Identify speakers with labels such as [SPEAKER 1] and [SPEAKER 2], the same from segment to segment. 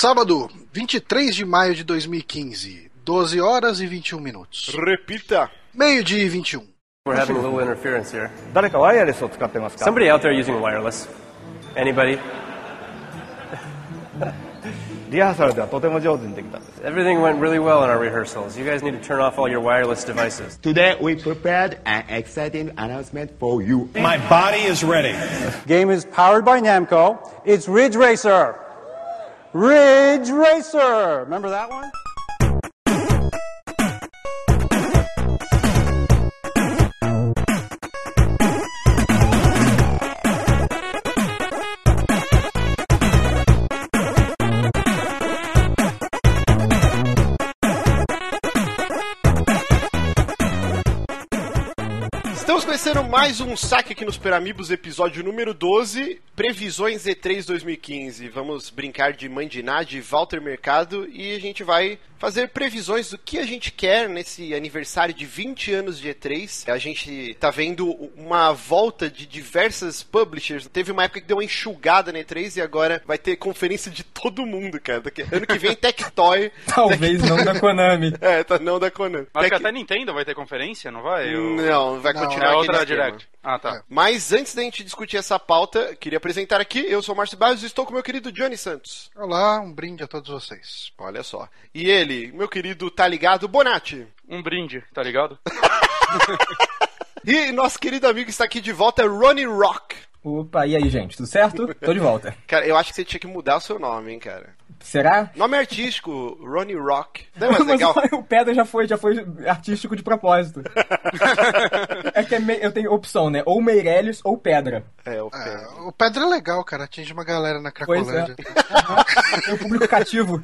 [SPEAKER 1] Sábado, 23 de maio de 2015, 12 horas e 21 minutos.
[SPEAKER 2] Repita.
[SPEAKER 1] Meio-dia e 21.
[SPEAKER 3] We're having a little interference here.
[SPEAKER 4] 誰かワイヤレスを使ってますか
[SPEAKER 3] Somebody out there using wireless? Anybody?
[SPEAKER 4] リハーサルではとても上手にできたんです
[SPEAKER 3] Everything went really well in our rehearsals. You guys need to turn off all your wireless devices.
[SPEAKER 5] Today we prepared an exciting announcement for you.
[SPEAKER 6] My body is ready.
[SPEAKER 7] Game is powered by Namco. It's Ridge Racer. Ridge Racer. Remember that one?
[SPEAKER 2] Estamos começando mais um saque aqui nos Peramibos, episódio número 12, previsões E3 2015. Vamos brincar de Mandiná, de Walter Mercado e a gente vai fazer previsões do que a gente quer nesse aniversário de 20 anos de E3. A gente tá vendo uma volta de diversas publishers. Teve uma época que deu uma enxugada na E3 e agora vai ter conferência de todo mundo, cara. Daqui- Ano que vem Tectoy.
[SPEAKER 8] Talvez não da Konami.
[SPEAKER 2] É, tá não da Conan.
[SPEAKER 9] Acho que
[SPEAKER 2] Tec- Hum,
[SPEAKER 9] até Nintendo vai ter conferência, não vai? Eu-
[SPEAKER 2] Não, né? É. vai
[SPEAKER 1] Não,
[SPEAKER 2] continuar
[SPEAKER 9] É outra
[SPEAKER 2] aquele esquema.
[SPEAKER 9] Direct. Ah, tá.
[SPEAKER 2] Mas antes da gente discutir essa pauta, queria apresentar aqui, eu sou o Márcio Barros e estou com meu querido Johnny Santos.
[SPEAKER 1] Olá, um brinde a todos vocês.
[SPEAKER 2] Olha só. E ele, meu querido, tá ligado, Bonatti.
[SPEAKER 9] Um brinde, tá ligado?
[SPEAKER 2] E nosso querido amigo está aqui de volta, Ronnie Rock.
[SPEAKER 8] Opa, e aí, gente? Tudo certo? Tô de volta.
[SPEAKER 2] Cara, eu acho que você tinha que mudar o seu nome, hein, cara.
[SPEAKER 8] Será?
[SPEAKER 2] Nome artístico, Ronnie Rock. Não é mais legal?
[SPEAKER 8] Mas o Pedra já foi, já foi artístico de propósito. é que é mei- eu tenho opção, né? Ou Meirelles ou Pedra.
[SPEAKER 2] É, o
[SPEAKER 9] Ah,
[SPEAKER 1] É,
[SPEAKER 2] Pedro.
[SPEAKER 1] o Pedro é legal, cara. Atinge uma galera na
[SPEAKER 8] Pois
[SPEAKER 1] Cracolândia.
[SPEAKER 8] Tem um público cativo.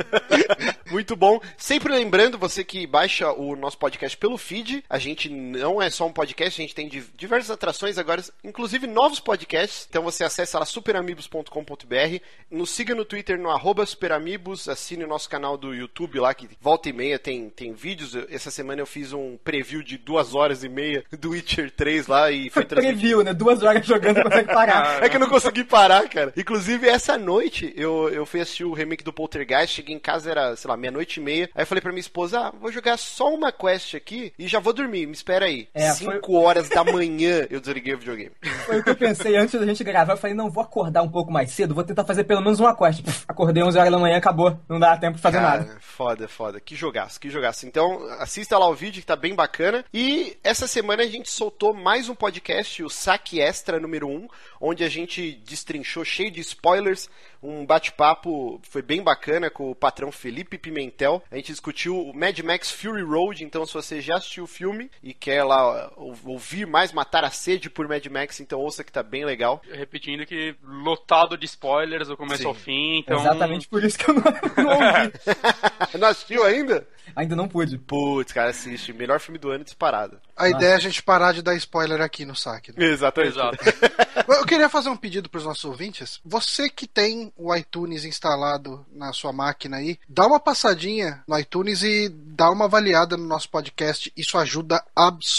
[SPEAKER 2] Muito bom. Sempre lembrando, você que baixa o nosso podcast pelo feed, a gente não é só um podcast, a gente tem di- diversas atrações agora, inclusive novos podcasts. Então você acessa lá superamibos.com.br, nos siga no Twitter no arroba superamibos, assine o nosso canal do YouTube lá, que volta e meia tem, tem vídeos. Eu- Essa semana eu fiz um preview de duas horas e meia do Witcher 3 lá e foi transmitido.
[SPEAKER 8] Preview, né? Duas horas jogando não consegue parar.
[SPEAKER 2] É que eu não consegui parar, cara. Inclusive, essa noite eu, eu fui assistir o remake do Poltergeist, cheguei em casa, era, sei lá, meia-noite e meia. Aí eu falei pra minha esposa: ah, vou jogar só uma quest aqui e já vou dormir, me espera aí.
[SPEAKER 8] É, foi-
[SPEAKER 2] Cinco horas da manhã eu desliguei o videogame.
[SPEAKER 8] Foi o que eu pensei antes da gente gravar. Eu falei, não, vou acordar um pouco mais cedo, vou tentar fazer pelo menos uma quest. Pff, Acordei 11 horas da manhã, acabou. Não dá tempo de fazer nada.
[SPEAKER 2] Cara, foda, foda. Que jogaço, que jogaço. Então, assista lá o vídeo que tá bem bacana. E essa semana a gente soltou mais um podcast, o Saque Extra número 1, onde a gente destrinchou cheio de spoilers. Um bate-papo foi bem bacana com o patrão Felipe Pimentel. A gente discutiu o Mad Max Fury Road. Então, se você já assistiu o filme e quer lá ó, ou- ouvir mais, matar a sede por Mad Max, então ouça que tá bem legal.
[SPEAKER 9] Repetindo que lotado de spoilers do começo
[SPEAKER 2] Sim.
[SPEAKER 9] ao fim, então.
[SPEAKER 8] Exatamente por isso que eu não, não ouvi.
[SPEAKER 2] Não assistiu ainda?
[SPEAKER 8] Ainda não pude.
[SPEAKER 2] Putz, cara, assiste. Melhor filme do ano disparado.
[SPEAKER 1] A ideia é a gente parar de dar spoiler aqui no saque. né?
[SPEAKER 2] Exatamente.
[SPEAKER 9] Exato.
[SPEAKER 1] Eu queria fazer um pedido para os nossos ouvintes. Você que tem o iTunes instalado na sua máquina aí, dá uma passadinha no iTunes e dá uma avaliada no nosso podcast. Isso ajuda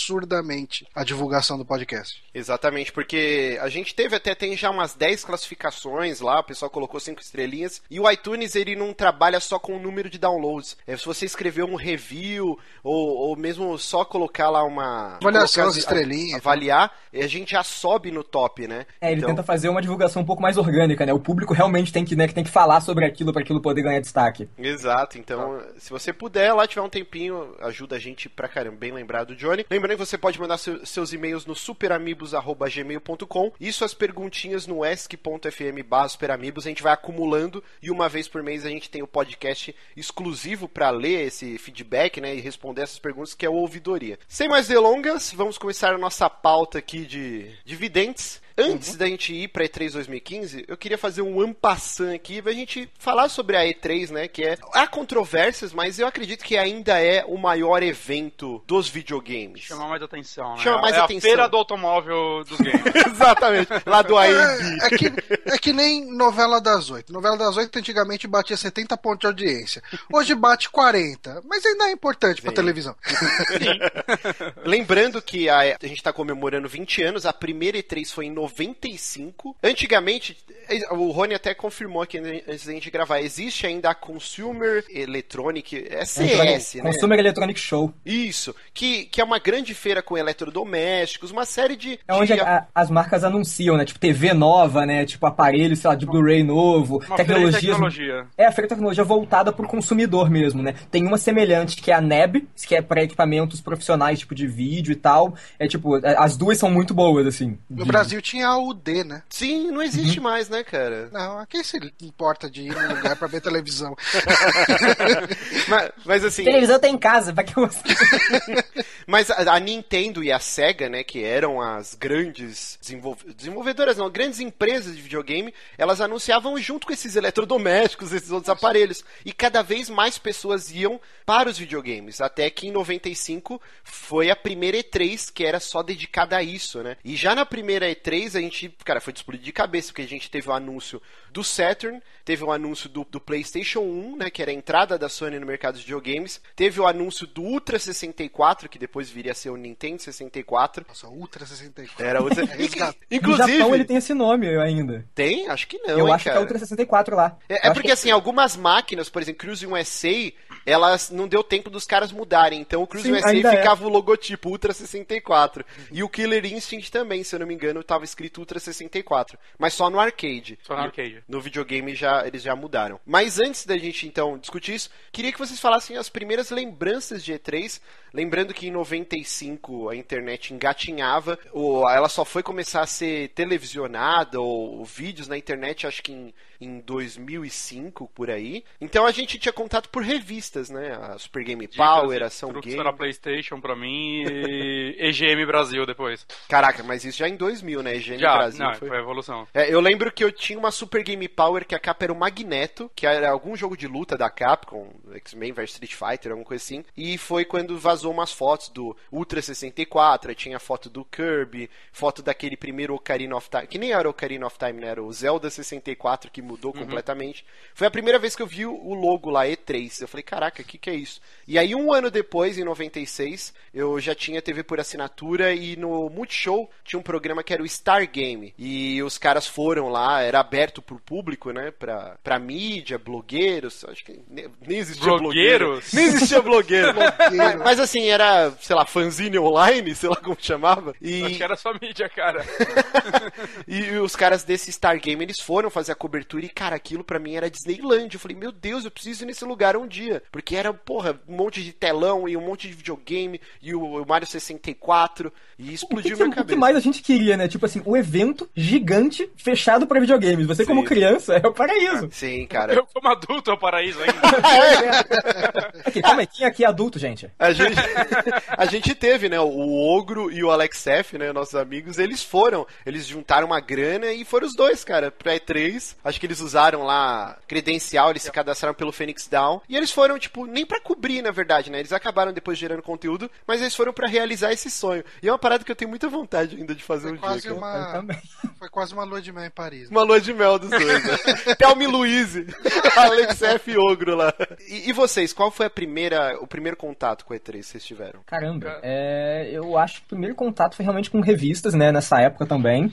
[SPEAKER 1] absurdamente a divulgação do podcast.
[SPEAKER 2] Exatamente, porque a gente teve até tem já umas 10 classificações lá, o pessoal colocou cinco estrelinhas, e o iTunes ele não trabalha só com o número de downloads. É, se você escrever um review ou, ou mesmo só colocar lá uma
[SPEAKER 1] Avaliação,
[SPEAKER 2] colocar as-
[SPEAKER 1] as estrelinhas.
[SPEAKER 2] avaliar, e a gente já sobe no top, né?
[SPEAKER 8] É, ele
[SPEAKER 2] Então-
[SPEAKER 8] tenta fazer uma divulgação um pouco mais orgânica, né? O público realmente tem que, né, que tem que falar sobre aquilo pra aquilo poder ganhar destaque.
[SPEAKER 2] Exato, então se você puder lá tiver um tempinho, ajuda a gente pra caramba, bem lembrado, Johnny. Lembrando que você pode mandar seu- seus e-mails no superamigos@gmail.com e suas perguntinhas no esc.fm barra superamigos, a gente vai acumulando e uma vez por mês a gente tem o podcast exclusivo pra ler esse feedback, né, e responder essas perguntas que é o ouvidoria. Sem mais delongas, vamos começar a nossa pauta aqui de dividentes. Antes da gente ir pra E3 2015, eu queria fazer um ampassan aqui pra gente falar sobre a E3, né? Que é. Há controvérsias, mas eu acredito que ainda é o maior evento dos videogames.
[SPEAKER 9] Chama mais atenção, né?
[SPEAKER 2] Chama mais
[SPEAKER 9] é
[SPEAKER 2] atenção.
[SPEAKER 9] a feira do automóvel dos games.
[SPEAKER 2] Exatamente. Lá do AMB.
[SPEAKER 1] É, é que, é que nem novela das oito. Novela das oito antigamente batia 70 pontos de audiência. Hoje bate 40, mas ainda é importante pra
[SPEAKER 2] Sim.
[SPEAKER 1] televisão.
[SPEAKER 2] tá Lembrando que a, a gente está comemorando 20 anos, a primeira E3 foi em 95. Antigamente, o Rony até confirmou aqui antes da gente gravar, existe ainda a Consumer Electronic, é CS, né?
[SPEAKER 8] Consumer Electronic Show.
[SPEAKER 2] Isso, que, que é uma grande feira com eletrodomésticos, uma série de.
[SPEAKER 8] É onde
[SPEAKER 2] de-
[SPEAKER 8] a- a- as marcas anunciam, né? Tipo, TV nova, né? Tipo, aparelho, sei lá, de Blu-ray novo,
[SPEAKER 9] feira de
[SPEAKER 8] tecnologias...
[SPEAKER 9] tecnologia.
[SPEAKER 8] É, a feira de tecnologia voltada pro consumidor mesmo, né? Tem uma semelhante, que é a NEB, que é pra equipamentos profissionais, tipo, de vídeo e tal. É, tipo, a- as duas são muito boas, assim.
[SPEAKER 1] No Brasil tinha a UD, né?
[SPEAKER 2] Sim, não existe
[SPEAKER 8] Uhum.
[SPEAKER 2] mais, né, cara?
[SPEAKER 1] Não, a quem se importa de ir num lugar pra ver televisão?
[SPEAKER 2] mas, mas assim.
[SPEAKER 8] Televisão tem em casa, pra que é eu...
[SPEAKER 2] Mas a, a Nintendo e a Sega, né, que eram as grandes desenvol- desenvolvedoras, não, grandes empresas de videogame, elas anunciavam junto com esses eletrodomésticos, esses outros aparelhos. E cada vez mais pessoas iam para os videogames. Até que em 95 foi a primeira E3 que era só dedicada a isso, né? E já na primeira E3 a gente, cara, foi explodido de cabeça, porque a gente teve o anúncio do Saturn, teve o anúncio do, do PlayStation 1, né, que era a entrada da Sony no mercado de videogames, teve o anúncio do Ultra 64, que depois viria a ser o Nintendo 64.
[SPEAKER 1] Nossa, Ultra 64.
[SPEAKER 2] Era outra.
[SPEAKER 1] Resgata.
[SPEAKER 8] No
[SPEAKER 2] Inclusive,
[SPEAKER 8] Japão ele tem esse nome ainda.
[SPEAKER 2] tem? Acho que não,
[SPEAKER 8] eu
[SPEAKER 2] hein,
[SPEAKER 8] acho que é
[SPEAKER 2] cara.
[SPEAKER 8] o 364 lá. Eu
[SPEAKER 2] É, é
[SPEAKER 8] acho
[SPEAKER 2] porque
[SPEAKER 8] que-
[SPEAKER 2] assim, algumas máquinas, por exemplo, Cruise USA, elas não deu tempo dos caras mudarem. Então o Cruise
[SPEAKER 8] Sim,
[SPEAKER 2] USA
[SPEAKER 8] ainda é.
[SPEAKER 2] ficava o logotipo Ultra 64. E o Killer Instinct também, se eu não me engano, tava escrito Ultra 64. Mas só no arcade.
[SPEAKER 9] Só no arcade.
[SPEAKER 2] No videogame já, eles já mudaram. Mas antes da gente então discutir isso, queria que vocês falassem as primeiras lembranças de E3. Lembrando que em 95 a internet engatinhava, ou ela só foi começar a ser televisionada, ou vídeos na internet, acho que em, em 2005 por aí. Então a gente tinha contato por revistas, né? A Super Game Power, é, a Ação
[SPEAKER 9] truques
[SPEAKER 2] Game.
[SPEAKER 9] para PlayStation pra mim e EGM Brasil depois.
[SPEAKER 2] Caraca, mas isso já em 2000, né? Higiene
[SPEAKER 9] Já,
[SPEAKER 2] Brasil.
[SPEAKER 9] não,
[SPEAKER 2] foi-
[SPEAKER 9] foi a evolução.
[SPEAKER 2] É, eu lembro que eu tinha uma Super Game Power que a capa era o Magneto, que era algum jogo de luta da Capcom, X-Men vs Street Fighter, alguma coisa assim. E foi quando vazou umas fotos do Ultra 64, aí tinha foto do Kirby, foto daquele primeiro Ocarina of Time, que nem era Ocarina of Time, né? Era o Zelda 64 que mudou
[SPEAKER 9] Uhum.
[SPEAKER 2] completamente. Foi a primeira vez que eu vi o logo lá, E3. Eu falei, caraca, o que, que é isso? E aí, um ano depois, em 96, eu já tinha TV por assinatura e no Multishow tinha um programa que era o Star Game. E os caras foram lá, era aberto pro público, né? Pra, pra mídia, blogueiros. Acho que ne- nem existia
[SPEAKER 9] Blogueiros?
[SPEAKER 2] blogueiro. Nem existia blogueiro. mas, mas assim, era, sei lá, fanzine online, sei lá como chamava. E...
[SPEAKER 9] Acho que era só mídia, cara.
[SPEAKER 2] E os caras desse Star Game, eles foram fazer a cobertura e, cara, aquilo pra mim era Disneyland. Eu falei, meu Deus, eu preciso ir nesse lugar um dia. Porque era, porra, um monte de telão e um monte de videogame e o, o Mario 64 e
[SPEAKER 8] O que,
[SPEAKER 2] explodiu
[SPEAKER 8] que- é
[SPEAKER 2] minha
[SPEAKER 8] o que
[SPEAKER 2] cabeça.
[SPEAKER 8] mais a gente queria, né? Tipo assim, um evento gigante fechado pra videogames. Você, como criança, é o paraíso.
[SPEAKER 2] Sim, cara.
[SPEAKER 9] Eu como adulto ao paraíso ainda.
[SPEAKER 8] Aqui, calma aí, quem aqui é adulto, gente?
[SPEAKER 2] A gente, a gente teve, né? O Ogro e o Alex F, né? Nossos amigos, eles foram. Eles juntaram uma grana e foram os dois, cara, pra E3. Acho que eles usaram lá credencial, eles se cadastraram pelo Phoenix Down. E eles foram, tipo, nem pra cobrir, na verdade, né? Eles acabaram depois gerando conteúdo, mas eles foram pra realizar esse sonho. E é uma parada que eu tenho muita vontade ainda de fazer um dia.
[SPEAKER 1] Quase
[SPEAKER 2] Cara.
[SPEAKER 8] Eu
[SPEAKER 1] uma,
[SPEAKER 8] também.
[SPEAKER 1] foi quase uma lua de mel em Paris. né?
[SPEAKER 2] Uma lua de mel dos dois, né? Thelmy Luiz, Alex F e Ogro lá. E, e vocês, qual foi a primeira, o primeiro contato com a E3 que vocês tiveram?
[SPEAKER 8] Caramba, é, eu acho que o primeiro contato foi realmente com revistas, né, nessa época também.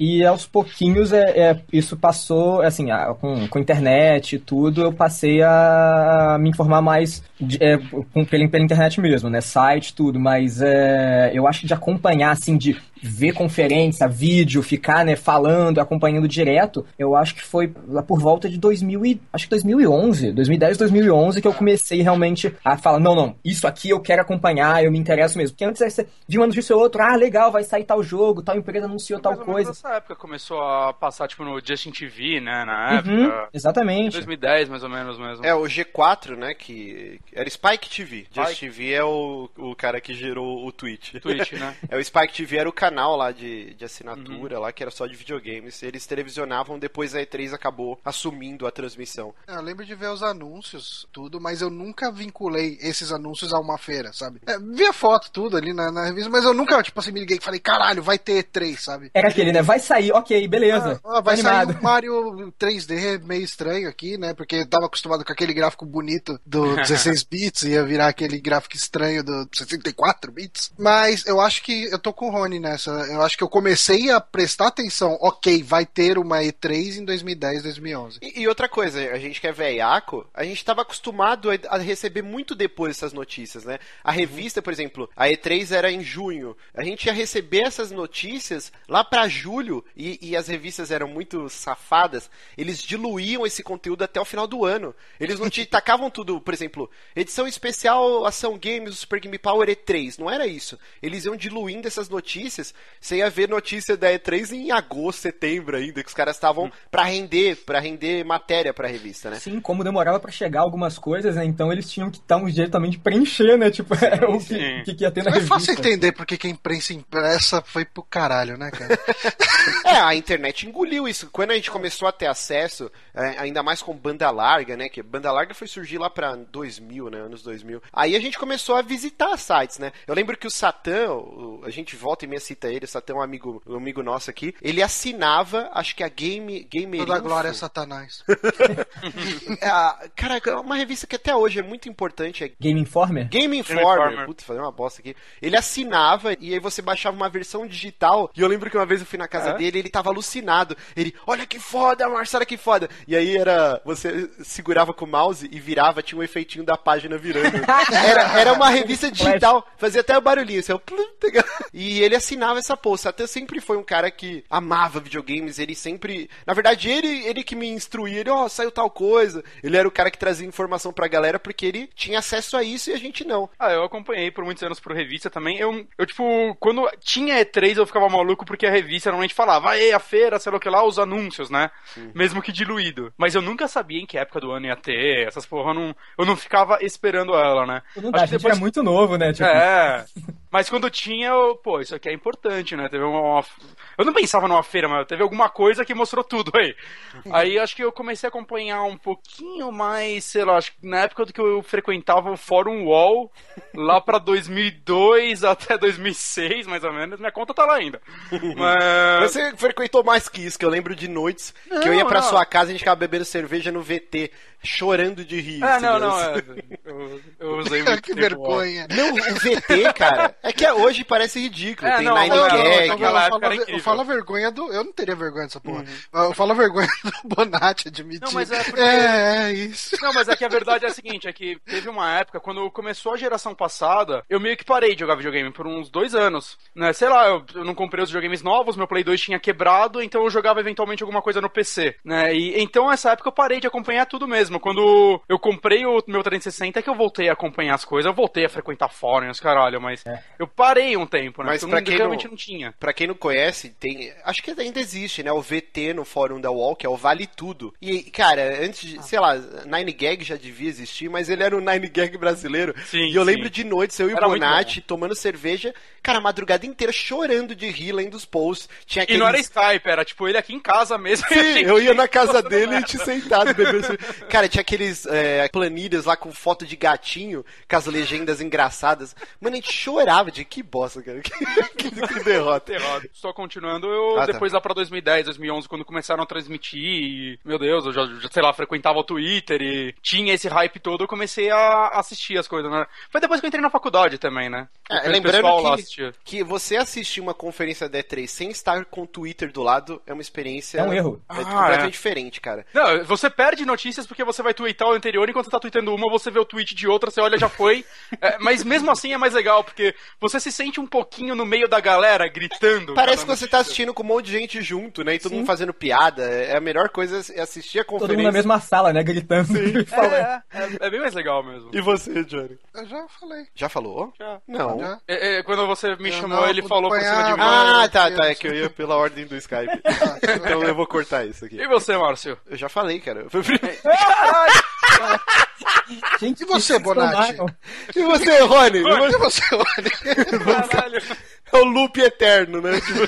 [SPEAKER 8] E aos pouquinhos é, é, isso passou, assim, a- com, com internet e tudo, eu passei a me informar mais de- é, com- pela, pela internet mesmo, né, site tudo, mas é, eu acho que de acompanhar, assim, de ver conferência, vídeo, ficar, né, falando, acompanhando direto, eu acho que foi lá por volta de 2000 e, acho que 2011, 2010, 2011 que eu comecei realmente a falar, não, não, isso aqui eu quero acompanhar, eu me interesso mesmo. Porque antes aí você viu uma notícia ou outra, ah, legal, vai sair tal jogo, tal empresa anunciou tal
[SPEAKER 9] é Mais ou menos
[SPEAKER 8] coisa.
[SPEAKER 9] Nessa época começou a passar, tipo, no Justin TV, né, na época.
[SPEAKER 8] Uhum, exatamente.
[SPEAKER 9] 2010, mais ou menos, mesmo.
[SPEAKER 2] É, o G4, né, que era Spike TV. Just TV é o, o cara que gerou o Twitch.
[SPEAKER 9] Twitch, né?
[SPEAKER 2] É, o Spike TV era o canal lá de, de assinatura, lá que era só de videogames. Eles televisionavam, depois a E3 acabou assumindo a transmissão.
[SPEAKER 1] Eu lembro de ver os anúncios, tudo, mas eu nunca vinculei esses anúncios a uma feira, sabe? É, vi a foto, tudo ali na, na revista, mas eu nunca, tipo assim, me liguei e falei, caralho, vai ter E3, sabe?
[SPEAKER 8] Era aquele, né, vai sair, ok, beleza,
[SPEAKER 1] Ah, vai
[SPEAKER 8] animado.
[SPEAKER 1] sair um Mario 3D meio estranho aqui, né? Porque eu tava acostumado com aquele gráfico bonito do 16 bits, ia virar aquele gráfico estranho do 64 bits. Mas eu acho que eu tô com o Rony nessa. essa. Eu acho que eu comecei a prestar atenção. Ok, vai ter uma E3 em 2010, 2011.
[SPEAKER 2] E, e outra coisa, a gente que é veiaco, a gente estava acostumado a, a receber muito depois essas notícias, né? A revista, por exemplo, a E3 era em junho. A gente ia receber essas notícias lá pra julho e, e as revistas eram muito safadas. Eles diluíam esse conteúdo até o final do ano. Eles não te tacavam tudo, por exemplo, edição especial Ação Games, Super Game Power E3. Não era isso. Eles iam diluindo essas notícias. Você ia ver notícia da E3 em agosto, setembro ainda, que os caras estavam pra render, pra render matéria pra revista, né?
[SPEAKER 8] Sim, como demorava pra chegar algumas coisas, né? Então eles tinham que estar um jeito também de preencher, né? Tipo, era o que,
[SPEAKER 9] sim.
[SPEAKER 8] que, que ia ter na
[SPEAKER 1] Não é
[SPEAKER 8] revista.
[SPEAKER 1] fácil entender porque que a imprensa impressa foi pro caralho, né, cara?
[SPEAKER 2] É, a internet engoliu isso. Quando a gente começou a ter acesso, é, ainda mais com banda larga, né? Que banda larga foi surgir lá pra 2000, né? Anos 2000. Aí a gente começou a visitar sites, né? Eu lembro que o Satã, o- a gente volta e me cita ele, o Satã é um amigo, um amigo nosso aqui, ele assinava, acho que a Game, Gamerinfo.
[SPEAKER 1] Toda a glória é Satanás.
[SPEAKER 2] É, a- cara, é uma revista que até hoje é muito importante, é
[SPEAKER 8] Game Informer?
[SPEAKER 2] Game Informer,
[SPEAKER 9] Informer.
[SPEAKER 2] putz, fazer uma bosta aqui. Ele assinava e aí você baixava uma versão digital. E eu lembro que uma vez eu fui na casa dele, ele tava alucinado. Ele, olha que foda, Marcela, que foda. E aí era, você segurava com o mouse e virava, tinha um efeitinho da página virando. era, era uma revista digital, fazia até o barulhinho, assim, ó, plum, tá ligado? E ele assinava essa poça. Até sempre foi um cara que amava videogames, ele sempre, na verdade, ele, ele que me instruía, ele, ó, saiu tal coisa. Ele era o cara que trazia informação pra galera porque ele tinha acesso a isso e a gente não.
[SPEAKER 9] Ah, eu acompanhei por muitos anos por revista também. Eu, eu, tipo, quando tinha E3 eu ficava maluco porque a revista normalmente falava, aê, a feira, sei lá o que lá, os anúncios, né? Mesmo que diluído. Mas eu nunca sabia em que época do ano ia ter, essas porra, eu não, eu não ficava esperando ela, né?
[SPEAKER 8] Não dá, a gente era muito novo, né? Tipo,
[SPEAKER 9] É, mas quando tinha, eu, pô, isso aqui é importante, né? Teve uma, uma- Eu não pensava numa feira, mas teve alguma coisa que mostrou tudo aí. Aí acho que eu comecei a acompanhar um pouquinho mais, sei lá, acho que na época do que eu frequentava o Fórum Wall, lá pra 2002 até 2006, mais ou menos, minha conta tá lá ainda. Mas...
[SPEAKER 2] Você frequentou mais que isso, que eu lembro de noites que eu
[SPEAKER 9] Não,
[SPEAKER 2] ia pra
[SPEAKER 9] não.
[SPEAKER 2] sua casa e a gente ficava bebendo cerveja no VT, chorando de rir.
[SPEAKER 9] Ah, não,
[SPEAKER 2] entendeu?
[SPEAKER 9] não, é, eu, eu usei muito
[SPEAKER 1] que
[SPEAKER 9] tempo Wall.
[SPEAKER 1] vergonha.
[SPEAKER 2] Não, o VT, cara, é que hoje parece ridículo.
[SPEAKER 9] É,
[SPEAKER 2] Tem
[SPEAKER 9] não,
[SPEAKER 2] Nine
[SPEAKER 9] não, não,
[SPEAKER 2] Gag.
[SPEAKER 9] não,
[SPEAKER 1] Eu falo-
[SPEAKER 9] Naquela
[SPEAKER 1] eu
[SPEAKER 9] época era
[SPEAKER 1] falo- Eu
[SPEAKER 9] incrível. Uhum.
[SPEAKER 1] falo a vergonha do. Eu não teria vergonha dessa porra. Eu falo a vergonha do Bonatti admitir.
[SPEAKER 9] Não, mas é porque-
[SPEAKER 1] é, é isso.
[SPEAKER 9] Não, mas é que a verdade é a seguinte, é que teve uma época, quando começou a geração passada, eu meio que parei de jogar videogame por uns dois anos, né? Sei lá, eu, eu não comprei os videogames novos, meu Play 2 tinha quebrado, então eu jogava eventualmente alguma coisa no PC, né? E então nessa época eu parei de acompanhar tudo mesmo. Quando eu comprei o meu 360 é que eu voltei a acompanhar as coisas, eu voltei a frequentar fóruns, caralho, mas
[SPEAKER 2] É.
[SPEAKER 9] eu parei um tempo, né?
[SPEAKER 2] Mas
[SPEAKER 9] Porque
[SPEAKER 2] pra
[SPEAKER 9] eu
[SPEAKER 2] quem
[SPEAKER 9] realmente
[SPEAKER 2] não-
[SPEAKER 9] não, tinha.
[SPEAKER 2] Pra quem não conhece, tem. Acho que ainda existe, né? O VT no fórum da UOL, que é o Vale Tudo. E, cara, antes de. Sei lá, Nine Gag já devia existir, mas ele era o Nine Gag brasileiro.
[SPEAKER 9] Sim,
[SPEAKER 2] E eu
[SPEAKER 9] sim.
[SPEAKER 2] lembro de noites, eu e o
[SPEAKER 9] Era muito
[SPEAKER 2] Bonatti tomando cerveja, cara, a madrugada inteira chorando de rir lendo os posts. Tinha
[SPEAKER 9] E não era
[SPEAKER 2] aqueles-
[SPEAKER 9] Skype, era tipo ele aqui em casa mesmo. e a
[SPEAKER 2] Sim,
[SPEAKER 9] gente-
[SPEAKER 2] eu ia na casa dele e te sentado bebendo. cerveja. Cara, tinha aqueles é, planilhas lá com foto de gatinho, com as legendas engraçadas. Mano, a gente chorava de que bosta, cara. Que, que- que derrota.
[SPEAKER 9] Errado. Só continuando, eu
[SPEAKER 2] Ah, tá.
[SPEAKER 9] depois lá pra 2010, 2011, quando começaram a transmitir, e, meu Deus, eu já, já, sei lá, frequentava o Twitter e tinha esse hype todo, eu comecei a assistir as coisas, né? Foi depois que eu entrei na faculdade também, né?
[SPEAKER 2] É,
[SPEAKER 9] O
[SPEAKER 2] lembrando
[SPEAKER 9] pessoal
[SPEAKER 2] que,
[SPEAKER 9] lá assistia.
[SPEAKER 2] que você assistir uma conferência da E3 sem estar com o Twitter do lado é uma experiência.
[SPEAKER 8] É um erro.
[SPEAKER 2] É
[SPEAKER 9] Ah,
[SPEAKER 2] completamente
[SPEAKER 9] é.
[SPEAKER 2] diferente, cara.
[SPEAKER 9] Não, você perde notícias porque você vai twittar o anterior, enquanto você tá tweetando uma, você vê o tweet de outra, você olha, já foi. É, mas mesmo assim é mais legal, porque você se sente um pouquinho no meio da galera, gritando.
[SPEAKER 2] Parece que
[SPEAKER 9] cada
[SPEAKER 2] você tá assistindo com um monte de gente junto, né? E todo mundo fazendo piada. É a melhor coisa é assistir a
[SPEAKER 8] todo
[SPEAKER 2] conferência.
[SPEAKER 8] mundo na mesma sala, né? Gritando e falando.
[SPEAKER 9] notícia.
[SPEAKER 2] tá-
[SPEAKER 9] É, é bem mais legal mesmo.
[SPEAKER 2] E você, Johnny?
[SPEAKER 1] Eu já falei.
[SPEAKER 2] Já falou?
[SPEAKER 9] Já.
[SPEAKER 2] Não.
[SPEAKER 1] Já.
[SPEAKER 9] É, é, quando você me
[SPEAKER 1] Eu
[SPEAKER 9] chamou,
[SPEAKER 1] não
[SPEAKER 9] ele falou por cima de mim.
[SPEAKER 1] acompanhava.
[SPEAKER 2] Ah,
[SPEAKER 1] Mano,
[SPEAKER 2] tá,
[SPEAKER 1] eu
[SPEAKER 2] tá.
[SPEAKER 1] não
[SPEAKER 2] É que eu ia pela ordem do Skype. então eu vou cortar isso aqui.
[SPEAKER 9] E você, Márcio?
[SPEAKER 2] Eu já falei, cara. Foi o primeiro.
[SPEAKER 8] Gente,
[SPEAKER 1] E você,
[SPEAKER 8] que vocês
[SPEAKER 1] Bonatti?
[SPEAKER 8] tomaram?
[SPEAKER 2] E você, Rony?
[SPEAKER 1] E você olha.
[SPEAKER 9] Caralho.
[SPEAKER 2] É o loop eterno, né? Tipo,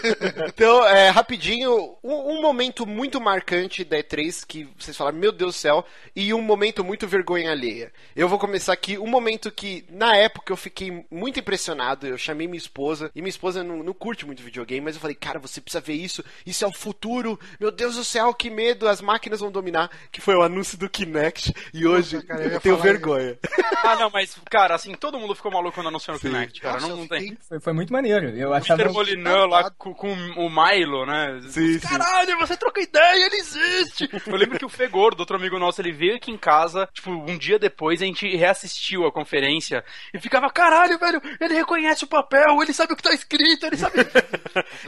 [SPEAKER 2] então, é, rapidinho, um, um momento muito marcante da E3 que vocês falaram, meu Deus do céu, e um momento muito vergonha alheia. Eu vou começar aqui, um momento que, na época, eu fiquei muito impressionado, eu chamei minha esposa, e minha esposa não, não curte muito videogame, mas eu falei, cara, você precisa ver isso, isso é o futuro, meu Deus do céu, que medo, as máquinas vão dominar, que foi o anúncio do Kinect, e hoje
[SPEAKER 1] cara, eu
[SPEAKER 2] eu,
[SPEAKER 1] ia
[SPEAKER 2] tenho
[SPEAKER 1] falar isso.
[SPEAKER 2] vergonha.
[SPEAKER 9] Ah, não, mas, cara, assim, todo mundo ficou maluco quando anunciou o Kinect, cara.
[SPEAKER 1] Nossa,
[SPEAKER 9] Não,
[SPEAKER 1] eu
[SPEAKER 9] não tem.
[SPEAKER 1] fiquei-
[SPEAKER 8] Foi, foi muito maneiro. Eu achava.
[SPEAKER 9] Mr. Molinão lá com, com o Milo, né?
[SPEAKER 2] Sim, sim.
[SPEAKER 9] Caralho, você troca ideia, ele existe! Eu lembro que o Fegordo, outro amigo nosso, ele veio aqui em casa, tipo, um dia depois, a gente reassistiu a conferência e ficava, caralho, velho, ele reconhece o papel, ele sabe o que tá escrito, ele sabe.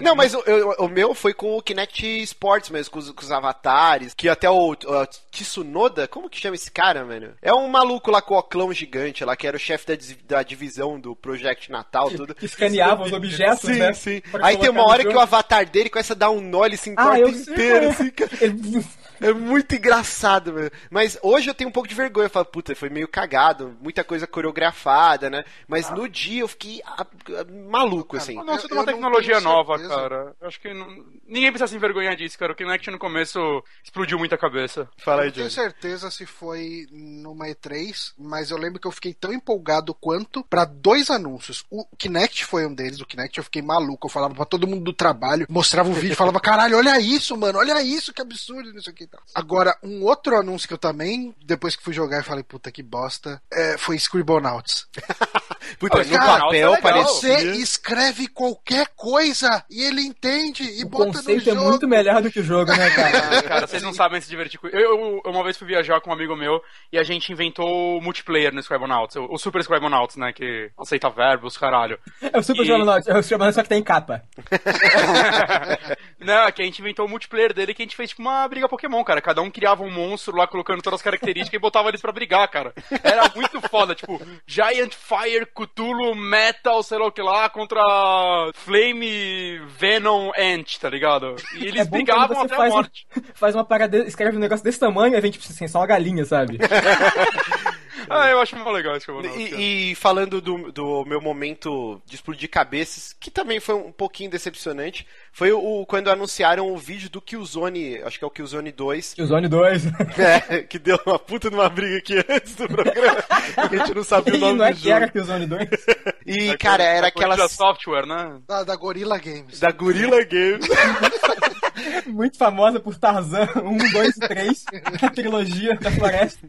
[SPEAKER 2] Não, mas o, eu- o meu foi com o Kinect Sports mesmo, com os, com os avatares, que até o, o Tsunoda, como que chama esse cara, velho? É um maluco lá com o oclão gigante lá, que era o chefe da, dis- da divisão do Project Natal, tudo.
[SPEAKER 8] Que escaneava os objetos,
[SPEAKER 2] Sim,
[SPEAKER 8] né?
[SPEAKER 2] sim.
[SPEAKER 8] Pra
[SPEAKER 2] Aí tem uma
[SPEAKER 8] colocar
[SPEAKER 2] hora
[SPEAKER 8] no
[SPEAKER 2] que o
[SPEAKER 8] jogo.
[SPEAKER 2] avatar dele começa a dar um nó, ele se
[SPEAKER 8] Ah,
[SPEAKER 2] entorta
[SPEAKER 8] eu sei,
[SPEAKER 2] inteiro,
[SPEAKER 8] é.
[SPEAKER 2] assim, cara.
[SPEAKER 8] Ele-
[SPEAKER 2] É muito engraçado, velho. Mas hoje eu tenho um pouco de vergonha. Eu falo, puta, foi meio cagado, muita coisa coreografada, né? Mas no dia eu fiquei ah, ah, maluco, assim.
[SPEAKER 9] Não,
[SPEAKER 1] Eu-
[SPEAKER 9] você tem uma
[SPEAKER 1] eu não
[SPEAKER 9] tecnologia
[SPEAKER 1] tenho
[SPEAKER 9] nova,
[SPEAKER 1] certeza.
[SPEAKER 9] cara. Eu Acho que não- ninguém precisa se envergonhar disso, cara. O Kinect no começo explodiu muita cabeça.
[SPEAKER 2] Fala
[SPEAKER 1] Eu não tenho certeza se foi numa E3, mas eu lembro que eu fiquei tão empolgado quanto pra dois anúncios. O Kinect foi um deles, o Kinect eu fiquei maluco, eu falava pra todo mundo do trabalho, mostrava o vídeo, falava, caralho, olha isso, mano, olha isso, que absurdo, não sei o que e tal. Agora, um outro anúncio que eu também, depois que fui jogar, eu falei, puta que bosta, é, foi Scribblenauts.
[SPEAKER 2] Puta,
[SPEAKER 9] Ah,
[SPEAKER 2] no
[SPEAKER 9] cara,
[SPEAKER 2] papel
[SPEAKER 9] tá legal.
[SPEAKER 2] parecia.
[SPEAKER 1] Você escreve qualquer coisa e ele entende e
[SPEAKER 8] O
[SPEAKER 1] bota no
[SPEAKER 8] conceito é
[SPEAKER 1] jogo.
[SPEAKER 8] muito melhor do que o jogo, né, cara?
[SPEAKER 9] Ah, cara, vocês não sabem se divertir com. Eu, eu- eu uma vez fui viajar com um amigo meu e a gente inventou o multiplayer no Scribonauts, o, o Super Scribonauts, né? Que aceita verbos, caralho.
[SPEAKER 8] É o Super
[SPEAKER 9] E-
[SPEAKER 8] Jornal, é o Jornal só que tem capa.
[SPEAKER 9] não, é que a gente inventou o multiplayer dele que a gente fez tipo uma briga Pokémon, cara. Cada um criava um monstro lá, colocando todas as características e botava eles pra brigar, cara. Era muito foda, tipo, Giant Fire, Cthulhu, Metal, sei lá o que lá, contra Flame, Venom, Ant, tá ligado? E eles
[SPEAKER 8] É bom quando
[SPEAKER 9] brigavam
[SPEAKER 8] você
[SPEAKER 9] até a
[SPEAKER 8] faz um-
[SPEAKER 9] morte.
[SPEAKER 8] faz uma parada, escreve um negócio desse tamanho, aí vem, tipo, assim, só uma galinha, sabe?
[SPEAKER 9] Ah, eu acho muito legal esse Scribonauts, cara.
[SPEAKER 2] E, e falando do, do meu momento de explodir cabeças, que também foi um pouquinho decepcionante, foi o, o- quando anunciaram o vídeo do Killzone, acho que é o Killzone 2,
[SPEAKER 8] E o Zone 2.
[SPEAKER 2] É, que deu uma puta numa briga aqui antes do programa. porque a gente não sabia o
[SPEAKER 8] E
[SPEAKER 2] nome
[SPEAKER 8] não é
[SPEAKER 2] do
[SPEAKER 8] que era
[SPEAKER 2] jogo.
[SPEAKER 8] que o Zone 2.
[SPEAKER 2] E, cara, era
[SPEAKER 9] Da Gorilla
[SPEAKER 2] aquela
[SPEAKER 9] software, né?
[SPEAKER 1] Da, da Gorilla Games.
[SPEAKER 2] da Gorilla Games.
[SPEAKER 8] Muito famosa por Tarzan 1, 2 e 3, a trilogia da floresta.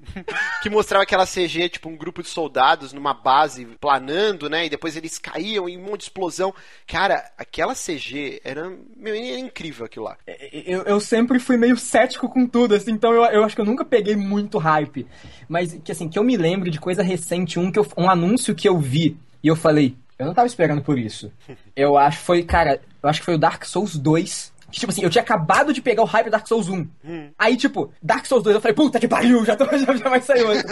[SPEAKER 2] que mostrava aquela CG, tipo, um grupo de soldados numa base planando, né? E depois eles caíam em um monte de explosão. Cara, aquela CG era, meu, era incrível aquilo lá.
[SPEAKER 8] Eu, eu sempre fui meio cético com tudo, assim, então eu, eu acho que eu nunca peguei muito hype. Mas, que assim, que eu me lembro de coisa recente, um, que eu- um anúncio que eu vi e eu falei, eu não tava esperando por isso. Eu acho que foi, cara, eu acho que foi o Dark Souls 2. Que, tipo assim, eu tinha acabado de pegar o hype do Dark Souls 1. Aí, tipo, Dark Souls 2, eu falei, puta que pariu, já, tô, já, já vai sair outro.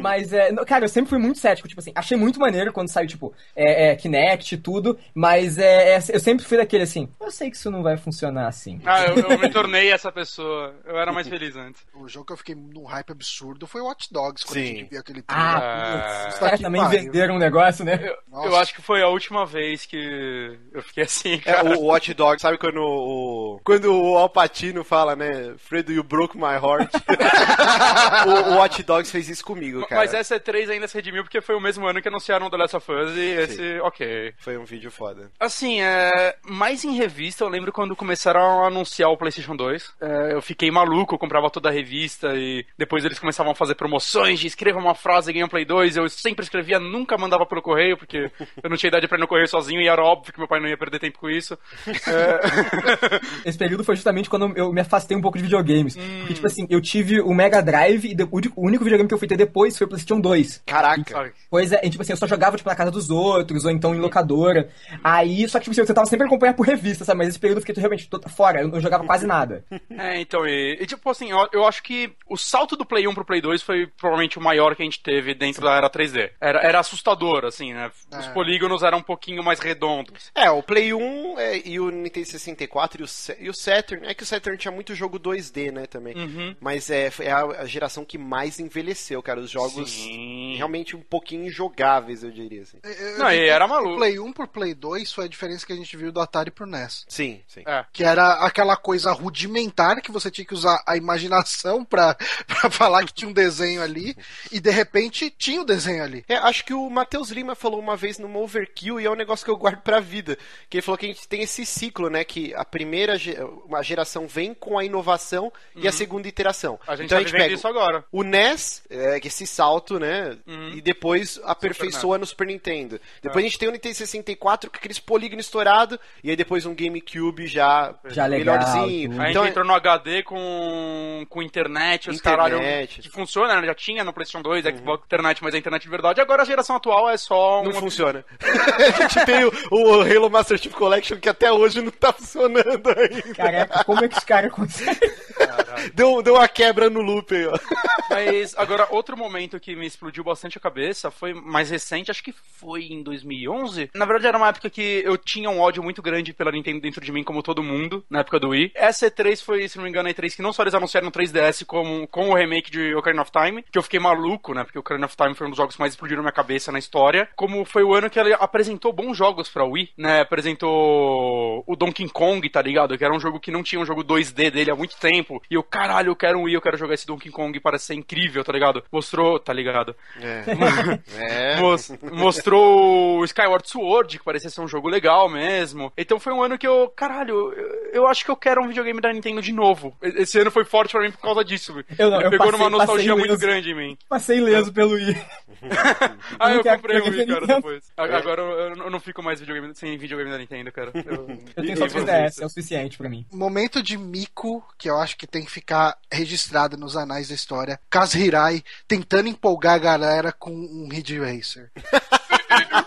[SPEAKER 8] mas, é, não, cara, eu sempre fui muito cético, tipo assim, achei muito maneiro quando saiu, tipo, é, é, Kinect e tudo, mas é, é, eu sempre fui daquele assim, eu sei que isso não vai funcionar assim.
[SPEAKER 9] Ah, eu, eu me tornei essa pessoa. Eu era mais feliz antes.
[SPEAKER 1] O jogo que eu fiquei num hype absurdo foi o Watch Dogs, quando
[SPEAKER 2] Sim.
[SPEAKER 1] a gente viu aquele trailer.
[SPEAKER 8] Ah,
[SPEAKER 9] Ah,
[SPEAKER 8] putz, os
[SPEAKER 1] tá
[SPEAKER 8] caras
[SPEAKER 1] que
[SPEAKER 8] também
[SPEAKER 1] pariu.
[SPEAKER 8] venderam um negócio, né?
[SPEAKER 9] Eu acho que foi a última vez que eu fiquei assim,
[SPEAKER 2] É,
[SPEAKER 9] cara.
[SPEAKER 2] o Watch Dogs, sabe quando o. Quando o Alpatino fala, né? Fredo, you broke my heart. o, o Watch Dogs fez isso comigo, cara.
[SPEAKER 9] Mas é- essa E3 ainda se redimiu porque foi o mesmo ano que anunciaram o The Last of Us e esse, ok.
[SPEAKER 2] Foi um vídeo foda.
[SPEAKER 9] Assim, é, mais em revista, eu lembro quando começaram a anunciar o PlayStation 2. É, eu fiquei maluco, eu comprava toda a revista e depois eles começavam a fazer promoções de escreva uma frase e ganha um Play 2. Eu sempre escrevia, nunca mandava pelo correio, porque eu não tinha idade pra ir no correio sozinho e era óbvio que meu pai não ia perder tempo com isso. É.
[SPEAKER 8] Esse período foi justamente quando eu me afastei um pouco de videogames. Porque, tipo assim, eu tive o Mega Drive e de- o único- o único videogame que eu fui ter depois foi o PlayStation 2.
[SPEAKER 2] Caraca.
[SPEAKER 9] Sabe?
[SPEAKER 8] Pois é, e, tipo assim, eu só jogava tipo, na casa dos outros, ou então em locadora. Aí, só que tipo, assim, eu tentava sempre acompanhar por revista, sabe? Mas esse período eu fiquei realmente tô- fora, eu não jogava quase nada.
[SPEAKER 9] É, então, e, e, tipo assim, eu, eu acho que o salto do Play 1 pro Play 2 foi provavelmente o maior que a gente teve dentro da era 3D. Era, era assustador, assim, né? Os polígonos eram um pouquinho mais redondos.
[SPEAKER 2] É, o Play 1 é, e o Nintendo 64 e o, Se- e o Saturn. É que o Saturn tinha muito jogo 2D, né, também.
[SPEAKER 9] Uhum.
[SPEAKER 2] Mas é, foi a, a geração que mais envelheceu, cara. Os jogos
[SPEAKER 9] Sim. É,
[SPEAKER 2] realmente um pouquinho injogáveis, eu diria, assim.
[SPEAKER 9] Não, e era
[SPEAKER 1] O
[SPEAKER 9] maluco.
[SPEAKER 1] Play 1 pro Play 2 foi a diferença que a gente viu do Atari pro NES.
[SPEAKER 2] Sim, sim.
[SPEAKER 9] É.
[SPEAKER 1] Que era aquela coisa rudimentar que você tinha que usar a imaginação pra, pra falar que tinha um desenho ali. E de repente tinha o desenho ali.
[SPEAKER 2] É, acho que o Matheus Lima falou uma vez numa overkill e é um negócio que eu guardo pra vida. Que ele falou que a gente tem esse ciclo, né? Que a primeira primeira ge- uma geração vem com a inovação e a segunda iteração.
[SPEAKER 9] Uhum. A gente
[SPEAKER 2] então a
[SPEAKER 9] tá
[SPEAKER 2] gente
[SPEAKER 9] vivendo
[SPEAKER 2] pega
[SPEAKER 9] isso agora. Uhum.
[SPEAKER 2] o NES, é, que esse salto, né? E depois aperfeiçoa no Super
[SPEAKER 9] É.
[SPEAKER 2] Nintendo. Depois a gente tem o Nintendo 64 com aqueles polígonos estourados, e aí depois um GameCube já,
[SPEAKER 8] Já legal,
[SPEAKER 2] melhorzinho.
[SPEAKER 8] tudo.
[SPEAKER 9] A gente
[SPEAKER 2] Então,
[SPEAKER 9] entrou no HD com, com internet, os
[SPEAKER 2] Internet. Uhum.
[SPEAKER 9] caralho. Que funciona, né? Já tinha no PlayStation 2, Xbox Internet, mas a internet de verdade. Agora a geração atual é só.
[SPEAKER 2] não
[SPEAKER 9] uma-
[SPEAKER 2] funciona. a gente tem o, o Halo Master Chief Collection que até hoje não tá funcionando ainda.
[SPEAKER 8] Caraca, como é que os caras conseguem?
[SPEAKER 2] Deu, deu uma quebra no loop aí, ó.
[SPEAKER 9] Mas agora, outro momento que me explodiu bastante a cabeça foi mais recente, acho que foi em 2011. Na verdade, era uma época que eu tinha um ódio muito grande pela Nintendo dentro de mim, como todo mundo, na época do Wii. Essa E3 foi, se não me engano, a E3 que não só eles anunciaram o 3DS como, com o remake de Ocarina of Time, que eu fiquei maluco, né? Porque Ocarina of Time foi um dos jogos que mais explodiram na minha cabeça na história. Como foi o ano que ela apresentou bons jogos pra Wii, né? Apresentou o Donkey Kong, tá ligado? Que era um jogo que não tinha um jogo 2D dele há muito tempo. E eu, caralho, eu quero um Wii, eu quero jogar esse Donkey Kong, parece ser incrível, tá ligado? Mostrou, tá ligado?
[SPEAKER 2] É.
[SPEAKER 9] Mos- mostrou o Skyward Sword, que parecia ser um jogo legal mesmo. Então foi um ano que eu, caralho, eu- eu acho que eu quero um videogame da Nintendo de novo. E- Esse ano foi forte pra mim por causa disso.
[SPEAKER 8] Eu não, eu
[SPEAKER 9] Pegou
[SPEAKER 8] passei-
[SPEAKER 9] numa nostalgia
[SPEAKER 8] passei
[SPEAKER 9] muito
[SPEAKER 8] ileso.
[SPEAKER 9] grande em mim.
[SPEAKER 8] Passei leso pelo I.
[SPEAKER 9] Ah, eu
[SPEAKER 8] Nunca
[SPEAKER 9] comprei o Wii,
[SPEAKER 8] joguei
[SPEAKER 9] cara,
[SPEAKER 8] Nintendo.
[SPEAKER 9] depois. A- Agora eu, eu não fico mais videogame, sem videogame da Nintendo, cara. Eu-
[SPEAKER 8] Eu tenho
[SPEAKER 2] E
[SPEAKER 8] só
[SPEAKER 2] você?
[SPEAKER 8] 3DS, é o suficiente pra mim.
[SPEAKER 1] Momento de mico que eu acho que tem que ficar registrado nos anais da história. Kaz Hirai tentando empolgar a galera com um Ridge Racer.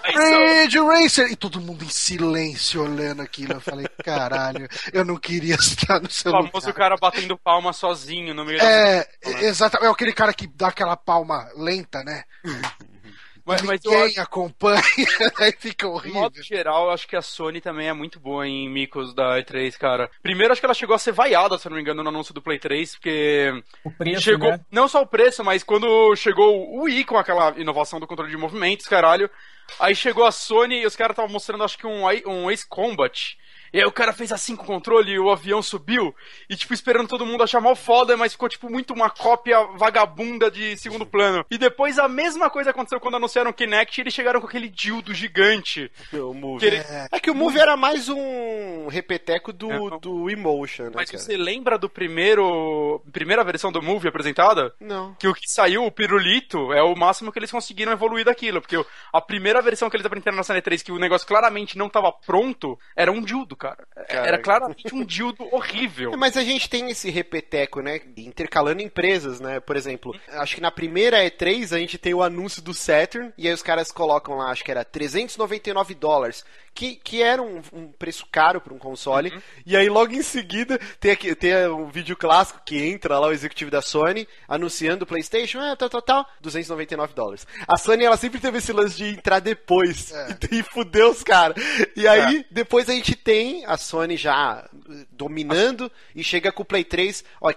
[SPEAKER 1] Ridge Racer! E todo mundo em silêncio olhando aquilo. Eu falei, caralho, eu não queria estar no seu
[SPEAKER 9] O famoso
[SPEAKER 1] lugar.
[SPEAKER 9] cara batendo palma sozinho no meio da...
[SPEAKER 1] É, exatamente. É aquele cara que dá aquela palma lenta, né?
[SPEAKER 9] Mas, mas eu
[SPEAKER 1] Ninguém
[SPEAKER 9] acho-
[SPEAKER 1] acompanha, aí fica
[SPEAKER 9] De
[SPEAKER 1] horrível.
[SPEAKER 9] modo geral, eu acho que a Sony também é muito boa em micos da E3, cara. Primeiro, acho que ela chegou a ser vaiada, se eu não me engano, no anúncio do Play 3, porque
[SPEAKER 8] O preço,
[SPEAKER 9] chegou
[SPEAKER 8] né?
[SPEAKER 9] não só o preço, mas quando chegou o Wii com aquela inovação do controle de movimentos, caralho. Aí chegou a Sony e os caras estavam mostrando, acho que um, Ai- um Ace Combat. E aí o cara fez assim com o controle e o avião subiu. E, tipo, esperando todo mundo achar mal foda, mas ficou, tipo, muito uma cópia vagabunda de segundo plano. E depois a mesma coisa aconteceu quando anunciaram o Kinect e eles chegaram com aquele dildo gigante.
[SPEAKER 2] O movie.
[SPEAKER 9] Que ele-
[SPEAKER 2] É que o Move era mais um repeteco
[SPEAKER 9] É,
[SPEAKER 2] do,
[SPEAKER 9] não.
[SPEAKER 2] do Emotion, né,
[SPEAKER 9] Mas é
[SPEAKER 2] cara?
[SPEAKER 9] você lembra do primeiro. primeira versão do movie apresentada?
[SPEAKER 2] Não.
[SPEAKER 9] Que o que saiu, o pirulito, é o máximo que eles conseguiram evoluir daquilo. Porque o- a primeira versão que eles apresentaram na cena 3, que o negócio claramente não tava pronto, era um dildo, cara. Era claramente um dildo horrível.
[SPEAKER 2] É, Mas a gente tem esse repeteco, né? Intercalando empresas, né? Por exemplo, acho que na primeira E3 a gente tem o anúncio do Saturn, e aí os caras colocam lá, acho que era 399 dólares, que, que era um, um preço caro para um console.
[SPEAKER 9] Uhum.
[SPEAKER 2] E aí logo em seguida tem, aqui, tem um vídeo clássico que entra lá o executivo da Sony anunciando o PlayStation, ah, tal, tal, tal, 299 dólares. A Sony ela sempre teve esse lance de entrar depois e, e fudeu os caras. E aí depois a gente tem a Sony já eh, dominando e chega com o Play 3, ó,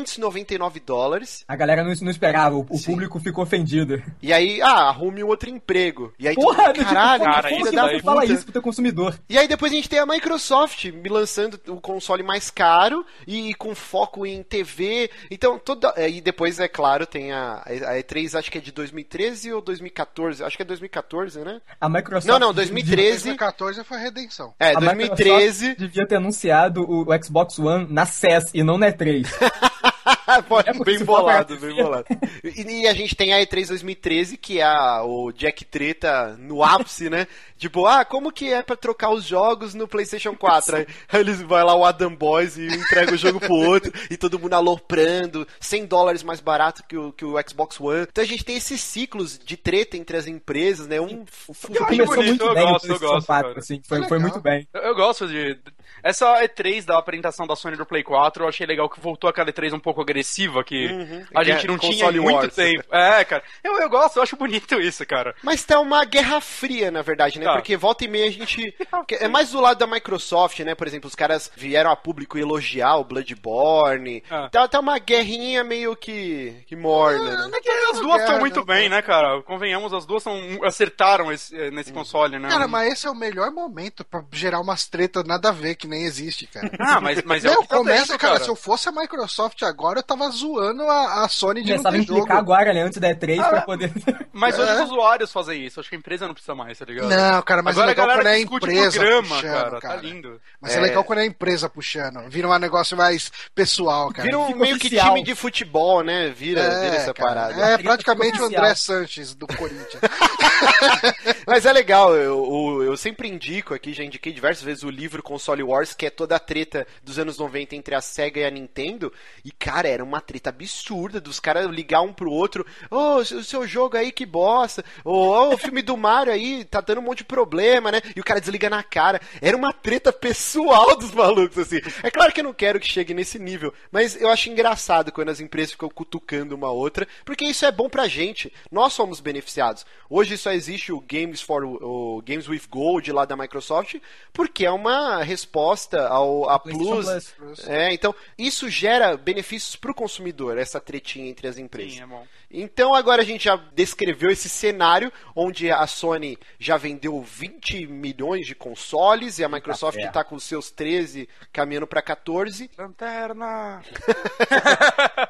[SPEAKER 2] 599 dólares.
[SPEAKER 8] A galera não, não esperava, o, o público ficou ofendido.
[SPEAKER 2] E aí, ah, arrume um outro emprego. E aí, todo
[SPEAKER 8] Porra, tipo,
[SPEAKER 2] mundo, caralho,
[SPEAKER 9] cara,
[SPEAKER 8] como
[SPEAKER 2] filha
[SPEAKER 8] que
[SPEAKER 2] da
[SPEAKER 8] você
[SPEAKER 2] é
[SPEAKER 8] fala
[SPEAKER 2] puta.
[SPEAKER 8] isso pro teu consumidor?
[SPEAKER 2] E aí depois a gente tem a Microsoft me lançando o console mais caro e com foco em TV. Então, toda. é, E depois, é claro, tem a, a E3, acho que é de 2013 ou 2014. Acho que é 2014, né?
[SPEAKER 8] A Microsoft.
[SPEAKER 2] Não, não,
[SPEAKER 8] devia-
[SPEAKER 2] 2013.
[SPEAKER 1] 2014 foi a redenção.
[SPEAKER 2] É,
[SPEAKER 8] a
[SPEAKER 2] 2013.
[SPEAKER 8] Microsoft devia ter anunciado o, o Xbox One na CES e não na E3.
[SPEAKER 2] Pode-
[SPEAKER 8] É, porque
[SPEAKER 2] bem
[SPEAKER 8] se for
[SPEAKER 2] bolado,
[SPEAKER 8] pra-
[SPEAKER 2] bem bolado. E, e a gente tem a E3 2013, que é a- o Jack Treta no ápice, né? Tipo, ah, como que é pra trocar os jogos no PlayStation 4? Aí, aí eles vai lá o Adam Boys e entrega o jogo pro outro, e todo mundo aloprando, 100 dólares mais barato que o, que o Xbox One. Então a gente tem esses ciclos de treta entre as empresas, né? Um fu- fu-
[SPEAKER 9] Eu acho
[SPEAKER 8] Começou
[SPEAKER 9] bonito,
[SPEAKER 8] muito
[SPEAKER 9] eu
[SPEAKER 8] bem
[SPEAKER 9] gosto,
[SPEAKER 8] o
[SPEAKER 9] eu
[SPEAKER 8] PlayStation
[SPEAKER 9] gosto,
[SPEAKER 8] 4,
[SPEAKER 9] cara.
[SPEAKER 8] assim, foi,
[SPEAKER 1] Foi
[SPEAKER 8] foi
[SPEAKER 1] legal.
[SPEAKER 8] muito bem.
[SPEAKER 9] Eu, eu gosto de. Essa E3 da apresentação da Sony do Play 4, eu achei legal que voltou aquela E3 um pouco agressiva, que a
[SPEAKER 2] Que é
[SPEAKER 9] gente não tinha
[SPEAKER 2] console
[SPEAKER 9] em muito
[SPEAKER 2] wars.
[SPEAKER 9] tempo. É, cara. Eu, eu gosto, eu acho bonito isso, cara.
[SPEAKER 2] Mas tá uma guerra fria, na verdade, né?
[SPEAKER 9] Tá.
[SPEAKER 2] Porque volta e meia a gente.
[SPEAKER 1] Tá
[SPEAKER 2] que É mais do lado da Microsoft, né? Por exemplo, os caras vieram a público elogiar o Bloodborne.
[SPEAKER 9] Ah.
[SPEAKER 2] Tá, tá uma guerrinha meio que, que morna, né?
[SPEAKER 9] É As duas
[SPEAKER 1] Guerra,
[SPEAKER 9] estão muito bem, né, cara? Convenhamos, as duas são,
[SPEAKER 8] Hum.
[SPEAKER 9] acertaram esse- nesse console, né?
[SPEAKER 1] Cara, mas esse é o melhor momento pra gerar umas tretas nada a ver que nem existe, cara.
[SPEAKER 9] Ah, mas, mas é
[SPEAKER 1] Não,
[SPEAKER 9] o que tá
[SPEAKER 1] começa,
[SPEAKER 9] dentro,
[SPEAKER 1] cara. Se eu fosse a Microsoft agora, eu tava zoando a, a Sony um de não
[SPEAKER 8] Começava a
[SPEAKER 1] ter
[SPEAKER 8] implicar
[SPEAKER 1] jogo.
[SPEAKER 8] agora, né? Antes da E3 pra
[SPEAKER 2] Ah,
[SPEAKER 8] poder.
[SPEAKER 9] Mas hoje os
[SPEAKER 1] É.
[SPEAKER 9] usuários fazem isso. Acho que a empresa não precisa mais, tá ligado?
[SPEAKER 1] Não, cara, mas
[SPEAKER 9] Agora
[SPEAKER 1] é legal
[SPEAKER 9] a galera
[SPEAKER 1] quando é a
[SPEAKER 9] discute
[SPEAKER 1] empresa
[SPEAKER 9] programa,
[SPEAKER 1] puxando,
[SPEAKER 9] cara,
[SPEAKER 1] cara.
[SPEAKER 9] Tá lindo.
[SPEAKER 1] Mas é... legal quando é a empresa puxando. Vira um negócio mais pessoal, cara.
[SPEAKER 2] Vira um
[SPEAKER 8] Fica
[SPEAKER 2] meio que
[SPEAKER 8] oficial.
[SPEAKER 2] time de futebol, né? Vira, vira essa
[SPEAKER 1] cara.
[SPEAKER 2] parada.
[SPEAKER 1] é É praticamente o
[SPEAKER 8] Oficial.
[SPEAKER 1] André Sanches do Corinthians.
[SPEAKER 2] Mas é legal, eu, eu, eu sempre indico aqui, já indiquei diversas vezes o livro Console Wars, que é toda a treta dos anos 90 entre a SEGA e a Nintendo. E, cara, era uma treta absurda dos caras ligar um pro outro. Ô, o seu- o seu jogo aí, que bosta. Ô, ô, o filme do Mario aí, tá dando um monte de problema, né? E o cara desliga na cara. Era uma treta pessoal dos malucos, assim. É claro que eu não quero que chegue nesse nível, mas eu acho engraçado quando as empresas ficam cutucando uma outra, porque isso é bom pra gente. Nós somos beneficiados. Hoje só existe o Games for o Games with Gold lá da Microsoft, porque é uma resposta ao a
[SPEAKER 8] PlayStation
[SPEAKER 2] Plus. É, então isso gera benefícios pro consumidor, essa tretinha entre as empresas.
[SPEAKER 9] Sim, é bom.
[SPEAKER 2] Então agora a gente já descreveu esse cenário onde a Sony já vendeu 20 milhões de consoles e a Microsoft
[SPEAKER 8] ferro.
[SPEAKER 2] está com os seus 13 caminhando para 14.
[SPEAKER 9] Lanterna.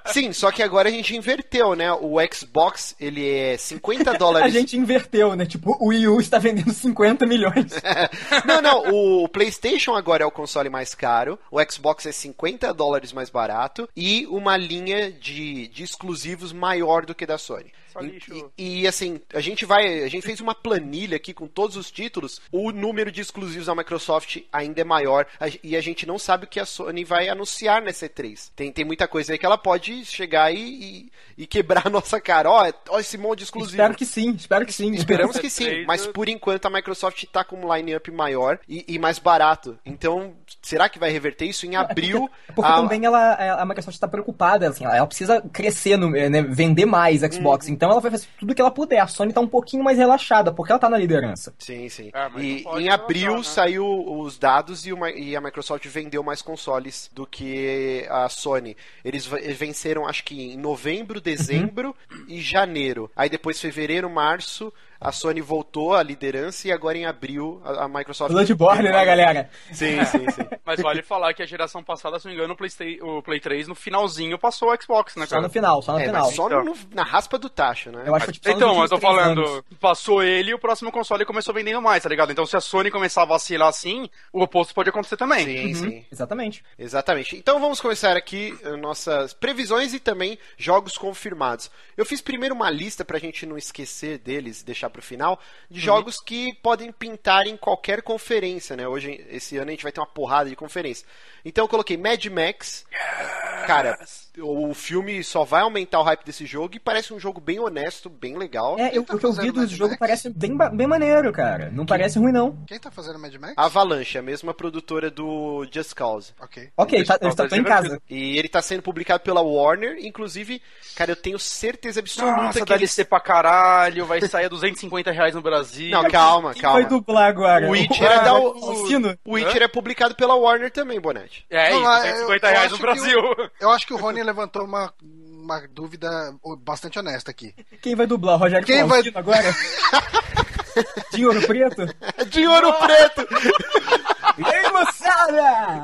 [SPEAKER 2] Sim, só que agora a gente inverteu, né? O Xbox, ele é 50
[SPEAKER 8] A
[SPEAKER 2] dólares.
[SPEAKER 8] gente inverteu, né? Tipo, o Wii U está vendendo 50 milhões.
[SPEAKER 2] Não, não, o PlayStation agora é o console mais caro, o Xbox é 50 dólares mais barato e uma linha de, de exclusivos maior do que da Sony.
[SPEAKER 9] Só
[SPEAKER 2] E-
[SPEAKER 9] lixo.
[SPEAKER 2] E, e, assim, a gente vai, a gente fez uma planilha aqui com todos os títulos, o número de exclusivos da Microsoft ainda é maior a- e a gente não sabe o que a Sony vai anunciar nessa E3. Tem, tem muita coisa aí que ela pode chegar e, e, e quebrar a nossa cara. Ó, ó esse monte de exclusivo.
[SPEAKER 8] Espero que sim, espero que sim.
[SPEAKER 2] Esperamos que sim,
[SPEAKER 9] Três,
[SPEAKER 2] mas
[SPEAKER 9] eu-
[SPEAKER 2] por enquanto a Microsoft tá com um line-up maior e, e mais barato. Então, será que vai reverter isso em abril?
[SPEAKER 8] Porque
[SPEAKER 2] a-
[SPEAKER 8] também ela, é, a Microsoft está preocupada, assim, ela precisa crescer, no, né, vender mais Xbox,
[SPEAKER 2] Uhum.
[SPEAKER 8] então ela vai fazer tudo que ela puder. A Sony tá um pouquinho mais relaxada, porque ela tá na liderança.
[SPEAKER 2] Sim, sim.
[SPEAKER 9] É, mas
[SPEAKER 2] e
[SPEAKER 9] não pode
[SPEAKER 2] em abril
[SPEAKER 9] relaxar, né?
[SPEAKER 2] saiu os dados e, uma- e a Microsoft vendeu mais consoles do que a Sony. Eles v- venceram, acho que em novembro,
[SPEAKER 8] Uhum.
[SPEAKER 2] dezembro e janeiro. Aí depois fevereiro, março, a Sony voltou à liderança e agora em abril a, a Microsoft.
[SPEAKER 8] Bloodborne, né, galera?
[SPEAKER 2] Sim, sim, sim.
[SPEAKER 9] Mas vale falar que a geração passada, se não me engano, o Play, o Play 3 no finalzinho passou o Xbox, né,
[SPEAKER 8] Só no
[SPEAKER 9] cara?
[SPEAKER 8] final, só no
[SPEAKER 2] É,
[SPEAKER 8] final.
[SPEAKER 2] mas só
[SPEAKER 9] Então.
[SPEAKER 2] no- na raspa do tacho, né?
[SPEAKER 8] Eu acho que tipo, só nos
[SPEAKER 9] Então, eu
[SPEAKER 8] últimos
[SPEAKER 9] tô
[SPEAKER 8] três
[SPEAKER 9] falando,
[SPEAKER 8] anos.
[SPEAKER 9] passou ele e o próximo console começou vendendo mais, tá ligado? Então se a Sony começar a vacilar assim, o oposto pode acontecer também.
[SPEAKER 2] Sim,
[SPEAKER 8] Uhum.
[SPEAKER 2] sim.
[SPEAKER 8] Exatamente.
[SPEAKER 2] Exatamente. Então vamos começar aqui eh, nossas previsões e também jogos confirmados. Eu fiz primeiro uma lista pra gente não esquecer deles, e deixar pro final, de jogos que podem pintar em qualquer conferência, né? Hoje, esse ano a gente vai ter uma porrada de conferência. Então eu coloquei Mad Max. Cara, o filme só vai aumentar o hype desse jogo e parece um jogo bem honesto, bem legal.
[SPEAKER 8] É, eu,
[SPEAKER 1] tá
[SPEAKER 8] o que eu vi
[SPEAKER 1] fazendo
[SPEAKER 8] do
[SPEAKER 1] Mad
[SPEAKER 8] jogo
[SPEAKER 1] Max?
[SPEAKER 8] parece bem, ba- bem maneiro, cara. Não parece ruim, não.
[SPEAKER 1] Quem tá fazendo Mad Max?
[SPEAKER 2] Avalanche, a mesma produtora do Just Cause.
[SPEAKER 1] Ok.
[SPEAKER 8] Ok, tá,
[SPEAKER 9] Não,
[SPEAKER 8] eu
[SPEAKER 9] tá
[SPEAKER 8] só tô em casa.
[SPEAKER 9] divertido.
[SPEAKER 2] E ele tá sendo publicado pela Warner, inclusive, cara, eu tenho certeza absoluta
[SPEAKER 9] Nossa,
[SPEAKER 2] que
[SPEAKER 9] dá
[SPEAKER 2] ele
[SPEAKER 9] LC pra caralho, vai sair a 250 reais no Brasil.
[SPEAKER 2] Não, calma,
[SPEAKER 8] Quem vai
[SPEAKER 2] calma.
[SPEAKER 8] dublar agora?
[SPEAKER 2] O Witcher é
[SPEAKER 9] Ah,
[SPEAKER 2] da
[SPEAKER 8] o Ah,
[SPEAKER 9] tá
[SPEAKER 8] Sino?
[SPEAKER 2] o Witcher é publicado pela Warner também, Bonete.
[SPEAKER 9] É,
[SPEAKER 1] Não,
[SPEAKER 9] isso,
[SPEAKER 1] eu-
[SPEAKER 9] 250
[SPEAKER 1] eu
[SPEAKER 9] reais
[SPEAKER 1] acho
[SPEAKER 9] no
[SPEAKER 1] que
[SPEAKER 9] Brasil.
[SPEAKER 1] o- eu acho que o Rony levantou uma, uma dúvida bastante honesta aqui.
[SPEAKER 8] Quem vai dublar? O Rogério
[SPEAKER 1] Quem
[SPEAKER 8] Faustino agora? De ouro preto?
[SPEAKER 2] De ouro preto!
[SPEAKER 8] Ei, moçada!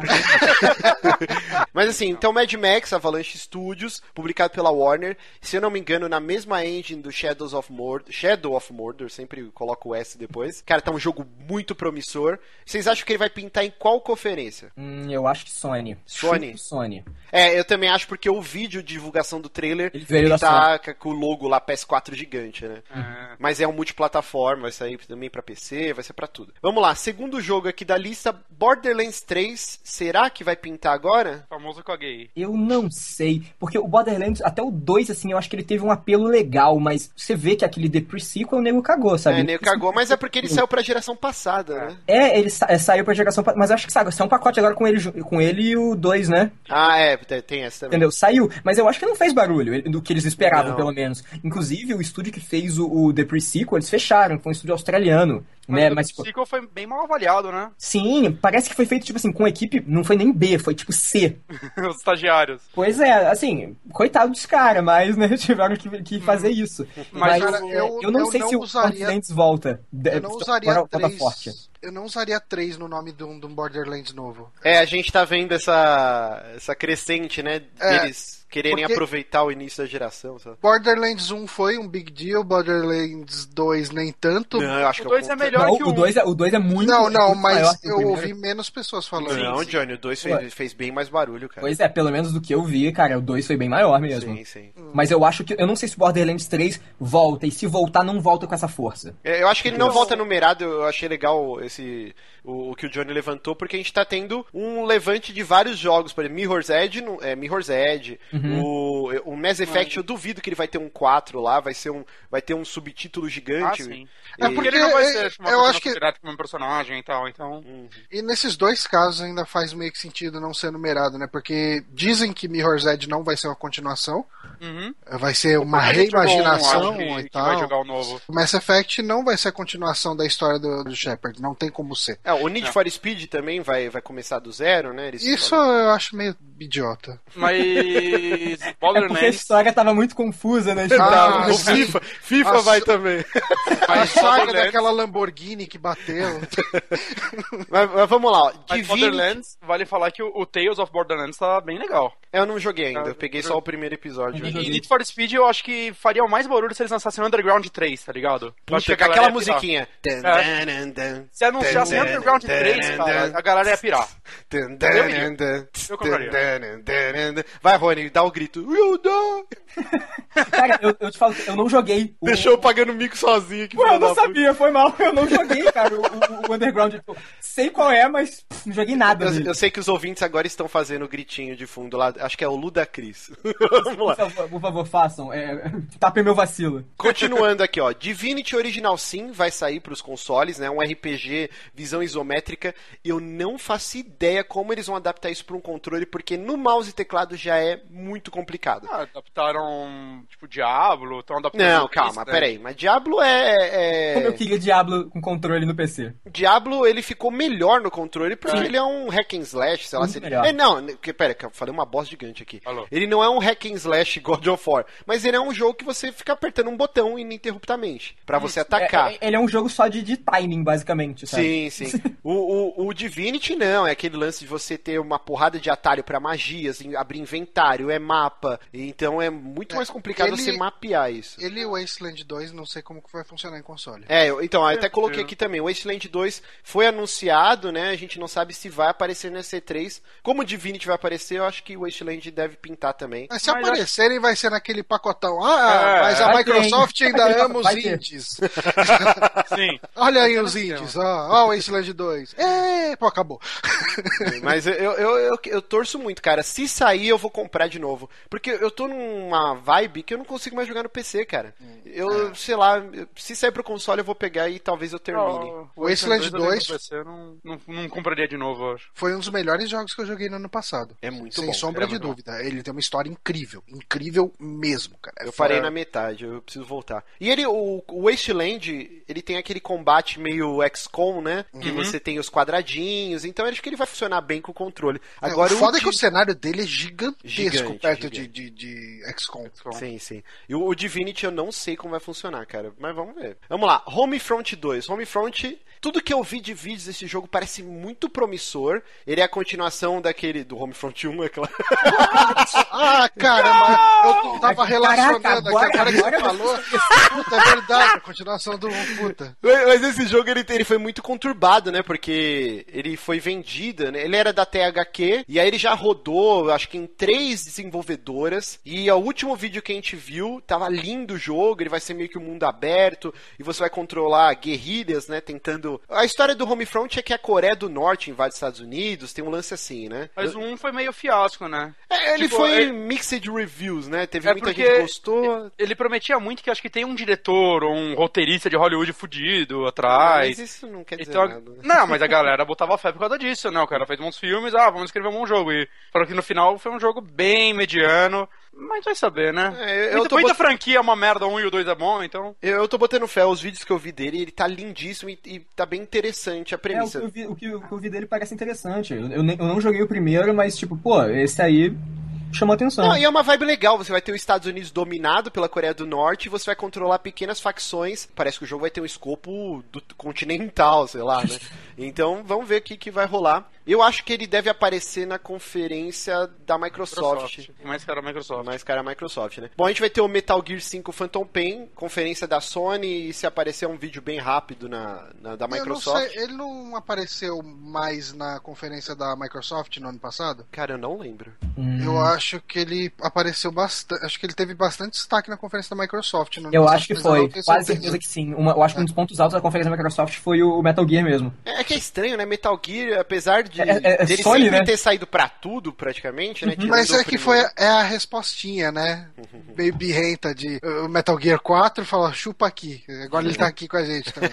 [SPEAKER 9] Ah.
[SPEAKER 2] Mas assim, então Mad Max, Avalanche Studios, publicado pela Warner, se eu não me engano, na mesma engine do Shadows of Mordor, Shadow of Mordor, sempre coloco o S depois. Cara, tá um jogo muito promissor. Vocês acham que ele vai pintar em qual conferência?
[SPEAKER 8] Hum, eu acho que Sony.
[SPEAKER 2] Sony?
[SPEAKER 8] Chuto Sony.
[SPEAKER 2] É, eu também acho porque o vídeo de divulgação do trailer
[SPEAKER 8] Ele veio da
[SPEAKER 2] tá ca- com o logo lá PS4 gigante, né?
[SPEAKER 9] É.
[SPEAKER 2] Mas é um multiplataforma, vai sair também pra PC, vai ser pra tudo. Vamos lá, segundo jogo aqui da lista, Borderlands 3, será que vai pintar agora?
[SPEAKER 9] Famoso com a gay.
[SPEAKER 8] Eu não sei, porque o Borderlands, até o 2, assim, eu acho que ele teve um apelo legal, mas você vê que aquele The Pre-Sequel, o nego cagou, sabe?
[SPEAKER 2] É, nego cagou, mas é porque ele saiu pra geração passada, né?
[SPEAKER 8] É, ele sa- é, saiu pra geração, pa- mas eu acho que sabe, saiu um pacote agora com ele, ju- com ele e o 2, né?
[SPEAKER 2] Ah, é, te- tem essa também.
[SPEAKER 8] Entendeu? Saiu, mas eu acho que não fez barulho ele- do que eles esperavam,
[SPEAKER 2] Não.
[SPEAKER 8] pelo menos. Inclusive, o estúdio que fez o, o The Pre-Sequel, eles fecharam, foi um estúdio australiano, né? Mas,
[SPEAKER 9] o
[SPEAKER 8] pô,
[SPEAKER 9] sequel foi bem mal avaliado, né?
[SPEAKER 8] sim, parece que foi feito, tipo assim, com equipe, não foi nem B, foi tipo C,
[SPEAKER 9] Os estagiários.
[SPEAKER 8] Pois é, assim, coitado dos caras, mas né, tiveram que, que fazer isso. Mas,
[SPEAKER 9] Mas,
[SPEAKER 1] Uhum. cara,
[SPEAKER 8] é, eu,
[SPEAKER 1] eu-
[SPEAKER 8] não
[SPEAKER 1] eu
[SPEAKER 8] sei
[SPEAKER 1] não
[SPEAKER 8] se o
[SPEAKER 1] usaria-
[SPEAKER 8] Borderlands volta.
[SPEAKER 1] Eu não usaria
[SPEAKER 8] É, agora volta
[SPEAKER 1] três.
[SPEAKER 8] forte.
[SPEAKER 1] eu não usaria 3 no nome de um, de um Borderlands novo.
[SPEAKER 2] É, a gente tá vendo essa, essa crescente, né?
[SPEAKER 1] É,
[SPEAKER 2] Deles quererem
[SPEAKER 1] porque-
[SPEAKER 2] aproveitar o início da geração, sabe?
[SPEAKER 1] Borderlands 1 foi um big deal, Borderlands 2 nem tanto.
[SPEAKER 2] Não, eu acho que
[SPEAKER 9] O
[SPEAKER 2] eu
[SPEAKER 9] 2 é
[SPEAKER 2] conto-
[SPEAKER 9] melhor
[SPEAKER 8] Não,
[SPEAKER 9] que
[SPEAKER 8] o 2 é, o dois é muito
[SPEAKER 1] um. Não, não,
[SPEAKER 8] muito maior
[SPEAKER 1] mas
[SPEAKER 8] que o
[SPEAKER 1] eu
[SPEAKER 8] primeiro.
[SPEAKER 1] ouvi menos pessoas falando.
[SPEAKER 2] Não,
[SPEAKER 1] isso.
[SPEAKER 2] Johnny, o 2
[SPEAKER 8] Ué.
[SPEAKER 2] fez, fez bem mais barulho, cara.
[SPEAKER 8] Pois é, pelo menos do que eu vi, cara, o 2 foi bem maior é mesmo.
[SPEAKER 2] Sim, sim.
[SPEAKER 8] Mas eu acho que. Eu não sei se o Borderlands 3 volta, e se voltar, não volta com essa força.
[SPEAKER 2] É, Eu acho que ele
[SPEAKER 1] Então,
[SPEAKER 2] não volta numerado, eu achei legal esse o, o que o Johnny levantou, porque a gente tá tendo um levante de vários jogos, por exemplo, Mirror's Edge, não- é, Mirror's Edge
[SPEAKER 1] Uhum.
[SPEAKER 2] o, o Mass Effect, eu duvido que ele vai ter um 4 lá, vai, ser um, vai ter um subtítulo
[SPEAKER 9] Ah,
[SPEAKER 2] gigante.
[SPEAKER 9] sim.
[SPEAKER 1] É
[SPEAKER 2] E-
[SPEAKER 1] porque
[SPEAKER 9] ele não vai ser tipo,
[SPEAKER 1] eu- eu acho que-
[SPEAKER 9] direto com o um personagem e tal, então.
[SPEAKER 1] E nesses dois casos ainda faz meio que sentido não ser numerado, né? Porque dizem que Mirror's Edge não vai ser uma continuação,
[SPEAKER 9] Uhum.
[SPEAKER 1] vai ser uma
[SPEAKER 9] A gente jogou
[SPEAKER 1] reimaginação
[SPEAKER 9] um, acho que-
[SPEAKER 1] e
[SPEAKER 9] que Vai jogar
[SPEAKER 1] tal.
[SPEAKER 9] o novo.
[SPEAKER 1] O Mass Effect não vai ser a continuação da história do, do Shepard, não tem como ser.
[SPEAKER 2] É, o Need for Speed também vai, vai começar do zero, né? Eles
[SPEAKER 1] Isso eu acho meio idiota.
[SPEAKER 9] Mas.
[SPEAKER 8] É porque a
[SPEAKER 9] Borderlands.
[SPEAKER 8] história tava muito confusa, né? Tipo,
[SPEAKER 1] Ah,
[SPEAKER 2] o FIFA, FIFA
[SPEAKER 1] Nossa.
[SPEAKER 2] vai também.
[SPEAKER 1] A
[SPEAKER 9] mas
[SPEAKER 1] saga
[SPEAKER 9] Borderlands-
[SPEAKER 1] daquela Lamborghini que bateu.
[SPEAKER 2] mas, mas vamos lá, ó.
[SPEAKER 9] mas
[SPEAKER 2] Divinity,
[SPEAKER 9] Borderlands, vale falar que o, o Tales of Borderlands tá bem legal.
[SPEAKER 2] eu não joguei ainda, Tá, eu peguei só o primeiro episódio.
[SPEAKER 9] E Need for Speed eu acho que faria mais barulho se eles lançassem Underground 3, tá ligado? Eu acho que
[SPEAKER 2] Puta,
[SPEAKER 9] a
[SPEAKER 2] com
[SPEAKER 9] galera
[SPEAKER 2] aquela
[SPEAKER 9] ia pirar.
[SPEAKER 2] musiquinha.
[SPEAKER 9] É.
[SPEAKER 2] Tan, tan, tan.
[SPEAKER 9] Se anunciassem
[SPEAKER 2] Tan, tan,
[SPEAKER 9] Underground
[SPEAKER 2] tan,
[SPEAKER 9] 3, cara, a galera ia pirar.
[SPEAKER 2] Tan, tan,
[SPEAKER 9] Eu iria.
[SPEAKER 2] tan, tan,
[SPEAKER 9] Eu compraria.
[SPEAKER 2] tan, tan, tan. Vai, Rony, dá o grito. Eu não.
[SPEAKER 8] cara, eu, eu te falo, eu não joguei. o-
[SPEAKER 2] Deixou eu pagando mico sozinho aqui.
[SPEAKER 8] Pô, eu não sabia, foi mal. Eu não joguei, cara, o, o- o Underground. Eu sei qual é, mas pff, não joguei nada.
[SPEAKER 2] Eu,
[SPEAKER 8] dele.
[SPEAKER 2] eu sei que os ouvintes agora estão fazendo o gritinho de fundo lá. Acho que é o Ludacris. Vamos
[SPEAKER 8] Por
[SPEAKER 2] lá.
[SPEAKER 8] favor, por favor, façam. É, tapem meu vacilo.
[SPEAKER 2] Continuando aqui, ó. Divinity Original Sim vai sair pros consoles, né? Um RPG, visão isométrica. Eu não faço ideia como eles vão adaptar isso pra um controle, porque no mouse e teclado já é muito complicado.
[SPEAKER 9] Ah, adaptaram, tipo, Diablo, estão adaptando...
[SPEAKER 2] Não,
[SPEAKER 9] isso,
[SPEAKER 2] calma,
[SPEAKER 9] né?
[SPEAKER 2] peraí. Mas Diablo é. é-
[SPEAKER 8] é Como eu queria Diablo com controle no PC.
[SPEAKER 2] Diablo ele ficou melhor no controle porque
[SPEAKER 8] Sim.
[SPEAKER 2] ele é um hack and slash, sei lá
[SPEAKER 8] Muito
[SPEAKER 2] se ele...
[SPEAKER 8] melhor.
[SPEAKER 2] É, não, né, que- pera, que eu falei uma bosta gigante aqui.
[SPEAKER 9] Falou.
[SPEAKER 2] Ele não é um hack and slash God of War, mas ele é um jogo que você fica apertando um botão ininterruptamente pra você atacar.
[SPEAKER 8] É- é- ele é um jogo só de, de timing, basicamente, sabe?
[SPEAKER 2] Sim, sim. O, o, o Divinity não, é aquele lance de você ter uma porrada de atalho pra magias, em- abrir inventário, é mapa. Então é muito mais complicado
[SPEAKER 1] ele-
[SPEAKER 2] você mapear isso.
[SPEAKER 1] Ele e o Wasteland 2, não sei como que vai funcionar em console.
[SPEAKER 2] É, eu- então, eu até coloquei aqui também. O Wasteland 2 foi anunciado, né? A gente não sabe se vai aparecer na C3. Como o Divinity vai aparecer, eu acho que o Wasteland deve pintar também.
[SPEAKER 1] Mas se
[SPEAKER 9] Mas
[SPEAKER 1] aparecerem, vai ser naquele pacotão. Ah,
[SPEAKER 9] É,
[SPEAKER 1] mas a
[SPEAKER 8] vai ter, hein?
[SPEAKER 1] Microsoft ainda
[SPEAKER 8] Vai ter,
[SPEAKER 1] ama os
[SPEAKER 8] vai ter.
[SPEAKER 1] indies.
[SPEAKER 9] Sim.
[SPEAKER 1] Olha aí os indies, ó. Ó o Wasteland 2. É, pô, acabou.
[SPEAKER 2] Mas eu, eu, eu, eu- eu torço muito, cara. Se sair, eu vou comprar de novo. Porque eu tô numa vibe que eu não consigo mais jogar no PC, cara. Eu, sei lá, eu- se sair pro console, eu vou pegar e talvez eu termine.
[SPEAKER 9] O
[SPEAKER 1] Wasteland 2
[SPEAKER 9] Eu não, não, não compraria de novo, eu acho.
[SPEAKER 1] Foi um dos melhores jogos que eu joguei no ano passado.
[SPEAKER 2] É muito
[SPEAKER 1] Sem
[SPEAKER 2] bom,
[SPEAKER 1] sombra
[SPEAKER 9] cara, é
[SPEAKER 1] de
[SPEAKER 9] muito bom.
[SPEAKER 1] dúvida. Ele tem uma história incrível. Incrível mesmo, cara. É
[SPEAKER 2] Eu parei
[SPEAKER 1] foda.
[SPEAKER 2] na metade, eu preciso voltar. E ele, o, o Wasteland, ele tem aquele combate meio XCOM, né?
[SPEAKER 1] Uhum.
[SPEAKER 2] Que você tem os quadradinhos, então eu acho que ele vai funcionar bem com o controle.
[SPEAKER 1] É,
[SPEAKER 2] Agora
[SPEAKER 1] o foda é
[SPEAKER 2] Di-
[SPEAKER 1] que o cenário dele é gigantesco
[SPEAKER 2] Gigante,
[SPEAKER 1] perto
[SPEAKER 2] gigante.
[SPEAKER 1] de, de, de XCOM.
[SPEAKER 2] Sim, sim. E o, o Divinity eu não sei como vai funcionar, cara. Mas vamos ver. Vamos lá. Homefront 2. Homefront, tudo que eu vi de vídeos desse jogo parece muito promissor. Ele é a continuação daquele do Homefront 1, é claro.
[SPEAKER 1] Ah, caramba! Eu tava relacionando
[SPEAKER 8] Caraca,
[SPEAKER 1] aqui agora que você
[SPEAKER 8] agora-
[SPEAKER 1] falou. Puta, é verdade. A continuação do um, Puta.
[SPEAKER 2] Mas mas esse jogo ele, ele foi muito conturbado, né? Porque ele foi vendido, né? Ele era da THQ e aí ele já rodou, acho que em três desenvolvedoras. E o último vídeo que a gente viu, tava lindo o jogo, ele vai ser meio que um mundo aberto e você vai controlar guerrilhas, né? Tentando. A história do Homefront é que a Coreia do Norte invade os Estados Unidos, tem um lance assim, né?
[SPEAKER 9] Mas um foi meio fiasco, né?
[SPEAKER 2] É, é, ele
[SPEAKER 9] tipo,
[SPEAKER 2] foi
[SPEAKER 9] é-
[SPEAKER 2] mixed reviews, né? Teve
[SPEAKER 9] É
[SPEAKER 2] muita
[SPEAKER 9] porque
[SPEAKER 2] gente que gostou.
[SPEAKER 9] Ele prometia muito que acho que tem um diretor ou um roteirista de Hollywood fudido
[SPEAKER 2] Mas
[SPEAKER 9] atrás.
[SPEAKER 2] Ah, isso não quer dizer
[SPEAKER 9] Então,
[SPEAKER 2] nada. né?
[SPEAKER 9] não, mas a galera botava fé por causa disso, né? O cara fez uns filmes, ah, vamos escrever um bom jogo. E falou que no final foi um jogo bem mediano, mas vai saber, né?
[SPEAKER 2] É, eu- eu
[SPEAKER 9] muita,
[SPEAKER 2] tô
[SPEAKER 9] muita
[SPEAKER 2] bot-
[SPEAKER 9] franquia é uma merda, um e o dois é bom, então.
[SPEAKER 2] Eu, eu tô botando fé aos vídeos que eu vi dele, ele tá lindíssimo e, e tá bem interessante a
[SPEAKER 8] É, o que,
[SPEAKER 2] premissa.
[SPEAKER 8] eu vi, o, que, o que eu vi dele parece interessante. Eu, eu nem- eu não joguei o primeiro, mas, tipo, pô, esse aí chamou atenção.
[SPEAKER 2] Não, e é uma vibe legal. Você vai ter os Estados Unidos dominado pela Coreia do Norte e você vai controlar pequenas facções. Parece que o jogo vai ter um escopo do- continental, sei lá, né? Então vamos ver o que, que vai rolar. Eu acho que ele deve aparecer na conferência da Microsoft.
[SPEAKER 9] Microsoft. Mais cara, Microsoft.
[SPEAKER 2] Mais cara Microsoft, né? Bom, a gente vai ter o Metal Gear 5 Phantom Pain, conferência da Sony, e se aparecer um vídeo bem rápido na, na- da
[SPEAKER 1] Eu não
[SPEAKER 2] Microsoft.
[SPEAKER 1] sei, ele não apareceu mais na conferência da Microsoft no ano passado?
[SPEAKER 2] Cara, eu não lembro.
[SPEAKER 8] Hum.
[SPEAKER 1] Eu acho que ele apareceu bastante. Acho que ele teve bastante destaque na conferência da Microsoft no ano
[SPEAKER 8] Eu
[SPEAKER 1] passado,
[SPEAKER 8] acho que
[SPEAKER 1] mas eu
[SPEAKER 8] foi.
[SPEAKER 1] não tenho
[SPEAKER 8] Quase
[SPEAKER 1] certeza.
[SPEAKER 8] certeza que sim. Uma- eu acho que um dos pontos altos da conferência da Microsoft foi o Metal Gear mesmo.
[SPEAKER 2] É, é que é estranho, né? Metal Gear, apesar de
[SPEAKER 8] É- é- é
[SPEAKER 2] dele
[SPEAKER 8] Sony,
[SPEAKER 2] sempre
[SPEAKER 8] né? Uhum.
[SPEAKER 2] ter saído pra tudo, praticamente, né? Tirando
[SPEAKER 1] Mas
[SPEAKER 2] o
[SPEAKER 1] é que foi
[SPEAKER 2] primeiro.
[SPEAKER 1] a, é a respostinha, né? Baby Renta de uh, Metal Gear 4 fala chupa aqui. Agora ele tá aqui com a gente também.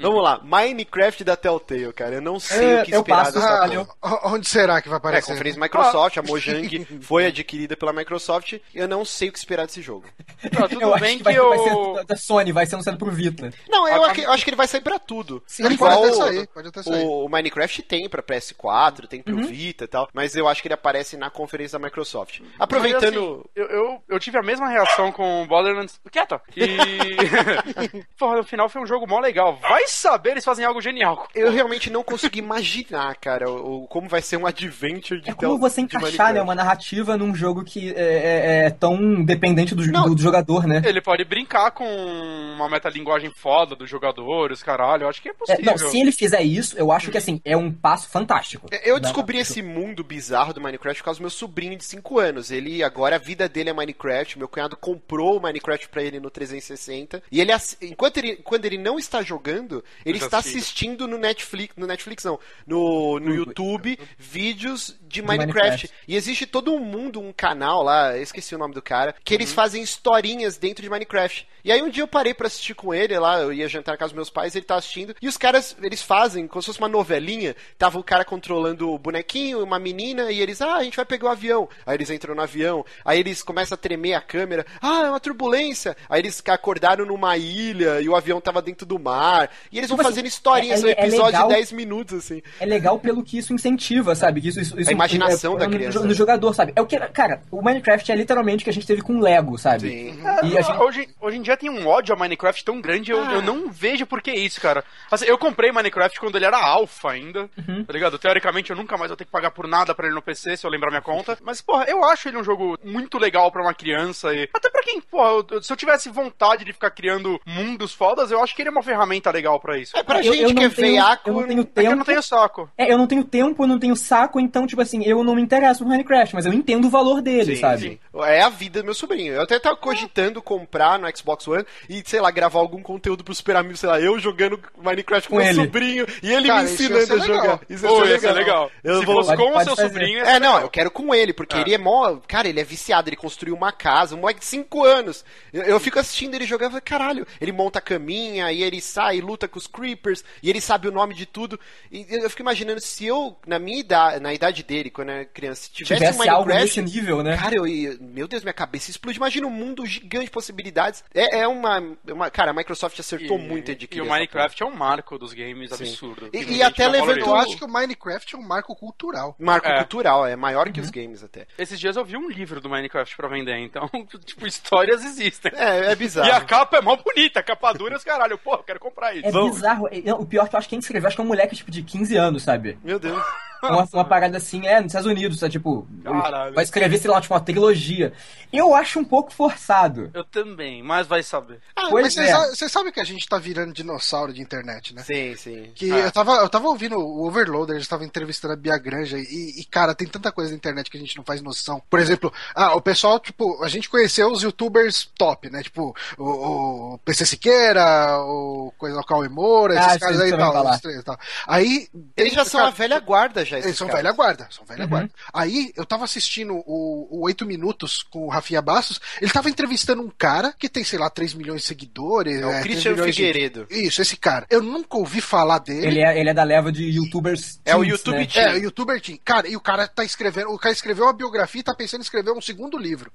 [SPEAKER 2] Vamos lá, Minecraft da Telltale, cara. Eu não sei
[SPEAKER 8] É,
[SPEAKER 2] o que
[SPEAKER 8] eu
[SPEAKER 2] esperar
[SPEAKER 8] passo,
[SPEAKER 2] dessa
[SPEAKER 1] Ah,
[SPEAKER 8] valeu.
[SPEAKER 1] o- onde será que vai
[SPEAKER 2] É, a
[SPEAKER 1] aparecer?
[SPEAKER 2] conferência Microsoft, a Mojang foi adquirida pela Microsoft, eu não sei o que esperar desse jogo.
[SPEAKER 9] Tá, tudo
[SPEAKER 8] eu acho
[SPEAKER 9] bem
[SPEAKER 8] que
[SPEAKER 9] que,
[SPEAKER 8] vai,
[SPEAKER 9] eu.
[SPEAKER 8] vai ser da Sony, vai ser anunciado pro Vita.
[SPEAKER 2] Não, eu
[SPEAKER 9] A-
[SPEAKER 2] ac- eu acho que ele vai sair pra tudo.
[SPEAKER 8] Sim,
[SPEAKER 1] Ele
[SPEAKER 2] Igual
[SPEAKER 1] pode até
[SPEAKER 2] o-
[SPEAKER 1] sair, pode até sair.
[SPEAKER 2] O, o Minecraft tem pra PS4, tem
[SPEAKER 8] Uhum.
[SPEAKER 2] pro Vita e tal, mas eu acho que ele aparece na conferência da Microsoft. Aproveitando.
[SPEAKER 9] Mas, assim, eu, eu, eu tive a mesma reação com o Borderlands. Quieta! E. Porra, no final foi um jogo mó legal. Vai saber, eles fazem algo genial.
[SPEAKER 2] Eu realmente não consegui imaginar, cara, o, o- como vai ser um adventure de
[SPEAKER 8] É como
[SPEAKER 2] tel-
[SPEAKER 8] você
[SPEAKER 2] Então, de
[SPEAKER 8] encaixar né,
[SPEAKER 2] Minecraft.
[SPEAKER 8] uma narrativa num jogo que é, é- é tão dependente do,
[SPEAKER 2] Não.
[SPEAKER 8] do- do jogador, né?
[SPEAKER 9] Ele pode brincar com uma metalinguagem foda do jogador, os caralho. Eu acho que é
[SPEAKER 8] É,
[SPEAKER 9] possível.
[SPEAKER 8] não, se ele fizer isso, eu acho que assim, é um passo fantástico.
[SPEAKER 2] É, Eu descobri esse mundo bizarro do Minecraft por causa do meu sobrinho de 5 anos. Ele, agora a vida dele é Minecraft. Meu cunhado comprou o Minecraft pra ele no 360. E ele, ass- enquanto ele, quando ele não está jogando, ele
[SPEAKER 9] Ele
[SPEAKER 2] está
[SPEAKER 9] assiste.
[SPEAKER 2] assistindo no Netflix, no Netflix não, no, no YouTube, vídeos de Minecraft.
[SPEAKER 8] Minecraft.
[SPEAKER 2] E existe todo um mundo, um canal lá, eu esqueci o nome do cara, que
[SPEAKER 8] Uhum.
[SPEAKER 2] eles fazem historinhas dentro de Minecraft. E aí um dia eu parei pra assistir com ele lá, eu ia jantar na casa dos meus pais, ele tá assistindo, e os caras, eles fazem como se fosse uma novelinha, tava o cara controlando o bonequinho, uma menina, e eles, ah, a gente vai pegar o avião. Aí eles entram no avião, aí eles começam a tremer a câmera, ah, é uma turbulência. Aí eles acordaram numa ilha, e o avião tava dentro do mar, e eles vão
[SPEAKER 8] Tipo assim,
[SPEAKER 2] fazendo historinhas,
[SPEAKER 8] é- é-
[SPEAKER 2] são episódios
[SPEAKER 8] é legal-
[SPEAKER 2] de 10 minutos, assim.
[SPEAKER 8] É legal pelo que isso incentiva, sabe? Que isso, isso, isso-
[SPEAKER 2] imaginação
[SPEAKER 8] é-
[SPEAKER 2] da
[SPEAKER 8] no-
[SPEAKER 2] criança.
[SPEAKER 8] No, jogador, sabe? É o que, cara, o Minecraft é literalmente o que a gente teve com o Lego, sabe?
[SPEAKER 2] Sim.
[SPEAKER 8] E a gente-
[SPEAKER 9] Hoje, hoje em dia tem um ódio a Minecraft tão grande, eu,
[SPEAKER 2] Ah.
[SPEAKER 9] eu não vejo por que isso, cara. Assim, eu comprei Minecraft quando ele era alfa ainda,
[SPEAKER 2] Uhum.
[SPEAKER 9] tá ligado? Teoricamente eu nunca mais vou ter que pagar por nada pra ele no PC, se eu lembrar minha conta. Mas, porra, eu acho ele um jogo muito legal pra uma criança e... Até pra quem, porra, eu- eu- se eu tivesse vontade de ficar criando mundos fodas, eu acho que ele é uma ferramenta legal pra isso.
[SPEAKER 2] É pra
[SPEAKER 8] Ah, Eu- eu
[SPEAKER 2] gente que
[SPEAKER 8] não
[SPEAKER 2] é
[SPEAKER 8] tenho-
[SPEAKER 2] veiaco,
[SPEAKER 8] eu não tenho
[SPEAKER 9] É que eu
[SPEAKER 8] tempo.
[SPEAKER 9] não tenho saco.
[SPEAKER 8] É, eu não tenho tempo, eu não tenho saco, então, tipo assim, eu não me interesso por Minecraft, mas eu entendo o valor dele,
[SPEAKER 2] Sim,
[SPEAKER 8] sabe? Ah.
[SPEAKER 2] sim. É a vida do meu sobrinho. Eu até tava cogitando comprar no Xbox One e, sei lá, gravar algum conteúdo pro Super Amigo, sei lá, eu jogando Minecraft com,
[SPEAKER 8] Com
[SPEAKER 2] meu
[SPEAKER 8] ele.
[SPEAKER 2] sobrinho e ele
[SPEAKER 1] Cara,
[SPEAKER 2] me
[SPEAKER 1] isso ia
[SPEAKER 2] ensinando
[SPEAKER 1] ser
[SPEAKER 2] a
[SPEAKER 1] legal.
[SPEAKER 2] jogar. Isso ia
[SPEAKER 9] Pô,
[SPEAKER 2] ser
[SPEAKER 9] esse é legal.
[SPEAKER 2] Eu
[SPEAKER 9] se
[SPEAKER 2] vou-
[SPEAKER 9] fosse com o
[SPEAKER 8] Pode-
[SPEAKER 9] seu
[SPEAKER 8] pode
[SPEAKER 9] sobrinho, ia ser
[SPEAKER 2] É, não,
[SPEAKER 9] legal.
[SPEAKER 2] eu quero com ele,
[SPEAKER 8] Ah.
[SPEAKER 2] porque ele é mó. Cara, ele é viciado, ele construiu uma casa, um moleque de 5 anos. Eu, eu fico assistindo ele jogar e falo, caralho, ele monta a caminha, e ele sai, luta com os creepers, e ele sabe o nome de tudo. E eu eu fico imaginando se eu, na minha idade, na idade dele, quando eu era criança, tivesse, um
[SPEAKER 8] Tivesse
[SPEAKER 2] Minecraft.
[SPEAKER 8] algo nesse nível, né?
[SPEAKER 2] Cara, eu, eu- meu Deus, minha cabeça explode. Imagina um mundo gigante de possibilidades. É, é uma, uma- Cara, a Microsoft acertou muito a
[SPEAKER 9] E
[SPEAKER 2] adquirir.
[SPEAKER 9] o
[SPEAKER 2] essa
[SPEAKER 9] Minecraft é um marco dos games absurdo.
[SPEAKER 2] E-
[SPEAKER 9] que
[SPEAKER 2] e
[SPEAKER 9] muita gente
[SPEAKER 2] até
[SPEAKER 9] não valoriza.
[SPEAKER 2] levantou
[SPEAKER 1] Eu acho que o Minecraft Uhum. é um marco cultural.
[SPEAKER 2] porra. Marco
[SPEAKER 9] É.
[SPEAKER 2] cultural, é maior que os games até.
[SPEAKER 9] Esses dias eu vi um livro do Minecraft pra vender, então, tipo, histórias existem.
[SPEAKER 2] É, é
[SPEAKER 9] E a
[SPEAKER 2] bizarro.
[SPEAKER 9] capa é mó bonita, a capa dura e os caralho. Pô, eu quero comprar isso.
[SPEAKER 8] É bizarro. É, não, o pior que eu acho que quem escreveu, acho que é um moleque tipo de 15 anos, sabe?
[SPEAKER 2] Meu Deus.
[SPEAKER 8] É Uma, uma parada assim, é, nos Estados Unidos, tá? Tipo,
[SPEAKER 9] Caralho.
[SPEAKER 8] vai escrever, sei lá, tipo, uma trilogia. Eu acho um pouco forçado.
[SPEAKER 9] Eu também, mas vai saber.
[SPEAKER 1] Ah, mas
[SPEAKER 8] Pois é.
[SPEAKER 1] vocês sa- vocês sabem que a gente tá virando dinossauro de internet, né?
[SPEAKER 2] Sim, sim.
[SPEAKER 1] Que eu, tava, eu tava ouvindo o Overloader, eles estavam entrevistando a Bia Granja e, e, cara, tem tanta coisa na internet que a gente não faz noção.
[SPEAKER 2] É.
[SPEAKER 1] Por exemplo, ah, o pessoal, tipo, a gente conheceu os youtubers top, né? Tipo, o, o PC Siqueira, o coisa o Cauê Moura, esses
[SPEAKER 8] Ah,
[SPEAKER 1] caras
[SPEAKER 8] sim,
[SPEAKER 1] aí e
[SPEAKER 8] isso eu ia
[SPEAKER 1] tal,
[SPEAKER 8] falar.
[SPEAKER 1] esses três e tal. Aí.
[SPEAKER 2] Eles já são
[SPEAKER 1] cara,
[SPEAKER 2] a velha Uhum. guarda, já.
[SPEAKER 1] Eles são velha guarda, são velha guarda. Aí eu tava assistindo o, o 8 Minutos com o Rafinha Bastos, ele tava entrevistando um cara que tem, sei lá, 3 milhões de seguidores.
[SPEAKER 2] É o
[SPEAKER 1] né, 3
[SPEAKER 2] Christian
[SPEAKER 1] milhões de-
[SPEAKER 2] Figueiredo.
[SPEAKER 1] Isso, esse cara. Eu nunca ouvi falar dele.
[SPEAKER 8] Ele é, ele é da leva de youtubers.
[SPEAKER 2] É o
[SPEAKER 8] teens,
[SPEAKER 2] YouTube
[SPEAKER 8] né?
[SPEAKER 1] É, o youtuber Team. Cara, e o cara tá escrevendo. O cara escreveu uma biografia e tá pensando em escrever um segundo livro.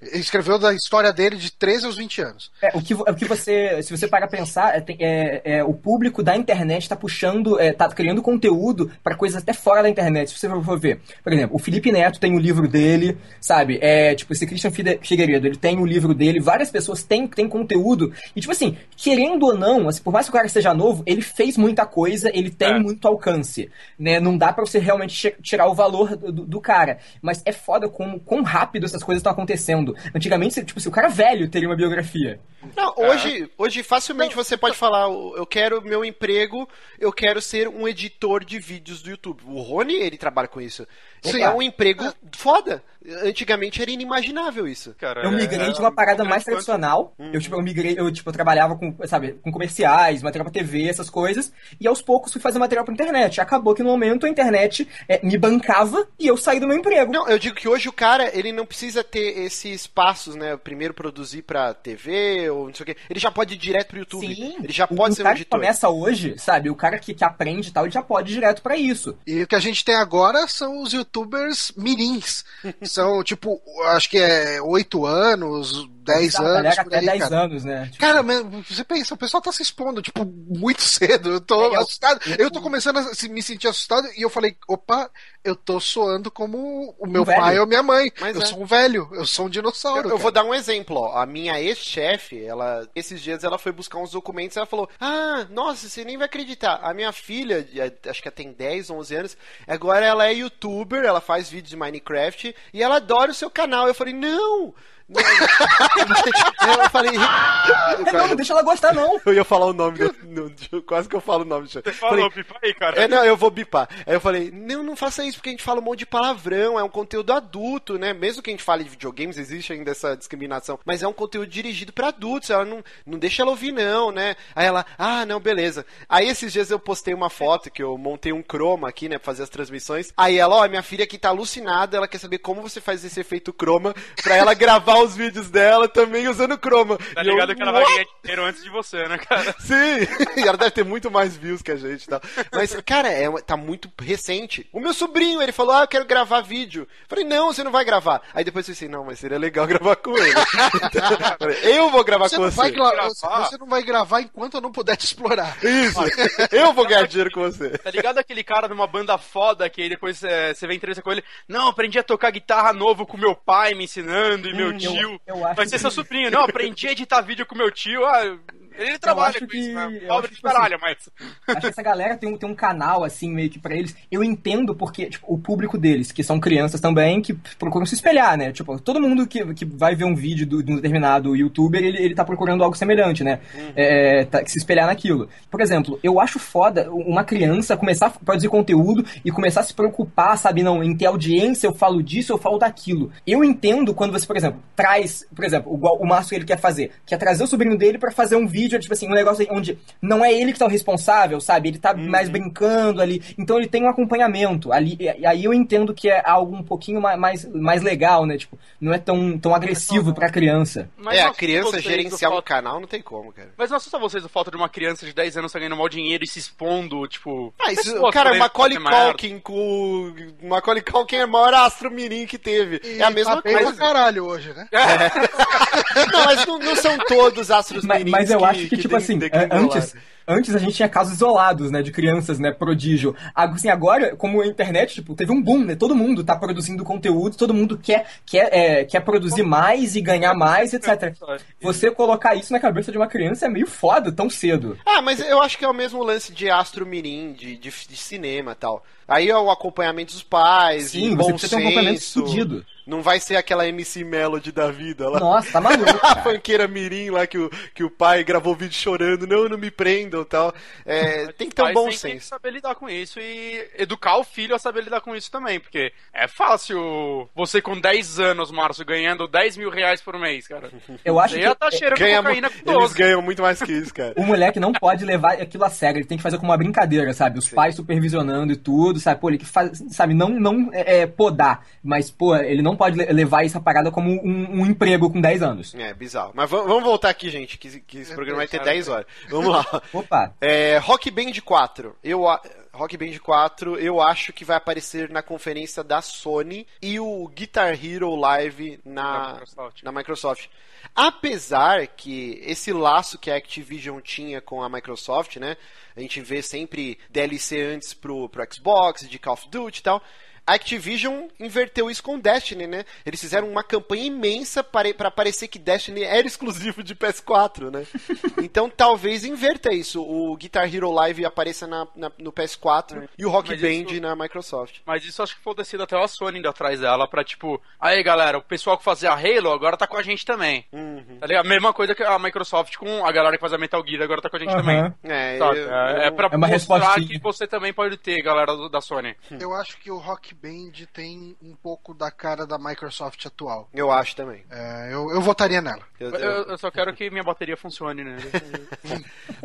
[SPEAKER 1] Ele escreveu da história dele de 13 aos 20 anos.
[SPEAKER 8] É, o, que, vo- é o que você. Se você para pensar, é, tem- é- é, o público da internet tá puxando, é, tá criando conteúdo pra coisas até fora fora da internet, se você for ver, por exemplo, o Felipe Neto tem o livro dele, sabe? É, tipo, esse Christian Fide- Figueiredo, ele tem o livro dele, várias pessoas têm, têm conteúdo. E, tipo assim, querendo ou não, assim, por mais que o cara seja novo, ele fez muita coisa, ele tem
[SPEAKER 9] É.
[SPEAKER 8] muito alcance, né? Não dá pra você realmente che- tirar o valor do, do- do cara. Mas é foda como, quão rápido essas coisas estão acontecendo. Antigamente, se- tipo, se o cara velho teria uma biografia.
[SPEAKER 2] Não, hoje, hoje facilmente você pode falar, "Eu- eu quero meu emprego, eu quero ser um editor de vídeos do YouTube. O Rony, ele trabalha com isso.
[SPEAKER 1] Sim.
[SPEAKER 2] É um emprego foda. Antigamente era inimaginável isso.
[SPEAKER 9] Cara, é,
[SPEAKER 8] Eu migrei de é uma
[SPEAKER 2] um
[SPEAKER 8] parada mais tradicional. Eu, tipo, eu
[SPEAKER 2] Uhum.
[SPEAKER 8] migrei, eu, tipo, eu trabalhava com, sabe, com comerciais, material pra TV, essas coisas. E aos poucos fui fazer material pra internet. Acabou que no momento a internet é, me bancava e eu saí do meu emprego.
[SPEAKER 2] Não, eu digo que hoje o cara, ele não precisa ter esses espaços, né? Primeiro produzir pra TV ou não sei o quê. Ele já pode ir direto pro YouTube. ele já
[SPEAKER 8] O-
[SPEAKER 2] pode
[SPEAKER 8] o
[SPEAKER 2] ser um
[SPEAKER 8] cara que
[SPEAKER 2] editor.
[SPEAKER 8] começa hoje, sabe? O cara que, que aprende e tal, ele já pode ir direto pra isso.
[SPEAKER 1] E o que a gente tem agora são os youtubers mirins. São, tipo, acho que é 8 anos, 10
[SPEAKER 8] A
[SPEAKER 1] anos,
[SPEAKER 8] galera
[SPEAKER 1] por
[SPEAKER 8] até
[SPEAKER 1] aí,
[SPEAKER 8] 10
[SPEAKER 1] cara.
[SPEAKER 8] anos, né? Tipo,
[SPEAKER 1] Cara, mas você pensa, o pessoal tá se expondo, tipo, muito cedo. Eu tô
[SPEAKER 8] É, eu-
[SPEAKER 1] assustado. Eu
[SPEAKER 2] Uhum.
[SPEAKER 1] tô começando a se- me sentir assustado e eu falei, opa, eu tô soando como o meu
[SPEAKER 8] velho.
[SPEAKER 1] pai ou minha mãe.
[SPEAKER 2] Um Mas
[SPEAKER 1] eu
[SPEAKER 2] é.
[SPEAKER 1] sou um velho, eu sou um dinossauro.
[SPEAKER 2] Eu, eu
[SPEAKER 1] cara.
[SPEAKER 2] vou dar um exemplo, ó. A minha ex-chefe, ela, esses dias ela foi buscar uns documentos e ela falou: Ah, nossa, você nem vai acreditar. A minha filha, de- a- acho que ela tem 10, 11 anos, agora ela é youtuber, ela faz vídeos de Minecraft e ela adora o seu canal. Eu falei: Não! não." eu falei.
[SPEAKER 8] é, não, não deixa ela gostar, não.
[SPEAKER 2] Eu ia falar o nome do. no- de- quase que eu falo o nome do chefe.
[SPEAKER 9] Falou, pipa aí, cara.
[SPEAKER 2] É, não, eu vou bipar. Aí eu falei, não, não faça isso, porque a gente fala um monte de palavrão, é um conteúdo adulto, né? Mesmo que a gente fale de videogames, existe ainda essa discriminação, mas é um conteúdo dirigido pra adultos, ela não, não deixa ela ouvir, não, né? Aí ela, ah, não, beleza. Aí esses dias eu postei uma foto que eu montei um croma aqui, né, pra fazer as transmissões. Aí ela, ó, minha filha aqui tá alucinada, ela quer saber como você faz esse efeito croma pra ela gravar os vídeos dela também usando croma.
[SPEAKER 9] Tá
[SPEAKER 2] E eu,
[SPEAKER 9] ligado que ela vai ganhar dinheiro antes de você, né, cara?
[SPEAKER 2] Sim, e ela deve ter muito mais views que a gente, tá? Mas, cara, é, uma- tá muito recente. O meu sobrinho, ele falou, ah, eu quero gravar vídeo. Eu falei, não, você não vai gravar. Aí depois eu pensei, não, mas seria legal gravar com ele. Então, eu falei, eu vou gravar
[SPEAKER 1] Você
[SPEAKER 2] com
[SPEAKER 1] não,
[SPEAKER 2] você.
[SPEAKER 1] vai gra-
[SPEAKER 9] Gravar.
[SPEAKER 1] você não vai gravar enquanto eu não puder te explorar.
[SPEAKER 2] Isso, eu vou ganhar dinheiro com você.
[SPEAKER 9] Tá ligado aquele cara de uma banda foda que aí depois é, você vê entrevista com ele? Não, aprendi a tocar guitarra novo com meu pai me ensinando e meu tio.
[SPEAKER 8] Hum, eu acho
[SPEAKER 9] Vai ser seu
[SPEAKER 8] que-
[SPEAKER 9] sobrinho. Não, aprendi a editar vídeo com meu tio. Ah, ele trabalha
[SPEAKER 8] acho
[SPEAKER 9] com
[SPEAKER 8] que-
[SPEAKER 9] isso, né?
[SPEAKER 8] eu
[SPEAKER 9] Pobre
[SPEAKER 8] acho
[SPEAKER 9] de
[SPEAKER 8] que, tipo assim,
[SPEAKER 9] caralho, mas.
[SPEAKER 8] Acho que essa galera tem um, tem um canal, assim, meio que pra eles. Eu entendo porque, tipo, o público deles, que são crianças também, que procuram se espelhar, né? Tipo, todo mundo que, que vai ver um vídeo do- de um determinado youtuber, ele, ele tá procurando algo semelhante, né? É, tá- se espelhar naquilo. Por exemplo, eu acho foda uma criança começar a produzir conteúdo e começar a se preocupar, sabe? Não, em ter audiência, eu falo disso, eu falo daquilo. Eu entendo quando você, por exemplo, traz, por exemplo, igual o Márcio ele quer fazer, quer trazer o sobrinho dele pra fazer um vídeo, tipo assim, um negócio onde não é ele que tá o responsável, sabe? Ele tá mais brincando ali. Então ele tem um acompanhamento ali. E e aí eu entendo que é algo um pouquinho ma- mais, mais legal, né? Tipo, não é tão, tão agressivo pra criança.
[SPEAKER 9] mas
[SPEAKER 2] é,
[SPEAKER 9] não
[SPEAKER 2] a
[SPEAKER 9] assusta
[SPEAKER 2] criança
[SPEAKER 9] vocês
[SPEAKER 2] gerenciar
[SPEAKER 9] o
[SPEAKER 2] um
[SPEAKER 9] fato-
[SPEAKER 2] canal não tem como, cara.
[SPEAKER 9] Mas não assusta vocês o fato de uma criança de 10 anos tá ganhando mal dinheiro e se expondo, tipo.
[SPEAKER 2] Ah, isso,
[SPEAKER 9] pessoas
[SPEAKER 2] cara,
[SPEAKER 9] podendo
[SPEAKER 2] Macaulay
[SPEAKER 9] fazer merda.
[SPEAKER 2] Culkin com... Macaulay Culkin é o maior astro mirim que teve.
[SPEAKER 1] E
[SPEAKER 2] é a mesma
[SPEAKER 1] tá bem
[SPEAKER 2] coisa. É.
[SPEAKER 1] pra caralho hoje, né?
[SPEAKER 2] Não, mas não, não são todos astros
[SPEAKER 8] Mas,
[SPEAKER 2] mirins
[SPEAKER 8] mas eu acho que, tipo
[SPEAKER 2] tem-
[SPEAKER 8] assim,
[SPEAKER 2] tem que
[SPEAKER 8] é,
[SPEAKER 2] rolar.
[SPEAKER 8] antes, antes a gente tinha casos isolados, né, de crianças, né, prodígio. Ag- Assim, agora, como a internet, tipo, teve um boom, né, todo mundo tá produzindo conteúdo, todo mundo quer, quer, é, quer produzir mais e ganhar mais, etc. Você colocar isso na cabeça de uma criança é meio foda tão cedo.
[SPEAKER 2] Ah, mas eu acho que é o mesmo lance de astro mirim, de, de, de cinema e tal. Aí é o acompanhamento dos pais,
[SPEAKER 8] Sim,
[SPEAKER 2] e
[SPEAKER 8] você
[SPEAKER 2] bom
[SPEAKER 8] precisa ter um acompanhamento
[SPEAKER 2] senso.
[SPEAKER 8] fudido.
[SPEAKER 2] Não vai ser aquela MC Melody da vida lá.
[SPEAKER 8] Nossa, tá maluco.
[SPEAKER 2] A
[SPEAKER 8] cara.
[SPEAKER 2] fanqueira mirim lá que o, que o pai gravou vídeo chorando, não, não me prendam e tal. É, tem que ter um
[SPEAKER 9] Mas
[SPEAKER 2] bom
[SPEAKER 9] tem- Tem que
[SPEAKER 2] senso.
[SPEAKER 9] saber lidar com isso e educar o filho a saber lidar com isso também, porque é fácil você com 10 anos, Márcio, ganhando 10 mil reais por mês, cara.
[SPEAKER 8] Eu acho
[SPEAKER 9] Você
[SPEAKER 8] que é
[SPEAKER 9] já tá cheirando
[SPEAKER 2] Ganha mu-
[SPEAKER 9] cocaína com
[SPEAKER 2] eles
[SPEAKER 9] 12.
[SPEAKER 2] ganham muito mais que isso, cara.
[SPEAKER 8] o moleque não pode levar aquilo a sério, ele tem que fazer como uma brincadeira, sabe? Os pais supervisionando e tudo, sabe? Pô, ele que faz, sabe, não, não é, é, podar, mas, pô, ele não não pode le- levar essa parada como um, um emprego com 10 anos.
[SPEAKER 2] É, bizarro. Mas vam- vamos voltar aqui, gente, que, que esse programa vai ter 10 horas. Vamos lá.
[SPEAKER 8] Opa.
[SPEAKER 2] É, Rock Band 4. Eu, a- Rock Band 4, eu acho que vai aparecer na conferência da Sony e o Guitar Hero Live na,
[SPEAKER 9] Da Microsoft.
[SPEAKER 2] na Microsoft. Apesar que esse laço que a Activision tinha com a Microsoft, né? A gente vê sempre DLC antes pro, pro Xbox, de Call of Duty e tal. A Activision inverteu isso com Destiny, né? Eles fizeram uma campanha imensa para, para parecer que Destiny era exclusivo de PS4, né? então talvez inverta isso. O Guitar Hero Live apareça na, na- no PS4 e o Rock
[SPEAKER 9] É, Mas
[SPEAKER 2] Band
[SPEAKER 9] isso-
[SPEAKER 2] na Microsoft.
[SPEAKER 9] Mas isso acho que foi decidido até a Sony ainda atrás dela, pra tipo, aí galera, o pessoal que fazia Halo agora tá com a gente também.
[SPEAKER 2] Uhum.
[SPEAKER 9] Tá ligado? Mesma coisa que a Microsoft com a galera que fazia Metal Gear agora tá com a gente
[SPEAKER 8] Aham.
[SPEAKER 9] também.
[SPEAKER 2] É,
[SPEAKER 9] Sabe?
[SPEAKER 2] eu-
[SPEAKER 9] é, é pra
[SPEAKER 8] É uma
[SPEAKER 9] mostrar
[SPEAKER 8] respostinha.
[SPEAKER 9] que você também pode ter, galera do- da Sony.
[SPEAKER 1] Eu acho que o Rock Band tem um pouco da cara da Microsoft atual.
[SPEAKER 2] eu acho também.
[SPEAKER 1] É, eu, eu votaria nela.
[SPEAKER 2] Eu- eu-
[SPEAKER 9] Eu, eu só quero que minha bateria funcione, né?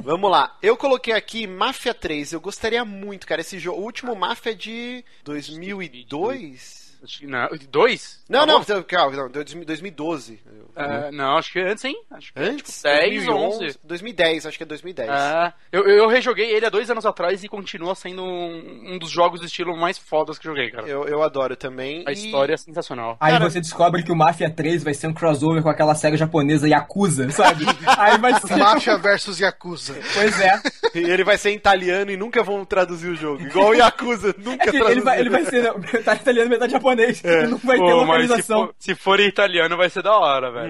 [SPEAKER 2] Vamos lá. Eu coloquei aqui Mafia 3. Eu gostaria muito, cara, esse jogo. O último Mafia é de 2002?
[SPEAKER 9] Acho que- não, dois?
[SPEAKER 2] Não,
[SPEAKER 9] Tá
[SPEAKER 2] não,
[SPEAKER 9] bom?
[SPEAKER 2] não, calma, não, 2012.
[SPEAKER 9] É, não, acho que antes, hein? Acho que
[SPEAKER 2] Antes?
[SPEAKER 9] 10, 11.
[SPEAKER 2] 2010, acho que é 2010.
[SPEAKER 9] É, eu, eu rejoguei ele há dois anos atrás e continua sendo um, um dos jogos do estilo mais fodas que eu joguei, cara.
[SPEAKER 2] Eu, eu adoro também.
[SPEAKER 9] A
[SPEAKER 2] E-
[SPEAKER 9] história é sensacional.
[SPEAKER 8] Aí
[SPEAKER 2] Cara-
[SPEAKER 8] você descobre que o Mafia 3 vai ser um crossover com aquela série japonesa Yakuza, sabe? Aí vai ser.
[SPEAKER 1] Mafia versus Yakuza.
[SPEAKER 8] Pois é.
[SPEAKER 2] E ele vai ser em italiano e nunca vão traduzir o jogo. Igual o Yakuza, nunca
[SPEAKER 8] É Ele,
[SPEAKER 2] traduziram.
[SPEAKER 8] vai, ele vai ser metade italiano, metade japonês. Não vai ter
[SPEAKER 9] É. Pô, mas se
[SPEAKER 8] localização.
[SPEAKER 9] for, se for em italiano vai ser da hora, velho.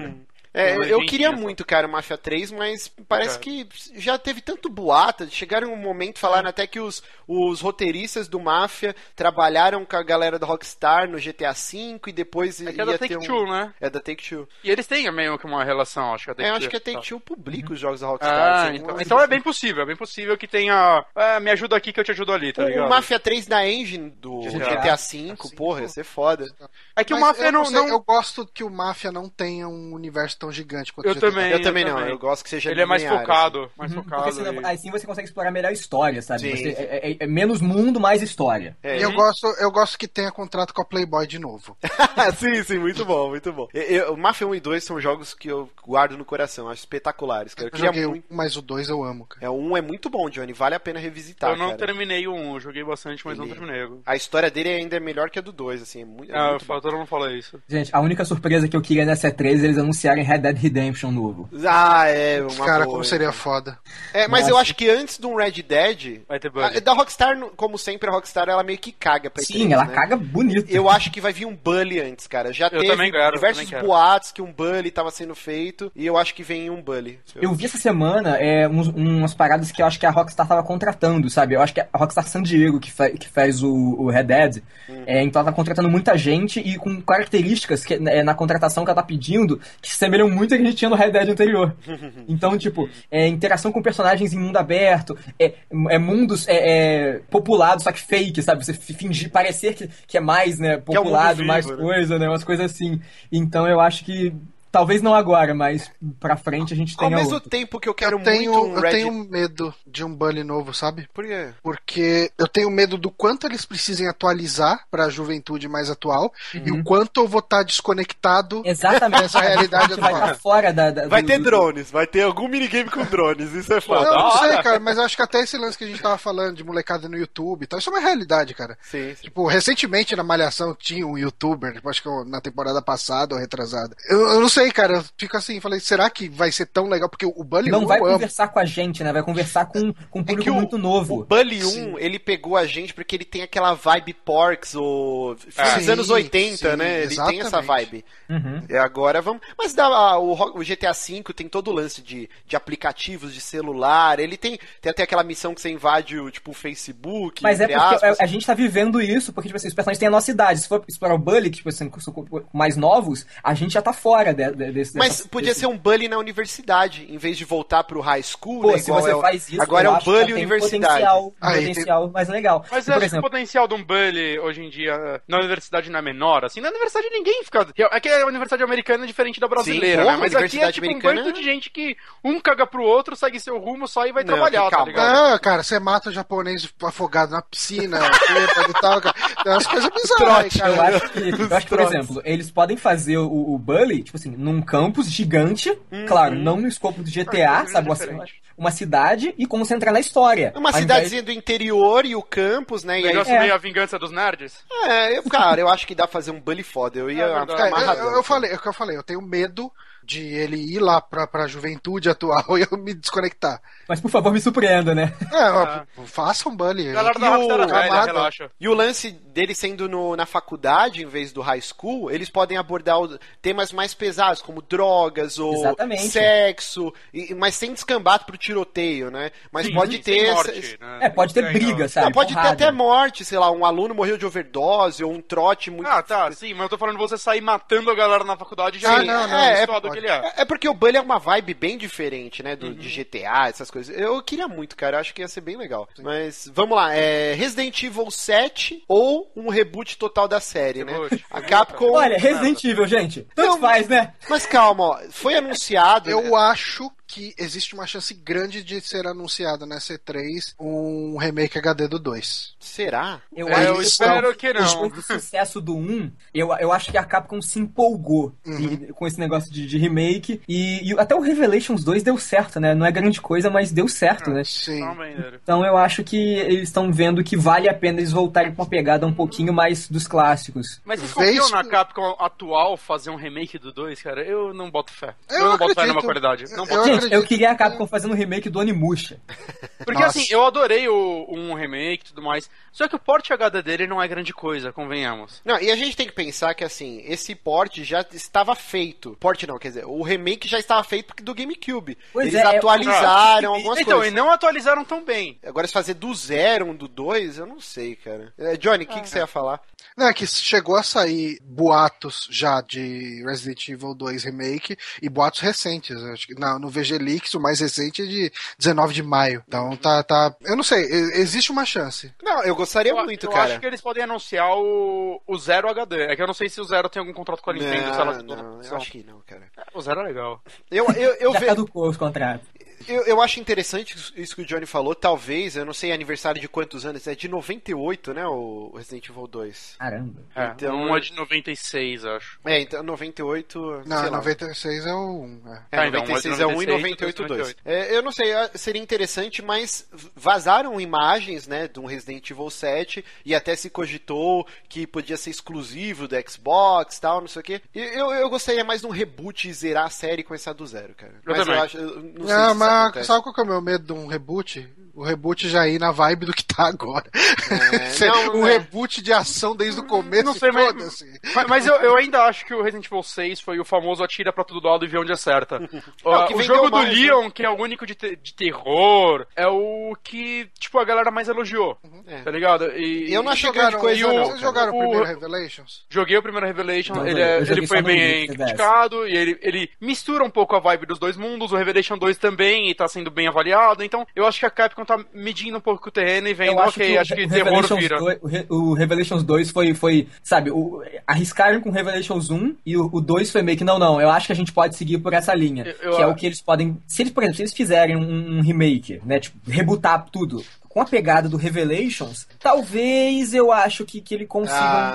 [SPEAKER 2] É,
[SPEAKER 9] Não,
[SPEAKER 2] eu
[SPEAKER 9] gente,
[SPEAKER 2] queria
[SPEAKER 9] essa-
[SPEAKER 2] muito, cara, o Mafia 3, mas parece que já teve tanto boato. Chegaram um momento, falaram
[SPEAKER 9] É.
[SPEAKER 2] até que os, os roteiristas do Mafia trabalharam com a galera da Rockstar no GTA V e depois
[SPEAKER 9] É que é da
[SPEAKER 2] ia ter um-
[SPEAKER 9] Take-Two, né?
[SPEAKER 2] É da Take-Two.
[SPEAKER 9] E eles têm meio que uma relação, acho que a
[SPEAKER 2] É,
[SPEAKER 9] Take-Two.
[SPEAKER 2] eu acho que a Take-Two publica os jogos da Rockstar.
[SPEAKER 9] tá. Ah,
[SPEAKER 2] assim,
[SPEAKER 9] então,
[SPEAKER 2] mas-
[SPEAKER 9] então é bem possível, é bem possível que tenha. É, me ajuda aqui que eu te ajudo ali, tá ligado?
[SPEAKER 2] O Mafia 3 da engine do GTA
[SPEAKER 9] GTA
[SPEAKER 2] V, porra, ia ser foda.
[SPEAKER 9] É que o
[SPEAKER 1] Mas
[SPEAKER 9] Mafia
[SPEAKER 1] eu
[SPEAKER 9] não.
[SPEAKER 1] sei,
[SPEAKER 9] não-
[SPEAKER 1] Eu gosto que o Mafia não tenha um universo tão gigante quanto
[SPEAKER 9] Eu
[SPEAKER 1] o GTA.
[SPEAKER 9] também.
[SPEAKER 2] Eu também
[SPEAKER 9] eu
[SPEAKER 2] não,
[SPEAKER 9] também.
[SPEAKER 2] eu gosto que seja
[SPEAKER 9] Ele é mais
[SPEAKER 2] linear, assim.
[SPEAKER 9] focado. Mais
[SPEAKER 8] Porque
[SPEAKER 9] focado.
[SPEAKER 8] senão-
[SPEAKER 9] e-
[SPEAKER 8] assim você consegue explorar melhor a história, sabe?
[SPEAKER 2] Sim.
[SPEAKER 8] Você- é, é- é menos mundo, mais história.
[SPEAKER 2] É.
[SPEAKER 1] E Eu gosto, eu gosto que tenha contrato com a Playboy de novo.
[SPEAKER 2] sim, sim, muito bom, muito bom. Eu, eu- Mafia 1 e 2 são jogos que eu guardo no coração, acho espetaculares. Cara. Eu
[SPEAKER 1] Eu
[SPEAKER 2] queria
[SPEAKER 1] joguei
[SPEAKER 2] muito.
[SPEAKER 1] um, mas o dois eu amo, cara.
[SPEAKER 2] É, o 1 é muito bom, Johnny, vale a pena revisitar.
[SPEAKER 9] eu não
[SPEAKER 2] tá, cara.
[SPEAKER 9] terminei o 1, eu joguei bastante, mas
[SPEAKER 2] Ele-
[SPEAKER 9] não terminei.
[SPEAKER 2] A história dele ainda é melhor que a do 2, assim, é muito, é
[SPEAKER 9] Ah,
[SPEAKER 2] muito
[SPEAKER 9] eu falo, todo mundo fala isso.
[SPEAKER 8] Gente, a única surpresa que eu queria nessa E3 é eles anunciarem Red Dead Redemption novo.
[SPEAKER 2] bom. Ah, é, uma
[SPEAKER 1] Cara,
[SPEAKER 2] boa,
[SPEAKER 1] como
[SPEAKER 2] hein?
[SPEAKER 1] seria foda.
[SPEAKER 2] É, mas eu acho que antes do Red Dead,
[SPEAKER 9] Vai ter
[SPEAKER 2] a-
[SPEAKER 9] bug.
[SPEAKER 2] da Rockstar, como sempre, a Rockstar ela meio que caga pra
[SPEAKER 8] Sim,
[SPEAKER 2] E3,
[SPEAKER 8] ela
[SPEAKER 2] né?
[SPEAKER 8] caga bonito.
[SPEAKER 2] Eu acho que vai vir um bully antes, cara. Já
[SPEAKER 9] Eu
[SPEAKER 2] teve
[SPEAKER 9] também quero, eu
[SPEAKER 2] diversos
[SPEAKER 9] também quero.
[SPEAKER 2] boatos que um bully tava sendo feito e eu acho que vem um bully.
[SPEAKER 8] Eu vi essa semana é, uns- umas paradas que eu acho que a Rockstar tava contratando, sabe? Eu acho que a Rockstar San Diego, que, fa- que faz o, o Red Dead,
[SPEAKER 2] Hum.
[SPEAKER 8] é, então ela tá contratando muita gente e com características que, é, na contratação que ela tá pedindo que se semelham muito a que a gente tinha no Red Dead anterior. Então, tipo, é, interação com personagens em mundo aberto, é, é mundos é, é, populados, só que fake, sabe? Você fi- fingir, parecer que, que é mais, né,
[SPEAKER 2] é o mundo
[SPEAKER 8] populado,
[SPEAKER 2] vivo,
[SPEAKER 8] mais
[SPEAKER 2] né?
[SPEAKER 8] coisa, né? Umas coisas assim. Então eu acho que. Talvez não agora, mas pra frente a gente
[SPEAKER 2] Ao
[SPEAKER 8] tenha
[SPEAKER 2] mesmo
[SPEAKER 8] outro.
[SPEAKER 2] tempo que eu quero
[SPEAKER 1] Eu tenho,
[SPEAKER 2] muito um
[SPEAKER 1] eu
[SPEAKER 2] Red
[SPEAKER 1] tenho medo de um Bully novo, sabe?
[SPEAKER 2] Por quê?
[SPEAKER 1] Porque eu tenho medo do quanto eles precisem atualizar pra juventude mais atual e o quanto eu vou estar desconectado.
[SPEAKER 8] É Exatamente.
[SPEAKER 1] Essa realidade atual.
[SPEAKER 8] vai estar fora da. da-
[SPEAKER 2] Vai
[SPEAKER 8] do-
[SPEAKER 2] ter
[SPEAKER 8] do-
[SPEAKER 2] drones, vai ter algum minigame com drones, isso é
[SPEAKER 1] Eu
[SPEAKER 2] foda.
[SPEAKER 1] não
[SPEAKER 9] da
[SPEAKER 1] sei,
[SPEAKER 9] hora.
[SPEAKER 1] cara, mas eu acho que até esse lance que a gente tava falando de molecada no YouTube e tal, isso é uma realidade, cara.
[SPEAKER 2] Sim, sim.
[SPEAKER 1] Tipo, recentemente na Malhação tinha um youtuber, tipo, acho que na temporada passada ou retrasada. Eu, eu não sei, cara, eu fico assim, falei, será que vai ser tão legal? Porque o Bully
[SPEAKER 8] Não
[SPEAKER 1] eu
[SPEAKER 8] vai
[SPEAKER 1] amo.
[SPEAKER 8] conversar com a gente, né? Vai conversar com, com um público
[SPEAKER 2] É o-
[SPEAKER 8] muito
[SPEAKER 2] O
[SPEAKER 8] novo.
[SPEAKER 2] Bully 1,
[SPEAKER 1] Sim.
[SPEAKER 2] ele pegou a gente porque ele tem aquela vibe porcs, ou...
[SPEAKER 1] É.
[SPEAKER 2] dos anos 80,
[SPEAKER 1] Sim,
[SPEAKER 2] né? Ele tem essa
[SPEAKER 1] exatamente.
[SPEAKER 2] vibe.
[SPEAKER 8] Uhum.
[SPEAKER 2] E agora vamos. Mas dá, a- o, Ro- o GTA V tem todo o lance de, de aplicativos de celular. Ele tem, tem até aquela missão que você invade o tipo o Facebook.
[SPEAKER 8] Mas é
[SPEAKER 2] entre
[SPEAKER 8] porque
[SPEAKER 2] aspas.
[SPEAKER 8] a, a gente tá vivendo isso, porque, tipo assim, os personagens têm a nossa idade. Se for explorar o Bully, que, tipo assim, são mais novos, a gente já tá fora de, de, desse.
[SPEAKER 2] Mas
[SPEAKER 8] é,
[SPEAKER 2] podia ser um bully na universidade, em vez de voltar pro high school.
[SPEAKER 8] Pô,
[SPEAKER 2] né,
[SPEAKER 8] se
[SPEAKER 2] igual
[SPEAKER 8] você
[SPEAKER 2] é o-
[SPEAKER 8] faz isso,
[SPEAKER 2] agora
[SPEAKER 8] eu
[SPEAKER 2] é um
[SPEAKER 8] acho que
[SPEAKER 2] bully
[SPEAKER 8] já tem um
[SPEAKER 2] universidade.
[SPEAKER 8] potencial, um
[SPEAKER 1] Aí, tem-
[SPEAKER 8] potencial mais legal.
[SPEAKER 9] Mas
[SPEAKER 8] por
[SPEAKER 9] eu acho que o
[SPEAKER 8] exemplo,
[SPEAKER 9] potencial de um bully hoje em dia na universidade não é menor, assim. Na universidade ninguém fica. É que a universidade americana é diferente da
[SPEAKER 2] Sim,
[SPEAKER 9] brasileira,
[SPEAKER 2] porra,
[SPEAKER 9] né? Mas
[SPEAKER 2] a
[SPEAKER 9] aqui é
[SPEAKER 2] universidade
[SPEAKER 9] tipo um
[SPEAKER 2] americana-
[SPEAKER 9] bando de gente que um caga pro outro, segue seu rumo, sai e vai
[SPEAKER 2] Não,
[SPEAKER 9] trabalhar, tá
[SPEAKER 2] calma.
[SPEAKER 9] ligado?
[SPEAKER 1] Ah, cara, você mata o japonês afogado na piscina, bêbado e tal, cara. É umas coisas bizarras, hein,
[SPEAKER 8] Eu
[SPEAKER 1] cara.
[SPEAKER 8] acho que, eu acho que, por exemplo, eles podem fazer o, o Bully, tipo assim, num campus gigante,
[SPEAKER 2] Uhum.
[SPEAKER 8] claro, não no escopo do
[SPEAKER 2] Ah,
[SPEAKER 8] GTA, sabe? Uma,
[SPEAKER 9] é diferente.
[SPEAKER 8] uma cidade e concentrar na história.
[SPEAKER 2] então é Uma
[SPEAKER 8] Ao invés-
[SPEAKER 2] cidadezinha do interior e o campus, né? E aí,
[SPEAKER 9] Melhor assumir
[SPEAKER 8] É.
[SPEAKER 9] a vingança dos nerds?
[SPEAKER 2] é, eu, cara, eu acho que dá pra fazer um bully foda. Eu ia
[SPEAKER 9] É verdade.
[SPEAKER 2] ficar
[SPEAKER 9] Tá
[SPEAKER 1] Cara, eu-
[SPEAKER 2] amarrado.
[SPEAKER 1] eu, eu falei, é o que eu falei, eu tenho medo de ele ir lá pra, pra juventude atual e eu me desconectar.
[SPEAKER 8] Mas por favor, me surpreenda, né?
[SPEAKER 1] É, ó, faça um bully.
[SPEAKER 9] A Ah. galera da
[SPEAKER 2] E o
[SPEAKER 9] Rockstar é velha,
[SPEAKER 1] Amada?
[SPEAKER 9] relaxa.
[SPEAKER 2] E o lance dele sendo no- na faculdade em vez do high school, eles podem abordar o- temas mais pesados, como drogas ou
[SPEAKER 8] Exatamente.
[SPEAKER 2] sexo, e- mas sem descambado pro tiroteio, né? Mas pode
[SPEAKER 9] Sem
[SPEAKER 2] ter.
[SPEAKER 9] morte, né?
[SPEAKER 8] É, pode ter
[SPEAKER 9] Sem-
[SPEAKER 8] briga,
[SPEAKER 2] Ah, Não,
[SPEAKER 8] sabe?
[SPEAKER 2] pode ter
[SPEAKER 8] Porrada.
[SPEAKER 2] até morte, sei lá, um aluno morreu de overdose ou um trote muito.
[SPEAKER 9] Ah, tá, sim, mas eu tô falando você sair matando a galera na faculdade já
[SPEAKER 1] Ah, não, não,
[SPEAKER 9] é,
[SPEAKER 1] isso
[SPEAKER 9] é, do
[SPEAKER 1] pode.
[SPEAKER 9] que ele é.
[SPEAKER 2] É é porque o Bully é uma vibe bem diferente, né? Do, De
[SPEAKER 9] Uhum.
[SPEAKER 2] GTA, essas coisas. Eu queria muito, cara. Eu acho que ia ser bem legal. Mas vamos lá. É Resident Evil 7 ou um reboot total da série, né?
[SPEAKER 9] Reboot.
[SPEAKER 2] A Capcom.
[SPEAKER 8] Olha, Resident Evil, gente. Tanto
[SPEAKER 2] Não,
[SPEAKER 8] faz, né?
[SPEAKER 2] Mas calma, ó. Foi anunciado.
[SPEAKER 1] Eu
[SPEAKER 2] né?
[SPEAKER 1] acho que existe uma chance grande de ser anunciado na C3 um remake HD do 2.
[SPEAKER 2] Será?
[SPEAKER 8] Eu
[SPEAKER 9] É, eu
[SPEAKER 8] que-
[SPEAKER 9] espero que não.
[SPEAKER 8] Depois do sucesso do 1, eu, eu acho que a Capcom se empolgou
[SPEAKER 2] Uhum.
[SPEAKER 8] e- com esse negócio de, de remake. E, e até o Revelations 2 deu certo, né? Não é grande coisa, mas deu
[SPEAKER 2] Ah.
[SPEAKER 8] certo, né?
[SPEAKER 1] Sim.
[SPEAKER 9] Também dele.
[SPEAKER 8] Então eu acho que eles estão vendo que vale a pena eles voltarem com uma pegada um pouquinho mais dos clássicos.
[SPEAKER 9] Mas vocês
[SPEAKER 1] Vez
[SPEAKER 9] confiam na
[SPEAKER 1] que-
[SPEAKER 9] Capcom atual fazer um remake do 2, cara? Eu não boto fé. Eu, não boto fé
[SPEAKER 1] acredito.
[SPEAKER 9] numa qualidade. Não boto
[SPEAKER 1] Eu
[SPEAKER 8] Gente,
[SPEAKER 1] acredito
[SPEAKER 8] eu queria a
[SPEAKER 1] que-
[SPEAKER 8] Capcom fazendo um remake do Onimusha.
[SPEAKER 9] Porque
[SPEAKER 1] Nossa.
[SPEAKER 9] assim, eu adorei o, um remake e tudo mais. Só que o porte HD dele não é grande coisa, convenhamos.
[SPEAKER 2] Não, e a gente tem que pensar que assim, esse porte já estava feito. Porte não, quer dizer, o remake já estava feito porque do GameCube.
[SPEAKER 8] Pois
[SPEAKER 2] Eles
[SPEAKER 8] é, é-
[SPEAKER 1] Ah,
[SPEAKER 2] atualizaram algumas
[SPEAKER 9] então,
[SPEAKER 2] coisas.
[SPEAKER 9] e não atualizaram tão bem.
[SPEAKER 2] Agora, se fazer do zero um do dois, eu não sei, cara. É, Johnny, o
[SPEAKER 8] Ah,
[SPEAKER 2] que, que você ia falar?
[SPEAKER 1] Não, é que chegou a sair boatos já de Resident Evil 2 Remake e boatos recentes. né? Acho que na- no VG Leaks, o mais recente é de 19 de maio. Então tá, tá. Eu não sei, e- existe uma chance.
[SPEAKER 2] Não, eu gostaria
[SPEAKER 9] eu
[SPEAKER 2] muito,
[SPEAKER 9] eu
[SPEAKER 2] cara.
[SPEAKER 9] acho que eles podem anunciar o, o Zero HD. É que eu não sei se o Zero tem algum contrato com a Nintendo. se ela-
[SPEAKER 2] Não, não, eu acho que não, cara.
[SPEAKER 9] É, O Zero é legal.
[SPEAKER 2] Eu, eu, eu,
[SPEAKER 8] Já tá
[SPEAKER 2] ve-
[SPEAKER 8] caducou os contratos.
[SPEAKER 2] eu, eu acho interessante isso- isso que o Johnny falou. Talvez, eu não sei aniversário de quantos anos, é de 98, né, o Resident Evil 2.
[SPEAKER 8] Caramba.
[SPEAKER 9] É,
[SPEAKER 2] Então-
[SPEAKER 9] Um é de 96, acho.
[SPEAKER 2] É, então 98.
[SPEAKER 1] Não,
[SPEAKER 2] sei lá.
[SPEAKER 1] 96 é o 1. É.
[SPEAKER 2] É,
[SPEAKER 9] Tá, então,
[SPEAKER 2] 96
[SPEAKER 9] um
[SPEAKER 2] é
[SPEAKER 9] é
[SPEAKER 2] 1 e 98 é 2. É, eu não sei, é, seria interessante, mas vazaram imagens, né, de um Resident Evil 7 e até se cogitou que podia ser exclusivo do Xbox e tal, não sei o quê. E eu, eu gostaria mais de um reboot e zerar a série e começar do zero, cara.
[SPEAKER 9] Eu
[SPEAKER 2] mas
[SPEAKER 9] também.
[SPEAKER 2] eu acho, eu não sei se
[SPEAKER 1] Não,
[SPEAKER 2] isso
[SPEAKER 1] É, mas
[SPEAKER 2] acontece.
[SPEAKER 1] sabe qual que é o meu medo de um reboot? O reboot já ir na vibe do que tá agora.
[SPEAKER 2] É, não,
[SPEAKER 1] um
[SPEAKER 2] é.
[SPEAKER 1] reboot de ação desde o começo.
[SPEAKER 9] Não sei, mas-
[SPEAKER 1] foda-se.
[SPEAKER 9] Mas, mas eu, eu ainda acho que o Resident Evil 6 foi o famoso atira pra todo lado e vê onde acerta. Ah,
[SPEAKER 2] que
[SPEAKER 9] o
[SPEAKER 2] vendeu
[SPEAKER 9] jogo do
[SPEAKER 2] mais, né?
[SPEAKER 9] Leon, que é o único de, te- de terror, é o que, tipo, a galera mais elogiou.
[SPEAKER 2] É.
[SPEAKER 9] Tá ligado? E,
[SPEAKER 2] Eu não
[SPEAKER 9] e
[SPEAKER 2] achei grande
[SPEAKER 9] jogaram-
[SPEAKER 2] coisa,
[SPEAKER 9] e o-
[SPEAKER 2] não,
[SPEAKER 1] Vocês jogaram o
[SPEAKER 9] o-
[SPEAKER 1] primeiro Revelations?
[SPEAKER 9] Joguei o primeiro Revelation,
[SPEAKER 8] Não,
[SPEAKER 9] ele,
[SPEAKER 8] eu
[SPEAKER 9] é-
[SPEAKER 8] joguei
[SPEAKER 9] ele
[SPEAKER 8] só
[SPEAKER 9] foi
[SPEAKER 8] no
[SPEAKER 9] bem
[SPEAKER 8] Windows,
[SPEAKER 9] criticado e ele, ele mistura um pouco a vibe dos dois mundos, o Revelation 2 também e tá sendo bem avaliado, então eu acho que a Capcom tá medindo um pouco o terreno e vendo,
[SPEAKER 8] Eu acho
[SPEAKER 9] ok,
[SPEAKER 8] que, o-
[SPEAKER 9] acho que
[SPEAKER 8] o
[SPEAKER 9] terror
[SPEAKER 8] Revelations
[SPEAKER 9] vira.
[SPEAKER 8] 2 o Re- o Revelations 2 foi, foi sabe, o- arriscaram com o Revelations 1 e o, o 2 foi meio que, não, não, eu acho que a gente pode seguir por essa linha.
[SPEAKER 9] Eu- eu
[SPEAKER 8] que é o
[SPEAKER 9] acho.
[SPEAKER 8] que eles podem. Se eles, por exemplo, se eles fizerem um, um remake, né? Tipo, rebutar tudo com a pegada do Revelations, talvez eu acho que, que ele consiga.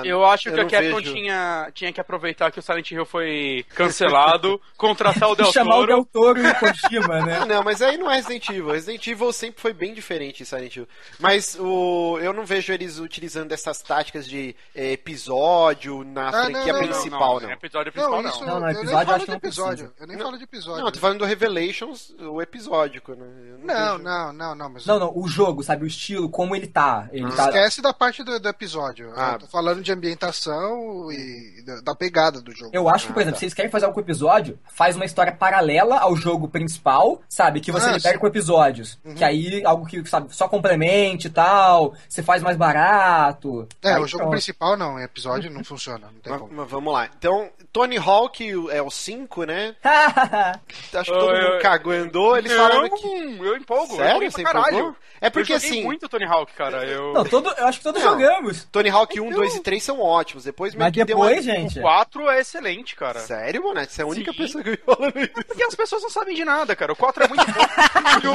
[SPEAKER 2] Ah,
[SPEAKER 9] Eu acho
[SPEAKER 2] Eu
[SPEAKER 9] que a
[SPEAKER 2] não
[SPEAKER 9] Capcom
[SPEAKER 2] vejo.
[SPEAKER 9] tinha, tinha que aproveitar que o Silent Hill foi cancelado, contratar o Del
[SPEAKER 8] chamar o
[SPEAKER 9] Toro.
[SPEAKER 8] Del Toro e o Kojima, né?
[SPEAKER 2] Ah, não, mas aí não é Resident Evil. Resident Evil sempre foi bem diferente de Silent Hill. Mas o, eu não vejo eles utilizando essas táticas de eh, episódio na
[SPEAKER 1] Ah, não,
[SPEAKER 2] franquia
[SPEAKER 1] não,
[SPEAKER 2] principal, não.
[SPEAKER 9] É
[SPEAKER 1] Não,
[SPEAKER 9] episódio principal, não.
[SPEAKER 1] isso.
[SPEAKER 8] Não, não,
[SPEAKER 1] eu nem
[SPEAKER 8] episódio eu
[SPEAKER 1] falo
[SPEAKER 8] acho
[SPEAKER 1] de
[SPEAKER 8] que não é
[SPEAKER 1] episódio.
[SPEAKER 8] precisa.
[SPEAKER 1] Eu nem falo de episódio.
[SPEAKER 2] Não, eu tô falando do Revelations, o episódico, né? Eu
[SPEAKER 1] Não,
[SPEAKER 2] vejo-
[SPEAKER 1] não, não, não, mas
[SPEAKER 8] Não, não, o jogo, sabe, o estilo, como ele tá. Ele tá
[SPEAKER 1] esquece da parte do, do episódio.
[SPEAKER 2] Ah.
[SPEAKER 1] Eu tô falando de ambientação e da, da pegada do jogo.
[SPEAKER 8] Eu acho que, por exemplo, se vocês querem fazer algo com episódio, faz uma história paralela ao jogo principal, sabe? Que você
[SPEAKER 1] Ah,
[SPEAKER 8] libera
[SPEAKER 1] sim. Uhum.
[SPEAKER 8] com episódios. Que aí, algo que, sabe, só complemente e tal, você faz mais barato.
[SPEAKER 1] É,
[SPEAKER 8] Aí
[SPEAKER 1] o jogo
[SPEAKER 8] pronto.
[SPEAKER 1] principal não, episódio não funciona, não tem
[SPEAKER 2] Mas,
[SPEAKER 1] como.
[SPEAKER 2] mas vamos lá. Então, Tony Hawk é o 5, né? Acho que todo
[SPEAKER 9] Ah,
[SPEAKER 2] mundo
[SPEAKER 9] é.
[SPEAKER 2] cagou e andou. Eles falaram que.
[SPEAKER 9] eu empolgo.
[SPEAKER 2] Sério?
[SPEAKER 9] Eu empolguei
[SPEAKER 2] Você
[SPEAKER 9] pra
[SPEAKER 2] empolgou?
[SPEAKER 9] caralho.
[SPEAKER 2] É porque,
[SPEAKER 9] eu joguei
[SPEAKER 2] assim-
[SPEAKER 9] muito Tony Hawk, cara. Eu...
[SPEAKER 8] Não, todo, eu acho que todos
[SPEAKER 2] Não.
[SPEAKER 8] jogamos.
[SPEAKER 2] Tony Hawk 1, 2 e 3 são ótimos. Depois meio
[SPEAKER 8] Mas
[SPEAKER 2] que deu uma-
[SPEAKER 8] depois, gente.
[SPEAKER 9] O 4 é excelente, cara.
[SPEAKER 2] Sério, Monete? Você é a única
[SPEAKER 9] Sim.
[SPEAKER 2] pessoa que me falou isso.
[SPEAKER 9] Porque as pessoas não sabem de nada, cara. O 4 é muito bom. E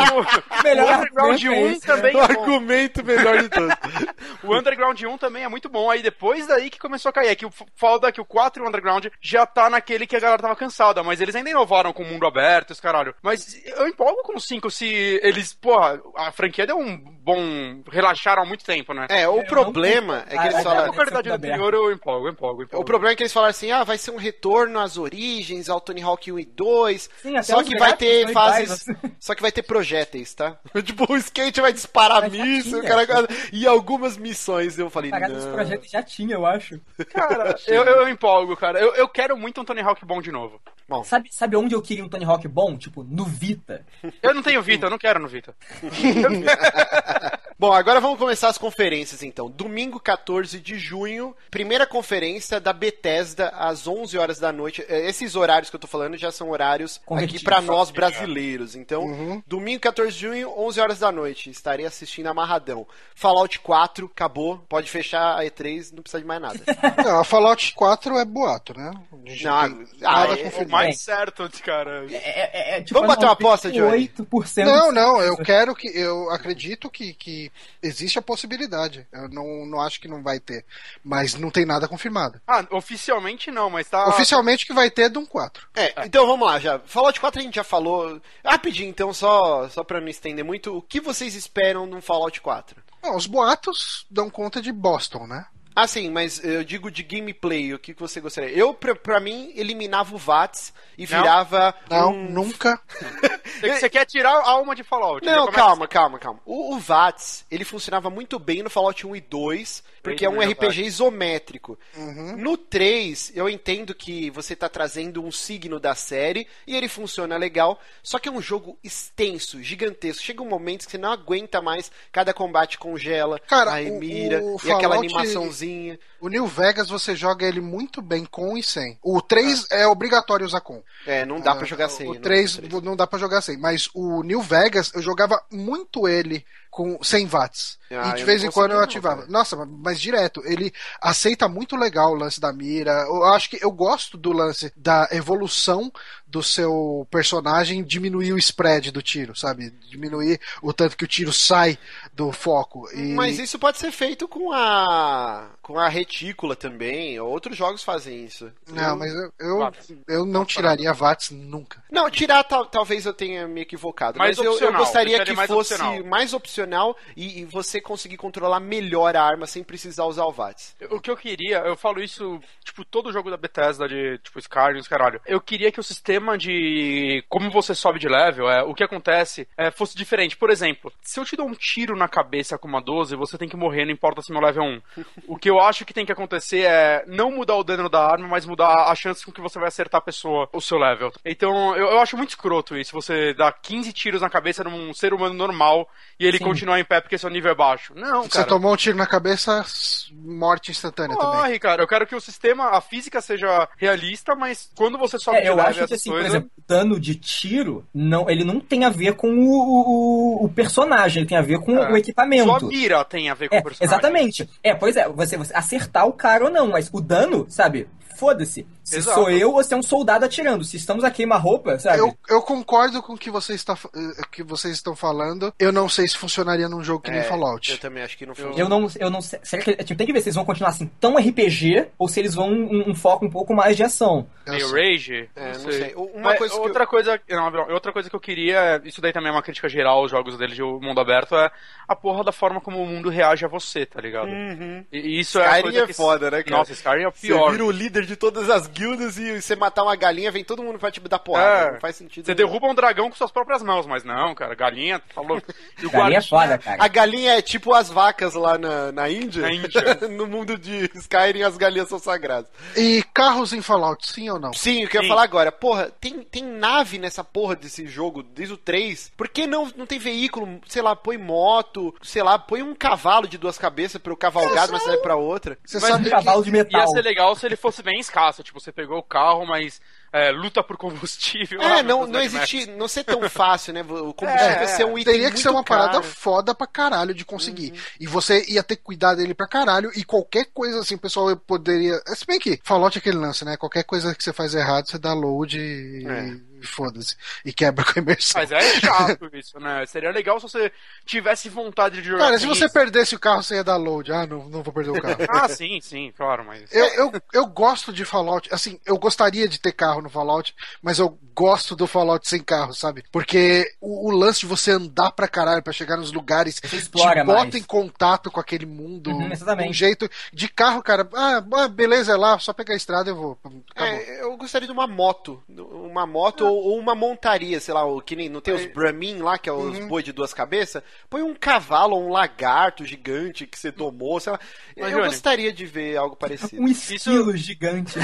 [SPEAKER 9] o...
[SPEAKER 8] Melhor
[SPEAKER 9] o outro, Underground 1 também
[SPEAKER 2] né? O
[SPEAKER 9] é bom.
[SPEAKER 2] argumento melhor de todos.
[SPEAKER 9] O Underground 1 também é muito bom. Aí depois daí que começou a cair. É que o foda que o 4 e o Underground já tá naquele que a galera tava cansada. Mas eles ainda inovaram com o mundo aberto, esse caralho. Mas eu empolgo com o 5 se eles. Porra, a franquia deu um bom. Relaxaram há muito tempo, né?
[SPEAKER 2] É, o problema é que
[SPEAKER 9] Até
[SPEAKER 2] eles
[SPEAKER 8] Ah,
[SPEAKER 9] a
[SPEAKER 2] falaram.
[SPEAKER 8] é.
[SPEAKER 9] popularidade do anterior eu empolgo, eu empolgo, eu empolgo.
[SPEAKER 2] O problema é que eles falaram assim: ah, vai ser um retorno às origens, ao Tony Hawk 1 e 2.
[SPEAKER 8] Sim, até
[SPEAKER 2] só
[SPEAKER 8] os
[SPEAKER 2] que vai
[SPEAKER 8] gráficos são
[SPEAKER 2] ter
[SPEAKER 8] iguais,
[SPEAKER 2] fases.
[SPEAKER 8] assim.
[SPEAKER 2] Só que vai ter projéteis, tá? tipo, o skate vai disparar
[SPEAKER 8] Mas já
[SPEAKER 2] míssil, o
[SPEAKER 8] tinha.
[SPEAKER 2] cara. E algumas missões eu falei.
[SPEAKER 8] Cagada desse
[SPEAKER 2] Não.
[SPEAKER 8] projeto já tinha, eu acho.
[SPEAKER 9] Cara, eu, eu empolgo, cara. Eu, eu quero muito um Tony Hawk bom de novo.
[SPEAKER 8] Sabe, sabe onde eu queria um Tony Hawk bom? Tipo, no Vita.
[SPEAKER 9] Eu não tenho Vita, eu não quero no Vita.
[SPEAKER 2] Bom, agora vamos começar as conferências então. Domingo 14 de junho, primeira conferência da Bethesda às 11 horas da noite. Eh, Esses horários que eu tô falando já são horários
[SPEAKER 8] Convertidos.
[SPEAKER 2] aqui pra nós brasileiros. Então,
[SPEAKER 1] Uhum.
[SPEAKER 2] domingo 14 de junho, 11 horas da noite, estarei assistindo amarradão. Fallout 4 acabou, pode fechar a E3, não precisa de mais nada.
[SPEAKER 1] Não, a Fallout 4 é boato, né? A gente
[SPEAKER 2] Não,
[SPEAKER 1] tem
[SPEAKER 2] ah,
[SPEAKER 1] nada
[SPEAKER 2] é-
[SPEAKER 9] O
[SPEAKER 1] confirmado.
[SPEAKER 9] mais certo, cara.
[SPEAKER 8] É, é, é, tipo,
[SPEAKER 2] Vamos bater uma aposta, Johnny?
[SPEAKER 8] 8%
[SPEAKER 1] Não, não, eu quero que. Eu acredito que, que existe a possibilidade. Eu não, não acho que não vai ter. Mas não tem nada confirmado.
[SPEAKER 9] Ah, oficialmente não, mas tá.
[SPEAKER 1] Oficialmente que vai ter é Doom 4.
[SPEAKER 2] É, então vamos lá, já. Fallout 4 a gente já falou. Rapidinho, então, só, só pra não estender muito, o que vocês esperam de um Fallout 4?
[SPEAKER 1] Não, os boatos dão conta de Boston, né?
[SPEAKER 2] Ah, sim, mas eu digo de gameplay, o que, que você gostaria? Eu, pra, pra mim, eliminava o VATS e
[SPEAKER 9] Não.
[SPEAKER 2] virava.
[SPEAKER 1] Não,
[SPEAKER 2] um-
[SPEAKER 1] nunca.
[SPEAKER 9] Você você quer tirar a alma de Fallout? né?
[SPEAKER 2] Não,
[SPEAKER 1] é
[SPEAKER 9] Começa-
[SPEAKER 2] calma, calma, calma. O, o VATS, ele funcionava muito bem no Fallout 1 e 2, porque é um
[SPEAKER 9] Bem, né,
[SPEAKER 2] RPG isométrico.
[SPEAKER 1] Uhum.
[SPEAKER 2] No 3, eu entendo que você tá trazendo um signo da série e ele funciona legal, só que é um jogo extenso, gigantesco. Chega um momento que você não aguenta mais, cada combate congela,
[SPEAKER 1] Cara,
[SPEAKER 2] aí
[SPEAKER 1] o-
[SPEAKER 2] mira,
[SPEAKER 1] o
[SPEAKER 2] e aquela
[SPEAKER 1] Fallout-
[SPEAKER 2] animaçãozinha.
[SPEAKER 1] O New Vegas você joga ele muito bem com e sem. O 3 é obrigatório usar com.
[SPEAKER 2] É, não dá
[SPEAKER 1] Ah,
[SPEAKER 2] pra jogar sem.
[SPEAKER 1] O
[SPEAKER 2] né?
[SPEAKER 1] 3 não dá pra jogar sem, mas o New Vegas eu jogava muito ele com 100 watts.
[SPEAKER 2] Ah,
[SPEAKER 1] e de
[SPEAKER 2] eu
[SPEAKER 1] vez
[SPEAKER 2] não
[SPEAKER 1] em quando eu
[SPEAKER 2] consigo né? não,
[SPEAKER 1] ativava.
[SPEAKER 2] cara.
[SPEAKER 1] Nossa, mas- mas direto, ele aceita muito legal o lance da mira. Eu acho que eu gosto do lance da evolução do seu personagem diminuir o spread do tiro, sabe? Diminuir o tanto que o tiro sai do foco. E...
[SPEAKER 2] Mas isso pode ser feito com a com a retícula também. Outros jogos fazem isso.
[SPEAKER 1] Não, mas eu, eu,
[SPEAKER 9] Watts.
[SPEAKER 1] eu não tiraria watts nunca.
[SPEAKER 2] Não, tirar tal- talvez eu tenha me equivocado.
[SPEAKER 9] Mais
[SPEAKER 2] mas eu- eu,
[SPEAKER 9] opcional,
[SPEAKER 2] gostaria
[SPEAKER 9] deixaria
[SPEAKER 2] que
[SPEAKER 9] mais
[SPEAKER 2] fosse
[SPEAKER 9] opcional.
[SPEAKER 2] mais opcional e, e você conseguir controlar melhor a arma sem precisar usar o VATS.
[SPEAKER 9] O que eu queria, eu falo isso, tipo, todo jogo da Bethesda, de tipo Skyrim, os caralho. Eu queria que o sistema de como você sobe de level, é, o que acontece, é, fosse diferente. Por exemplo, se eu te dou um tiro na cabeça com uma 12, você tem que morrer, não importa se meu level é 1. O que eu acho que tem que acontecer é não mudar o dano da arma, mas mudar a chance com que você vai acertar a pessoa, o seu level. Então, eu, eu acho muito escroto isso, você dar 15 tiros na cabeça num ser humano normal e ele continuar em pé porque seu nível é baixo. Não,
[SPEAKER 1] Você
[SPEAKER 9] cara.
[SPEAKER 1] tomou um tiro na cabeça, morte
[SPEAKER 2] né,
[SPEAKER 1] instantânea também.
[SPEAKER 9] Morre, cara. Eu quero que o sistema, a física seja realista, mas quando você sobe
[SPEAKER 8] É,
[SPEAKER 9] de
[SPEAKER 8] eu
[SPEAKER 9] leve
[SPEAKER 8] acho que
[SPEAKER 9] essas
[SPEAKER 8] assim, por
[SPEAKER 9] coisas-
[SPEAKER 8] exemplo, dano de tiro, não, ele não tem a ver com o, o- o personagem, ele tem a ver com
[SPEAKER 9] É.
[SPEAKER 8] o equipamento.
[SPEAKER 9] Só a mira tem a ver com
[SPEAKER 8] É,
[SPEAKER 9] o personagem.
[SPEAKER 8] exatamente. É, pois é, você, você acertar o cara ou não, mas o dano, sabe? Foda-se. Se
[SPEAKER 9] Exato.
[SPEAKER 8] sou eu ou se é um soldado atirando. Se estamos aqui uma roupa, sabe?
[SPEAKER 1] Eu, eu concordo com o que, você está, fa- eh, que vocês estão falando. Eu não sei se funcionaria num jogo que nem
[SPEAKER 2] É, Eu
[SPEAKER 1] Fallout.
[SPEAKER 2] também acho que não um funciona.
[SPEAKER 8] Eu não, eu não sei. Será que, tipo, tem que ver se eles vão continuar assim tão RPG ou se eles vão um, um foco um pouco mais de ação.
[SPEAKER 1] Eu
[SPEAKER 9] Meio
[SPEAKER 1] sei.
[SPEAKER 9] rage?
[SPEAKER 2] É, não sei. Uma
[SPEAKER 9] Mas
[SPEAKER 2] coisa que eu-
[SPEAKER 9] outra coisa, não, não, outra coisa que eu queria, isso daí também é uma crítica geral aos jogos dele de mundo aberto, é a porra da forma como o mundo reage a você, tá ligado? E e isso é a
[SPEAKER 2] Uhum. Skyrim
[SPEAKER 9] coisa
[SPEAKER 2] é
[SPEAKER 9] que...
[SPEAKER 2] foda, né, cara?
[SPEAKER 9] Nossa, Skyrim é o
[SPEAKER 2] Você
[SPEAKER 9] pior.
[SPEAKER 2] vira um o líder de todas as guildas e você matar uma galinha, vem todo mundo pra te dar porrada.
[SPEAKER 9] É.
[SPEAKER 2] Não faz sentido.
[SPEAKER 9] Você
[SPEAKER 2] nenhum.
[SPEAKER 9] derruba um dragão com suas próprias mãos, mas não, cara, galinha, falou. E
[SPEAKER 8] Galinha
[SPEAKER 9] o
[SPEAKER 8] é
[SPEAKER 9] guardião-
[SPEAKER 8] foda, cara.
[SPEAKER 2] A galinha é tipo as vacas lá na, na Índia.
[SPEAKER 9] Na Índia.
[SPEAKER 2] no mundo de Skyrim, as galinhas são sagradas.
[SPEAKER 1] E carros em Fallout, sim ou não?
[SPEAKER 2] Sim, o que eu ia
[SPEAKER 9] Sim.
[SPEAKER 2] falar agora. Porra, tem, tem nave nessa porra desse jogo, desde o 3. Por que não, não tem veículo? Sei lá, põe moto, sei lá, põe um cavalo de duas cabeças pra eu cavalgar de uma cidade pra outra.
[SPEAKER 1] Você
[SPEAKER 9] Mas
[SPEAKER 1] sabe
[SPEAKER 8] Um
[SPEAKER 1] que
[SPEAKER 8] cavalo de metal.
[SPEAKER 9] Ia ser legal se ele fosse bem escasso. Tipo, você pegou o carro, mas é, luta por combustível.
[SPEAKER 2] É,
[SPEAKER 9] Ah,
[SPEAKER 2] não,
[SPEAKER 9] meu Deus,
[SPEAKER 2] não
[SPEAKER 9] Mad Max.
[SPEAKER 2] existe. Não ser tão fácil, né? O combustível
[SPEAKER 9] É,
[SPEAKER 2] ser um item.
[SPEAKER 1] teria que
[SPEAKER 2] muito
[SPEAKER 1] ser uma parada
[SPEAKER 2] caro.
[SPEAKER 1] foda pra caralho de conseguir. E você ia ter que cuidar dele pra caralho. E qualquer coisa assim, o pessoal é poderia. Se bem que Fallout é aquele lance, né? Qualquer coisa que você faz errado, você dá load e.
[SPEAKER 2] É.
[SPEAKER 1] e foda-se. E quebra com a imersão.
[SPEAKER 9] Mas é chato isso, né? Seria legal se você tivesse vontade de jogar.
[SPEAKER 1] Cara, se
[SPEAKER 9] tênis.
[SPEAKER 1] você perdesse o carro, você ia dar load. Ah, não, não vou perder o carro.
[SPEAKER 9] Ah, sim, sim, claro, mas.
[SPEAKER 8] É.
[SPEAKER 1] Eu, eu, eu gosto de Fallout, assim, eu gostaria de ter carro no Fallout, mas eu gosto do Fallout sem carro, sabe? Porque o, o lance de você andar pra caralho pra chegar nos lugares
[SPEAKER 8] Você explora
[SPEAKER 1] te bota
[SPEAKER 8] mais.
[SPEAKER 1] em contato com aquele mundo.
[SPEAKER 8] Uhum, exatamente.
[SPEAKER 1] de Um jeito de carro, cara. Ah, ah, beleza, é lá, só pegar a estrada eu vou. Acabou.
[SPEAKER 2] É, eu gostaria de uma moto. Uma moto ou, ou uma montaria, sei lá, o que nem. Não tem os Brahmin lá, que é os boi de duas cabeças? Põe um cavalo ou um lagarto gigante que você domou, sei lá. Eu
[SPEAKER 9] Johnny.
[SPEAKER 2] gostaria de ver algo parecido.
[SPEAKER 8] Um esquilo gigante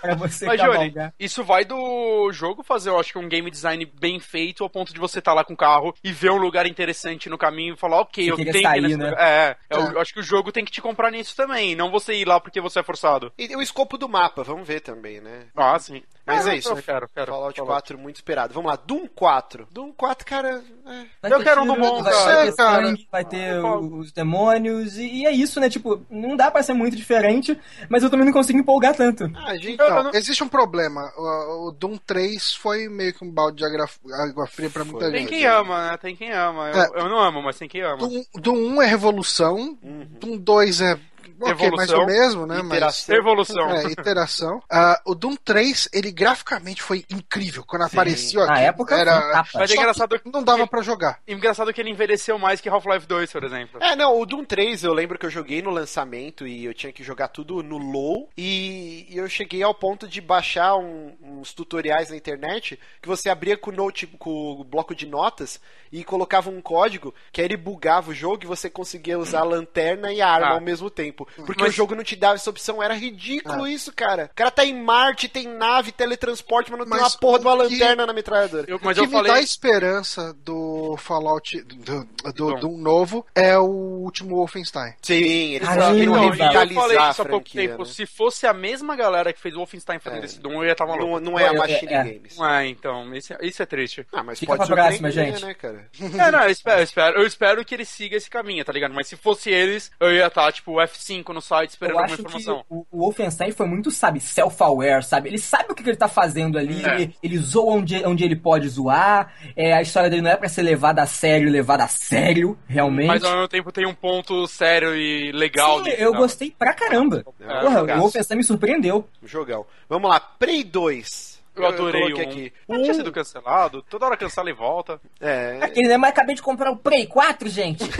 [SPEAKER 8] pra você né?
[SPEAKER 9] Mas, Johnny,
[SPEAKER 8] cavalgar.
[SPEAKER 9] isso vai do jogo fazer, eu acho que um game design bem feito, ao ponto de você estar lá com o carro e ver um lugar interessante no caminho e falar, ok,
[SPEAKER 8] Você
[SPEAKER 9] eu
[SPEAKER 8] queria
[SPEAKER 9] tenho que ir
[SPEAKER 8] sair,
[SPEAKER 9] nesse
[SPEAKER 8] né?
[SPEAKER 9] lugar. É, eu, eu acho que o jogo tem que te comprar nisso também, não você ir lá porque você é forçado.
[SPEAKER 2] E o escopo do mapa, vamos ver também, né?
[SPEAKER 9] Ah, sim.
[SPEAKER 2] Mas
[SPEAKER 9] Ah,
[SPEAKER 2] é isso.
[SPEAKER 9] Eu
[SPEAKER 2] né?
[SPEAKER 9] quero, quero.
[SPEAKER 2] Fallout 4, muito esperado. Vamos lá, Doom 4. Doom 4, cara. é.
[SPEAKER 8] Vai
[SPEAKER 9] Eu
[SPEAKER 8] ter
[SPEAKER 9] quero um
[SPEAKER 8] tiro,
[SPEAKER 9] bom,
[SPEAKER 8] vai
[SPEAKER 1] cara.
[SPEAKER 8] ter
[SPEAKER 1] É, cara.
[SPEAKER 8] sangue, vai ter o- os demônios, e, e é isso, né? Tipo, não dá pra ser muito diferente, mas eu também não consigo empolgar tanto.
[SPEAKER 2] Ah, gente.
[SPEAKER 9] Eu- eu
[SPEAKER 1] Então,
[SPEAKER 9] não-
[SPEAKER 1] existe um problema. O, o Doom 3 foi meio que um balde de agra- água fria pra muita
[SPEAKER 9] Tem
[SPEAKER 1] gente.
[SPEAKER 9] quem ama, né? Tem quem ama. Eu,
[SPEAKER 1] É.
[SPEAKER 9] eu não amo, mas tem quem ama.
[SPEAKER 1] Doom, Doom 1 é revolução, Doom 2 é ok,
[SPEAKER 9] Uhum. Evolução.
[SPEAKER 1] mais do mesmo, né? Mas,
[SPEAKER 2] Iteração.
[SPEAKER 9] Evolução.
[SPEAKER 1] é, iteração. Ah, o Doom 3, ele graficamente foi incrível. Quando apareceu aqui,
[SPEAKER 8] Na época, foi um
[SPEAKER 1] era...
[SPEAKER 8] tapa.
[SPEAKER 1] só
[SPEAKER 9] Mas é
[SPEAKER 1] que
[SPEAKER 9] engraçado
[SPEAKER 1] não dava pra jogar.
[SPEAKER 9] Engraçado que ele envelheceu mais que Half-Life 2, por exemplo.
[SPEAKER 2] É, não, o Doom 3 eu lembro que eu joguei no lançamento e eu tinha que jogar tudo no low e e eu cheguei ao ponto de baixar um- uns tutoriais na internet que você abria com o note, com o bloco de notas e colocava um código que aí ele bugava o jogo e você conseguia usar a lanterna e a arma
[SPEAKER 9] Ah.
[SPEAKER 2] ao mesmo tempo. Porque
[SPEAKER 9] Mas- Ah.
[SPEAKER 2] o jogo não te dava essa opção, era ridículo isso, cara. O cara tá em Marte, tem nave, teletransporte, mas não tem
[SPEAKER 1] Mas
[SPEAKER 2] uma porra de uma
[SPEAKER 1] o que-
[SPEAKER 2] lanterna na metralhadora.
[SPEAKER 9] Eu- mas
[SPEAKER 1] o que
[SPEAKER 9] eu falei.
[SPEAKER 1] me dá esperança do Fallout, do, do,
[SPEAKER 9] Doom.
[SPEAKER 1] do Doom novo, é o último Wolfenstein.
[SPEAKER 2] Sim, eles
[SPEAKER 8] Caramba,
[SPEAKER 2] conseguiram
[SPEAKER 8] então,
[SPEAKER 9] Ah, eu falei
[SPEAKER 2] revitalizar a
[SPEAKER 9] isso há pouco
[SPEAKER 2] franquia.
[SPEAKER 9] tempo.
[SPEAKER 2] né?
[SPEAKER 9] Se fosse a mesma galera que fez o Wolfenstein fazendo esse Doom, eu ia estar
[SPEAKER 2] Não,
[SPEAKER 9] maluco.
[SPEAKER 2] não é a
[SPEAKER 8] É, é,
[SPEAKER 2] Machine
[SPEAKER 8] é.
[SPEAKER 2] Games.
[SPEAKER 9] Não é, então. Isso, isso é triste.
[SPEAKER 2] Ah, mas
[SPEAKER 8] Fica
[SPEAKER 2] pode
[SPEAKER 8] pra próxima,
[SPEAKER 2] surpreender,
[SPEAKER 8] gente.
[SPEAKER 2] né, cara?
[SPEAKER 9] É, não, eu espero, eu espero, eu espero que ele siga esse caminho, tá ligado? Mas se fosse eles, eu ia estar, tipo, F5 no site esperando
[SPEAKER 8] Eu
[SPEAKER 9] alguma
[SPEAKER 8] acho que
[SPEAKER 9] informação.
[SPEAKER 8] o, o Wolfenstein foi muito, sabe, self-aware, sabe? Ele sabe o que, que ele tá fazendo ali,
[SPEAKER 9] É.
[SPEAKER 8] ele, ele zoa onde, onde ele pode zoar, é, a história dele não é pra ser levada a sério, levada a sério, realmente.
[SPEAKER 9] Mas ao mesmo tempo tem um ponto sério e legal.
[SPEAKER 8] Sim,
[SPEAKER 9] desse,
[SPEAKER 8] eu
[SPEAKER 9] tá?
[SPEAKER 8] gostei pra caramba.
[SPEAKER 2] É,
[SPEAKER 8] Porra,
[SPEAKER 2] jogaço.
[SPEAKER 8] o Wolfenstein me surpreendeu.
[SPEAKER 2] Um jogão. Vamos lá, Prey 2.
[SPEAKER 9] Eu adorei o
[SPEAKER 2] coloquei
[SPEAKER 9] um.
[SPEAKER 2] aqui.
[SPEAKER 9] Não tinha sido cancelado, toda hora cancela e volta.
[SPEAKER 2] É.
[SPEAKER 8] Aquele, né? Mas acabei de comprar o Prey 4, gente.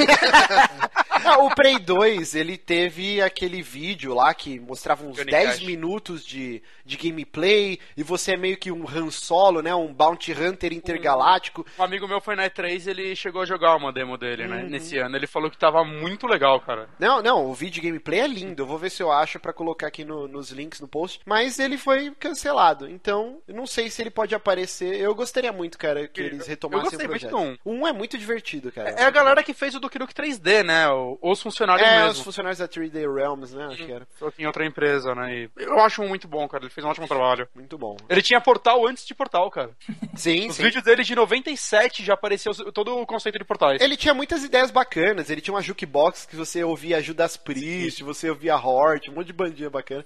[SPEAKER 2] Ah, o Prey 2, ele teve aquele vídeo lá que mostrava uns
[SPEAKER 9] Johnny
[SPEAKER 2] 10
[SPEAKER 9] Cash.
[SPEAKER 2] minutos de, de gameplay e você é meio que um Han Solo, né? Um Bounty Hunter intergaláctico.
[SPEAKER 9] Um amigo meu foi na E3 ele chegou a jogar uma demo dele, né? Nesse ano. Ele falou que tava muito legal, cara.
[SPEAKER 2] Não, não, o vídeo gameplay é lindo. Eu vou ver se eu acho pra colocar aqui no- nos links no post. Mas ele foi cancelado. Então, eu não sei se ele pode aparecer. Eu gostaria muito, cara, que eles retomassem
[SPEAKER 9] Eu gostei
[SPEAKER 2] o
[SPEAKER 9] muito
[SPEAKER 2] projeto.
[SPEAKER 9] do
[SPEAKER 2] Um é muito divertido, cara.
[SPEAKER 9] É a galera que fez o Duke Nuke 3D, né? O- Os funcionários
[SPEAKER 2] É, os
[SPEAKER 9] mesmo.
[SPEAKER 2] funcionários da 3D Realms, né? Acho que era.
[SPEAKER 9] Só que em outra empresa, né? E eu acho um muito bom, cara. Ele fez um ótimo trabalho.
[SPEAKER 2] Muito bom.
[SPEAKER 9] Ele tinha portal antes de portal, cara.
[SPEAKER 2] Sim,
[SPEAKER 9] Os
[SPEAKER 2] sim.
[SPEAKER 9] vídeos dele de 97 já apareceu todo o conceito de portais.
[SPEAKER 2] Ele tinha muitas ideias bacanas. Ele tinha uma jukebox que você ouvia Judas Priest, você ouvia Hort, um monte de bandinha bacana.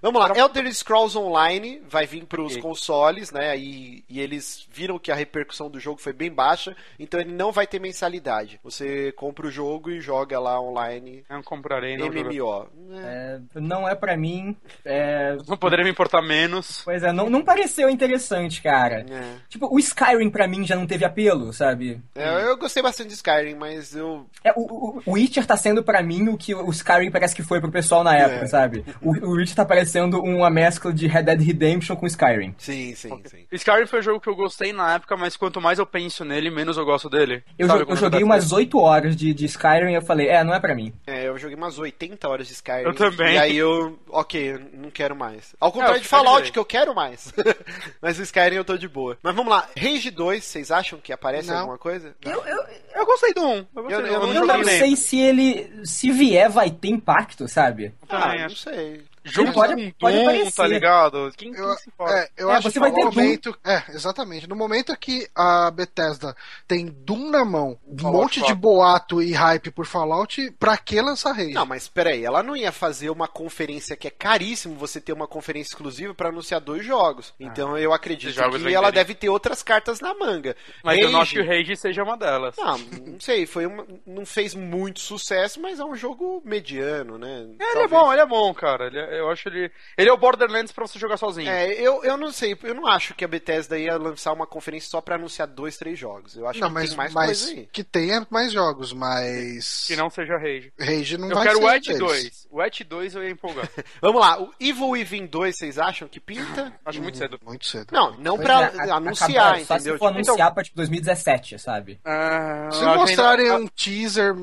[SPEAKER 2] Vamos lá, Elder Scrolls Online vai vir pros
[SPEAKER 9] Ok.
[SPEAKER 2] consoles, né? E, e eles viram que a repercussão do jogo foi bem baixa, então ele não vai ter mensalidade. Você compra o jogo e joga lá online.
[SPEAKER 9] Eu não comprarei, não. jogo.
[SPEAKER 2] MMO.
[SPEAKER 8] É, não é pra mim. É,
[SPEAKER 9] Não poderia me importar menos.
[SPEAKER 8] pois é, não, não pareceu interessante, cara.
[SPEAKER 2] É.
[SPEAKER 8] Tipo, o Skyrim pra mim já não teve apelo, sabe?
[SPEAKER 2] É, eu gostei bastante de Skyrim, mas eu
[SPEAKER 8] É, o, o, o Witcher tá sendo pra mim o que o Skyrim parece que foi pro pessoal
[SPEAKER 2] É.
[SPEAKER 8] na época, sabe? O, o Witcher tá parecendo uma mescla de Red Dead Redemption com Skyrim.
[SPEAKER 2] Sim, sim, sim.
[SPEAKER 9] Skyrim foi um jogo que eu gostei na época, mas quanto mais eu penso nele, menos eu gosto dele.
[SPEAKER 8] Eu,
[SPEAKER 9] Sabe é
[SPEAKER 8] jo- eu
[SPEAKER 9] quando
[SPEAKER 8] joguei
[SPEAKER 9] dá-
[SPEAKER 8] umas 8 horas de, de Skyrim e eu falei, é, não é pra mim.
[SPEAKER 2] É, eu joguei umas 80 horas de Skyrim.
[SPEAKER 9] Eu também.
[SPEAKER 2] E aí eu, ok, eu não quero mais. Ao
[SPEAKER 9] É,
[SPEAKER 2] contrário
[SPEAKER 9] eu
[SPEAKER 2] de Fallout,
[SPEAKER 9] também.
[SPEAKER 2] que eu quero mais. Mas o Skyrim eu tô de boa. Mas vamos lá, Rage 2, vocês acham que aparece
[SPEAKER 1] Não.
[SPEAKER 2] alguma coisa?
[SPEAKER 8] Eu, eu,
[SPEAKER 9] Eu gostei do 1. Eu gostei
[SPEAKER 2] Eu-
[SPEAKER 9] do
[SPEAKER 2] eu
[SPEAKER 9] 1.
[SPEAKER 2] não
[SPEAKER 8] Eu não
[SPEAKER 2] joguei nem.
[SPEAKER 8] sei se ele. Se vier, vai ter impacto, sabe?
[SPEAKER 9] um Também
[SPEAKER 2] ah, não
[SPEAKER 9] acho.
[SPEAKER 2] sei.
[SPEAKER 9] Jogo
[SPEAKER 8] pode-
[SPEAKER 9] com
[SPEAKER 8] pode
[SPEAKER 9] Doom,
[SPEAKER 8] aparecer.
[SPEAKER 9] tá ligado? Quem, quem
[SPEAKER 1] Eu-
[SPEAKER 9] se importa?
[SPEAKER 1] É, eu
[SPEAKER 8] É,
[SPEAKER 1] acho
[SPEAKER 8] você
[SPEAKER 1] que
[SPEAKER 8] vai
[SPEAKER 1] no
[SPEAKER 8] ter Doom.
[SPEAKER 1] momento. É, exatamente. No momento que a Bethesda tem Doom na mão, um
[SPEAKER 9] Fallout
[SPEAKER 1] monte de
[SPEAKER 9] quatro.
[SPEAKER 1] boato e hype por Fallout, pra que lançar Rage?
[SPEAKER 2] Não, mas peraí, ela não ia fazer uma conferência que é caríssimo você ter uma conferência exclusiva pra anunciar dois jogos.
[SPEAKER 9] Ah.
[SPEAKER 2] Então eu acredito
[SPEAKER 9] Esses
[SPEAKER 2] que
[SPEAKER 9] jogos venderem.
[SPEAKER 2] ela deve ter outras cartas na manga.
[SPEAKER 9] Mas eu não acho
[SPEAKER 2] Rage-
[SPEAKER 9] que o Rage seja uma delas.
[SPEAKER 2] Não, não sei, foi uma- não fez muito sucesso, mas é um jogo mediano, né?
[SPEAKER 9] É, ele é
[SPEAKER 2] Talvez.
[SPEAKER 9] bom, ele é bom, cara. Ele é- eu acho ele. Ele é o Borderlands pra você jogar sozinho.
[SPEAKER 2] É, eu, eu não sei, eu não acho que a Bethesda ia lançar uma conferência só pra anunciar dois, três jogos. Eu acho
[SPEAKER 1] Não,
[SPEAKER 2] que
[SPEAKER 1] mas,
[SPEAKER 2] tem mais
[SPEAKER 1] mas
[SPEAKER 2] coisa aí.
[SPEAKER 1] que tenha mais jogos, mas.
[SPEAKER 9] Que não seja Rage.
[SPEAKER 1] Rage não
[SPEAKER 9] Eu
[SPEAKER 1] vai
[SPEAKER 9] quero
[SPEAKER 1] ser
[SPEAKER 9] o
[SPEAKER 1] um
[SPEAKER 9] Edge
[SPEAKER 1] deles.
[SPEAKER 9] 2. O Edge 2 eu ia empolgar.
[SPEAKER 2] Vamos lá, o Evil Within 2, vocês acham que pinta?
[SPEAKER 9] Acho muito cedo.
[SPEAKER 1] Muito cedo.
[SPEAKER 2] Não, não pra
[SPEAKER 8] Pois é, a-
[SPEAKER 2] anunciar,
[SPEAKER 8] acabar, Só
[SPEAKER 2] entendeu?
[SPEAKER 8] se for
[SPEAKER 2] Tipo, É,
[SPEAKER 8] anunciar pra tipo 2017, sabe?
[SPEAKER 9] Ah,
[SPEAKER 1] Se
[SPEAKER 9] a agenda-
[SPEAKER 1] mostrarem um teaser,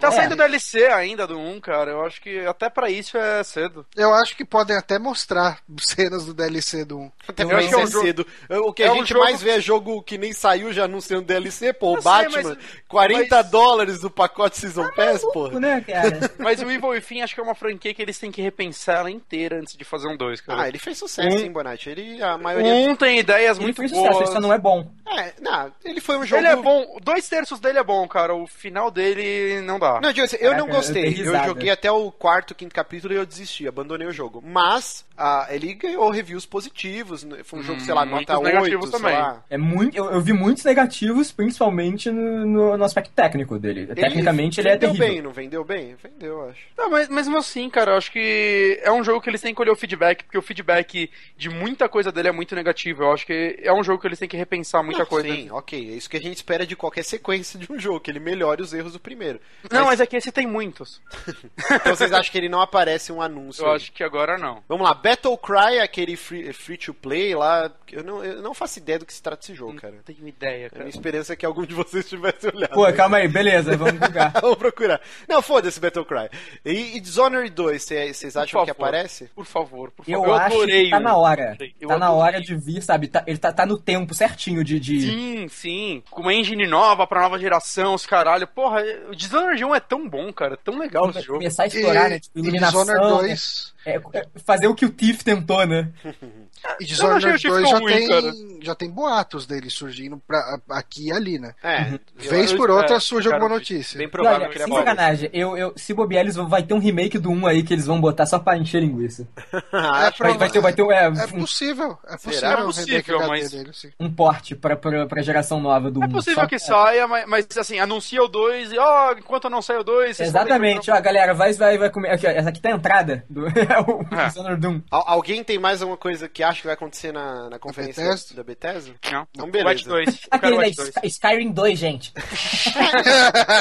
[SPEAKER 9] Tá
[SPEAKER 8] É.
[SPEAKER 9] saindo DLC ainda do 1, cara. Eu acho que até pra isso é cedo.
[SPEAKER 1] eu acho que podem até mostrar cenas do DLC do 1.
[SPEAKER 2] Até
[SPEAKER 8] Eu
[SPEAKER 2] pra
[SPEAKER 8] acho que é um
[SPEAKER 2] ser
[SPEAKER 9] jogo-
[SPEAKER 2] cedo. O que
[SPEAKER 9] é
[SPEAKER 2] a
[SPEAKER 9] um
[SPEAKER 2] gente
[SPEAKER 9] jogo
[SPEAKER 2] mais
[SPEAKER 9] que-
[SPEAKER 2] vê é jogo que nem saiu já anunciando DLC, pô,
[SPEAKER 9] Eu
[SPEAKER 2] o
[SPEAKER 9] sei,
[SPEAKER 2] Batman,
[SPEAKER 9] mas-
[SPEAKER 2] 40
[SPEAKER 9] mas-
[SPEAKER 2] dólares do pacote Season Pass, pô.
[SPEAKER 8] Maluco, né, cara?
[SPEAKER 9] Mas o Evil Within acho que é uma franquia que eles têm que repensar ela inteira antes de fazer um 2,
[SPEAKER 2] Ah,
[SPEAKER 9] cara.
[SPEAKER 2] ele fez sucesso, hein, Bonatti? Ele, a maioria...
[SPEAKER 9] o 1 tem ideias
[SPEAKER 8] Ele
[SPEAKER 9] muito
[SPEAKER 8] foi um
[SPEAKER 9] boas.
[SPEAKER 8] sucesso, ele só não é bom.
[SPEAKER 2] É, não, ele foi um jogo...
[SPEAKER 9] Ele é bom. Dois terços dele é bom, cara. O final dele não dá.
[SPEAKER 2] Não, Júlio, eu não
[SPEAKER 8] Caraca, eu dei
[SPEAKER 2] gostei. Eu,
[SPEAKER 8] risada.
[SPEAKER 2] joguei até o quarto, quinto capítulo e eu desisti, abandonei o jogo. Mas ah, ele ganhou reviews positivos. né? Foi um jogo, sei lá,
[SPEAKER 9] muitos
[SPEAKER 2] nota 8,
[SPEAKER 9] negativos
[SPEAKER 2] sei
[SPEAKER 9] também.
[SPEAKER 2] lá.
[SPEAKER 8] É muito, eu, eu vi muitos negativos, principalmente no, no- no aspecto técnico dele. Tecnicamente ele é
[SPEAKER 2] vendeu
[SPEAKER 8] terrível.
[SPEAKER 2] bem, né? não vendeu bem? Vendeu, acho.
[SPEAKER 9] Tá, mas mesmo assim, cara, eu acho que é um jogo que eles têm que colher o feedback, porque o feedback de muita coisa dele é muito negativo. Eu acho que é um jogo que eles têm que repensar muita
[SPEAKER 2] Não,
[SPEAKER 9] coisa.
[SPEAKER 2] Ah, Sim, ok. É isso que a gente espera de qualquer sequência de um jogo, que ele melhore os erros do primeiro.
[SPEAKER 9] Não, mas é que esse tem muitos.
[SPEAKER 2] Então vocês acham que ele não aparece um anúncio?
[SPEAKER 9] Eu
[SPEAKER 2] aí?
[SPEAKER 9] acho que agora não.
[SPEAKER 2] Vamos lá, Battle Cry, aquele free, free to play lá. Eu não, eu não faço ideia do que se trata esse jogo, cara.
[SPEAKER 9] Não tenho ideia,
[SPEAKER 2] A minha
[SPEAKER 9] cara.
[SPEAKER 2] esperança é que algum de vocês tivesse olhado.
[SPEAKER 8] Pô, é calma aí, beleza, vamos jogar.
[SPEAKER 2] Vamos procurar. Não, foda-se Battle Cry. E, e Dishonored 2, vocês acham
[SPEAKER 9] Por
[SPEAKER 2] que
[SPEAKER 9] favor.
[SPEAKER 2] aparece?
[SPEAKER 9] Por favor, por
[SPEAKER 8] Eu,
[SPEAKER 9] favor. Eu,
[SPEAKER 8] acho
[SPEAKER 9] adorei.
[SPEAKER 8] que tá
[SPEAKER 9] o-
[SPEAKER 8] na hora.
[SPEAKER 9] Eu
[SPEAKER 8] tá na
[SPEAKER 9] adorei.
[SPEAKER 8] hora de vir, sabe? Tá- ele tá, tá no tempo certinho de. de-
[SPEAKER 9] Sim, sim. Com uma engine nova pra nova geração, os caralho. Porra, o Dishonored 1 é tão bom, cara. É tão legal esse jogo.
[SPEAKER 8] Começar a explorar, né? Tipo,
[SPEAKER 1] e
[SPEAKER 8] iluminação.
[SPEAKER 1] Dishonored 2.
[SPEAKER 8] né, é, é, fazer o que o Tiff tentou, né?
[SPEAKER 9] É
[SPEAKER 1] E
[SPEAKER 9] Eu não
[SPEAKER 1] Dishonored
[SPEAKER 9] achei o
[SPEAKER 1] 2
[SPEAKER 9] Tiff
[SPEAKER 1] já
[SPEAKER 9] tão ruim,
[SPEAKER 1] tem,
[SPEAKER 9] cara.
[SPEAKER 1] já tem boatos dele surgindo pra, aqui e ali, né?
[SPEAKER 2] É. eu-
[SPEAKER 1] Vez
[SPEAKER 9] eu é,
[SPEAKER 1] por
[SPEAKER 9] espero,
[SPEAKER 1] outra surge
[SPEAKER 9] cara,
[SPEAKER 1] alguma
[SPEAKER 9] eu-
[SPEAKER 1] notícia.
[SPEAKER 2] Bem
[SPEAKER 8] E olha,
[SPEAKER 2] provável que ele
[SPEAKER 8] sem
[SPEAKER 2] apareça.
[SPEAKER 8] sacanagem, eu, eu, se bobear, eles vão, vai ter um remake do 1 aí que eles vão botar só pra encher linguiça.
[SPEAKER 2] Ah,
[SPEAKER 1] É,
[SPEAKER 8] Vai, vai ter, vai ter um- é,
[SPEAKER 1] É
[SPEAKER 8] um,
[SPEAKER 1] possível, é possível
[SPEAKER 9] É
[SPEAKER 1] um
[SPEAKER 9] possível,
[SPEAKER 1] remake HD
[SPEAKER 9] mas-
[SPEAKER 1] dele, sim.
[SPEAKER 8] um porte pra, pra, pra geração nova do 1.
[SPEAKER 9] É possível que saia, mas, mas, assim, anuncia o 2 e, ó, enquanto não sai o 2...
[SPEAKER 8] Exatamente, ó, galera, vai, vai, vai comer. Aqui, ó, essa aqui tá a entrada do é o
[SPEAKER 9] Ah.
[SPEAKER 8] Dishonored Doom.
[SPEAKER 2] Al- alguém tem mais alguma coisa que acha que vai acontecer na, na conferência
[SPEAKER 1] Bethesda?
[SPEAKER 2] da Bethesda?
[SPEAKER 9] Não,
[SPEAKER 2] Então,
[SPEAKER 9] beleza. Watch
[SPEAKER 2] beleza.
[SPEAKER 9] 2. Eu quero
[SPEAKER 8] Aquele é da
[SPEAKER 9] Watch 2.
[SPEAKER 8] Sky- Skyrim 2, gente.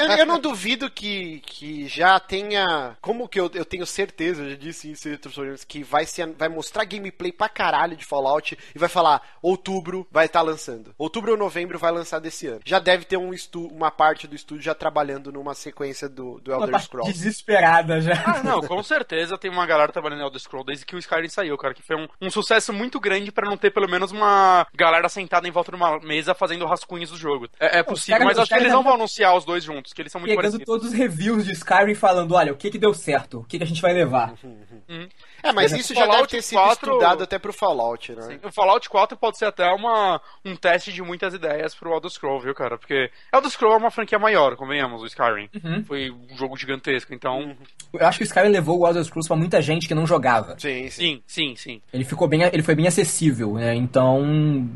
[SPEAKER 2] eu, eu não duvido que, que já tenha. Como que eu, eu tenho certeza, eu já disse isso em outros programas, que vai, ser, vai mostrar gameplay pra caralho de Fallout e vai falar: outubro vai estar lançando. Outubro ou novembro vai lançar desse ano. Já deve ter um estu, uma parte do estúdio já trabalhando numa sequência do, do
[SPEAKER 8] Uma
[SPEAKER 2] Elder
[SPEAKER 8] parte
[SPEAKER 2] Scrolls.
[SPEAKER 8] desesperada já.
[SPEAKER 9] Ah, não, com certeza tem uma galera trabalhando em Elder Scrolls desde que o Skyrim saiu, cara, que foi um, um sucesso muito grande pra não ter pelo menos uma galera sentada em volta de uma mesa fazendo rascunhos do jogo. É, é possível,
[SPEAKER 8] caras-
[SPEAKER 9] mas
[SPEAKER 8] os
[SPEAKER 9] acho que eles
[SPEAKER 8] caras
[SPEAKER 9] não
[SPEAKER 8] ainda-
[SPEAKER 9] vão anunciar os dois juntos, que eles são muito
[SPEAKER 8] Pegando
[SPEAKER 9] parecidos.
[SPEAKER 8] todos os reviews de Skyrim falando, olha, o que que deu certo, o que que a gente vai levar.
[SPEAKER 2] Uhum. É, mas
[SPEAKER 9] Mas
[SPEAKER 2] isso
[SPEAKER 9] o
[SPEAKER 2] já deve
[SPEAKER 9] Fallout
[SPEAKER 2] ter sido
[SPEAKER 9] 4
[SPEAKER 2] estudado até pro Fallout, né?
[SPEAKER 9] O Fallout 4 pode ser até uma, um teste de muitas ideias pro Elder Scrolls, viu, cara? Porque Elder Scrolls é uma franquia maior, convenhamos, o Skyrim. Foi um jogo gigantesco, então...
[SPEAKER 2] Uhum.
[SPEAKER 8] Eu acho que o Skyrim levou o Elder Scrolls pra muita gente que não jogava.
[SPEAKER 2] Sim, sim.
[SPEAKER 9] Sim, sim, sim.
[SPEAKER 8] Ele ficou bem, ele foi bem acessível, né? Então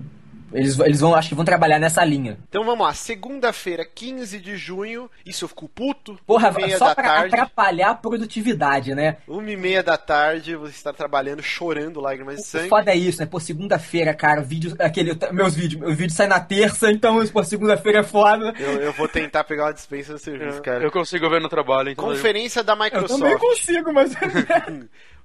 [SPEAKER 8] eles, eles vão, acho que vão trabalhar nessa linha.
[SPEAKER 2] Então vamos lá, segunda-feira, 15 de junho. Isso eu fico puto.
[SPEAKER 8] Porra,
[SPEAKER 2] uma e meia
[SPEAKER 8] só
[SPEAKER 2] da
[SPEAKER 8] pra
[SPEAKER 2] tarde.
[SPEAKER 8] atrapalhar a produtividade, né?
[SPEAKER 2] Uma e meia da tarde, você está trabalhando, chorando, lágrimas de
[SPEAKER 8] O
[SPEAKER 2] sangue.
[SPEAKER 8] foda é isso, né? Pô, segunda-feira, cara, vídeo, aquele, meus vídeos, meu vídeo sai na terça, então, pô, segunda-feira é foda.
[SPEAKER 2] Eu, eu vou tentar pegar uma dispensa no serviço, cara.
[SPEAKER 9] Eu consigo ver no trabalho, então...
[SPEAKER 2] Conferência da
[SPEAKER 8] Eu também
[SPEAKER 2] Microsoft.
[SPEAKER 8] consigo, mas...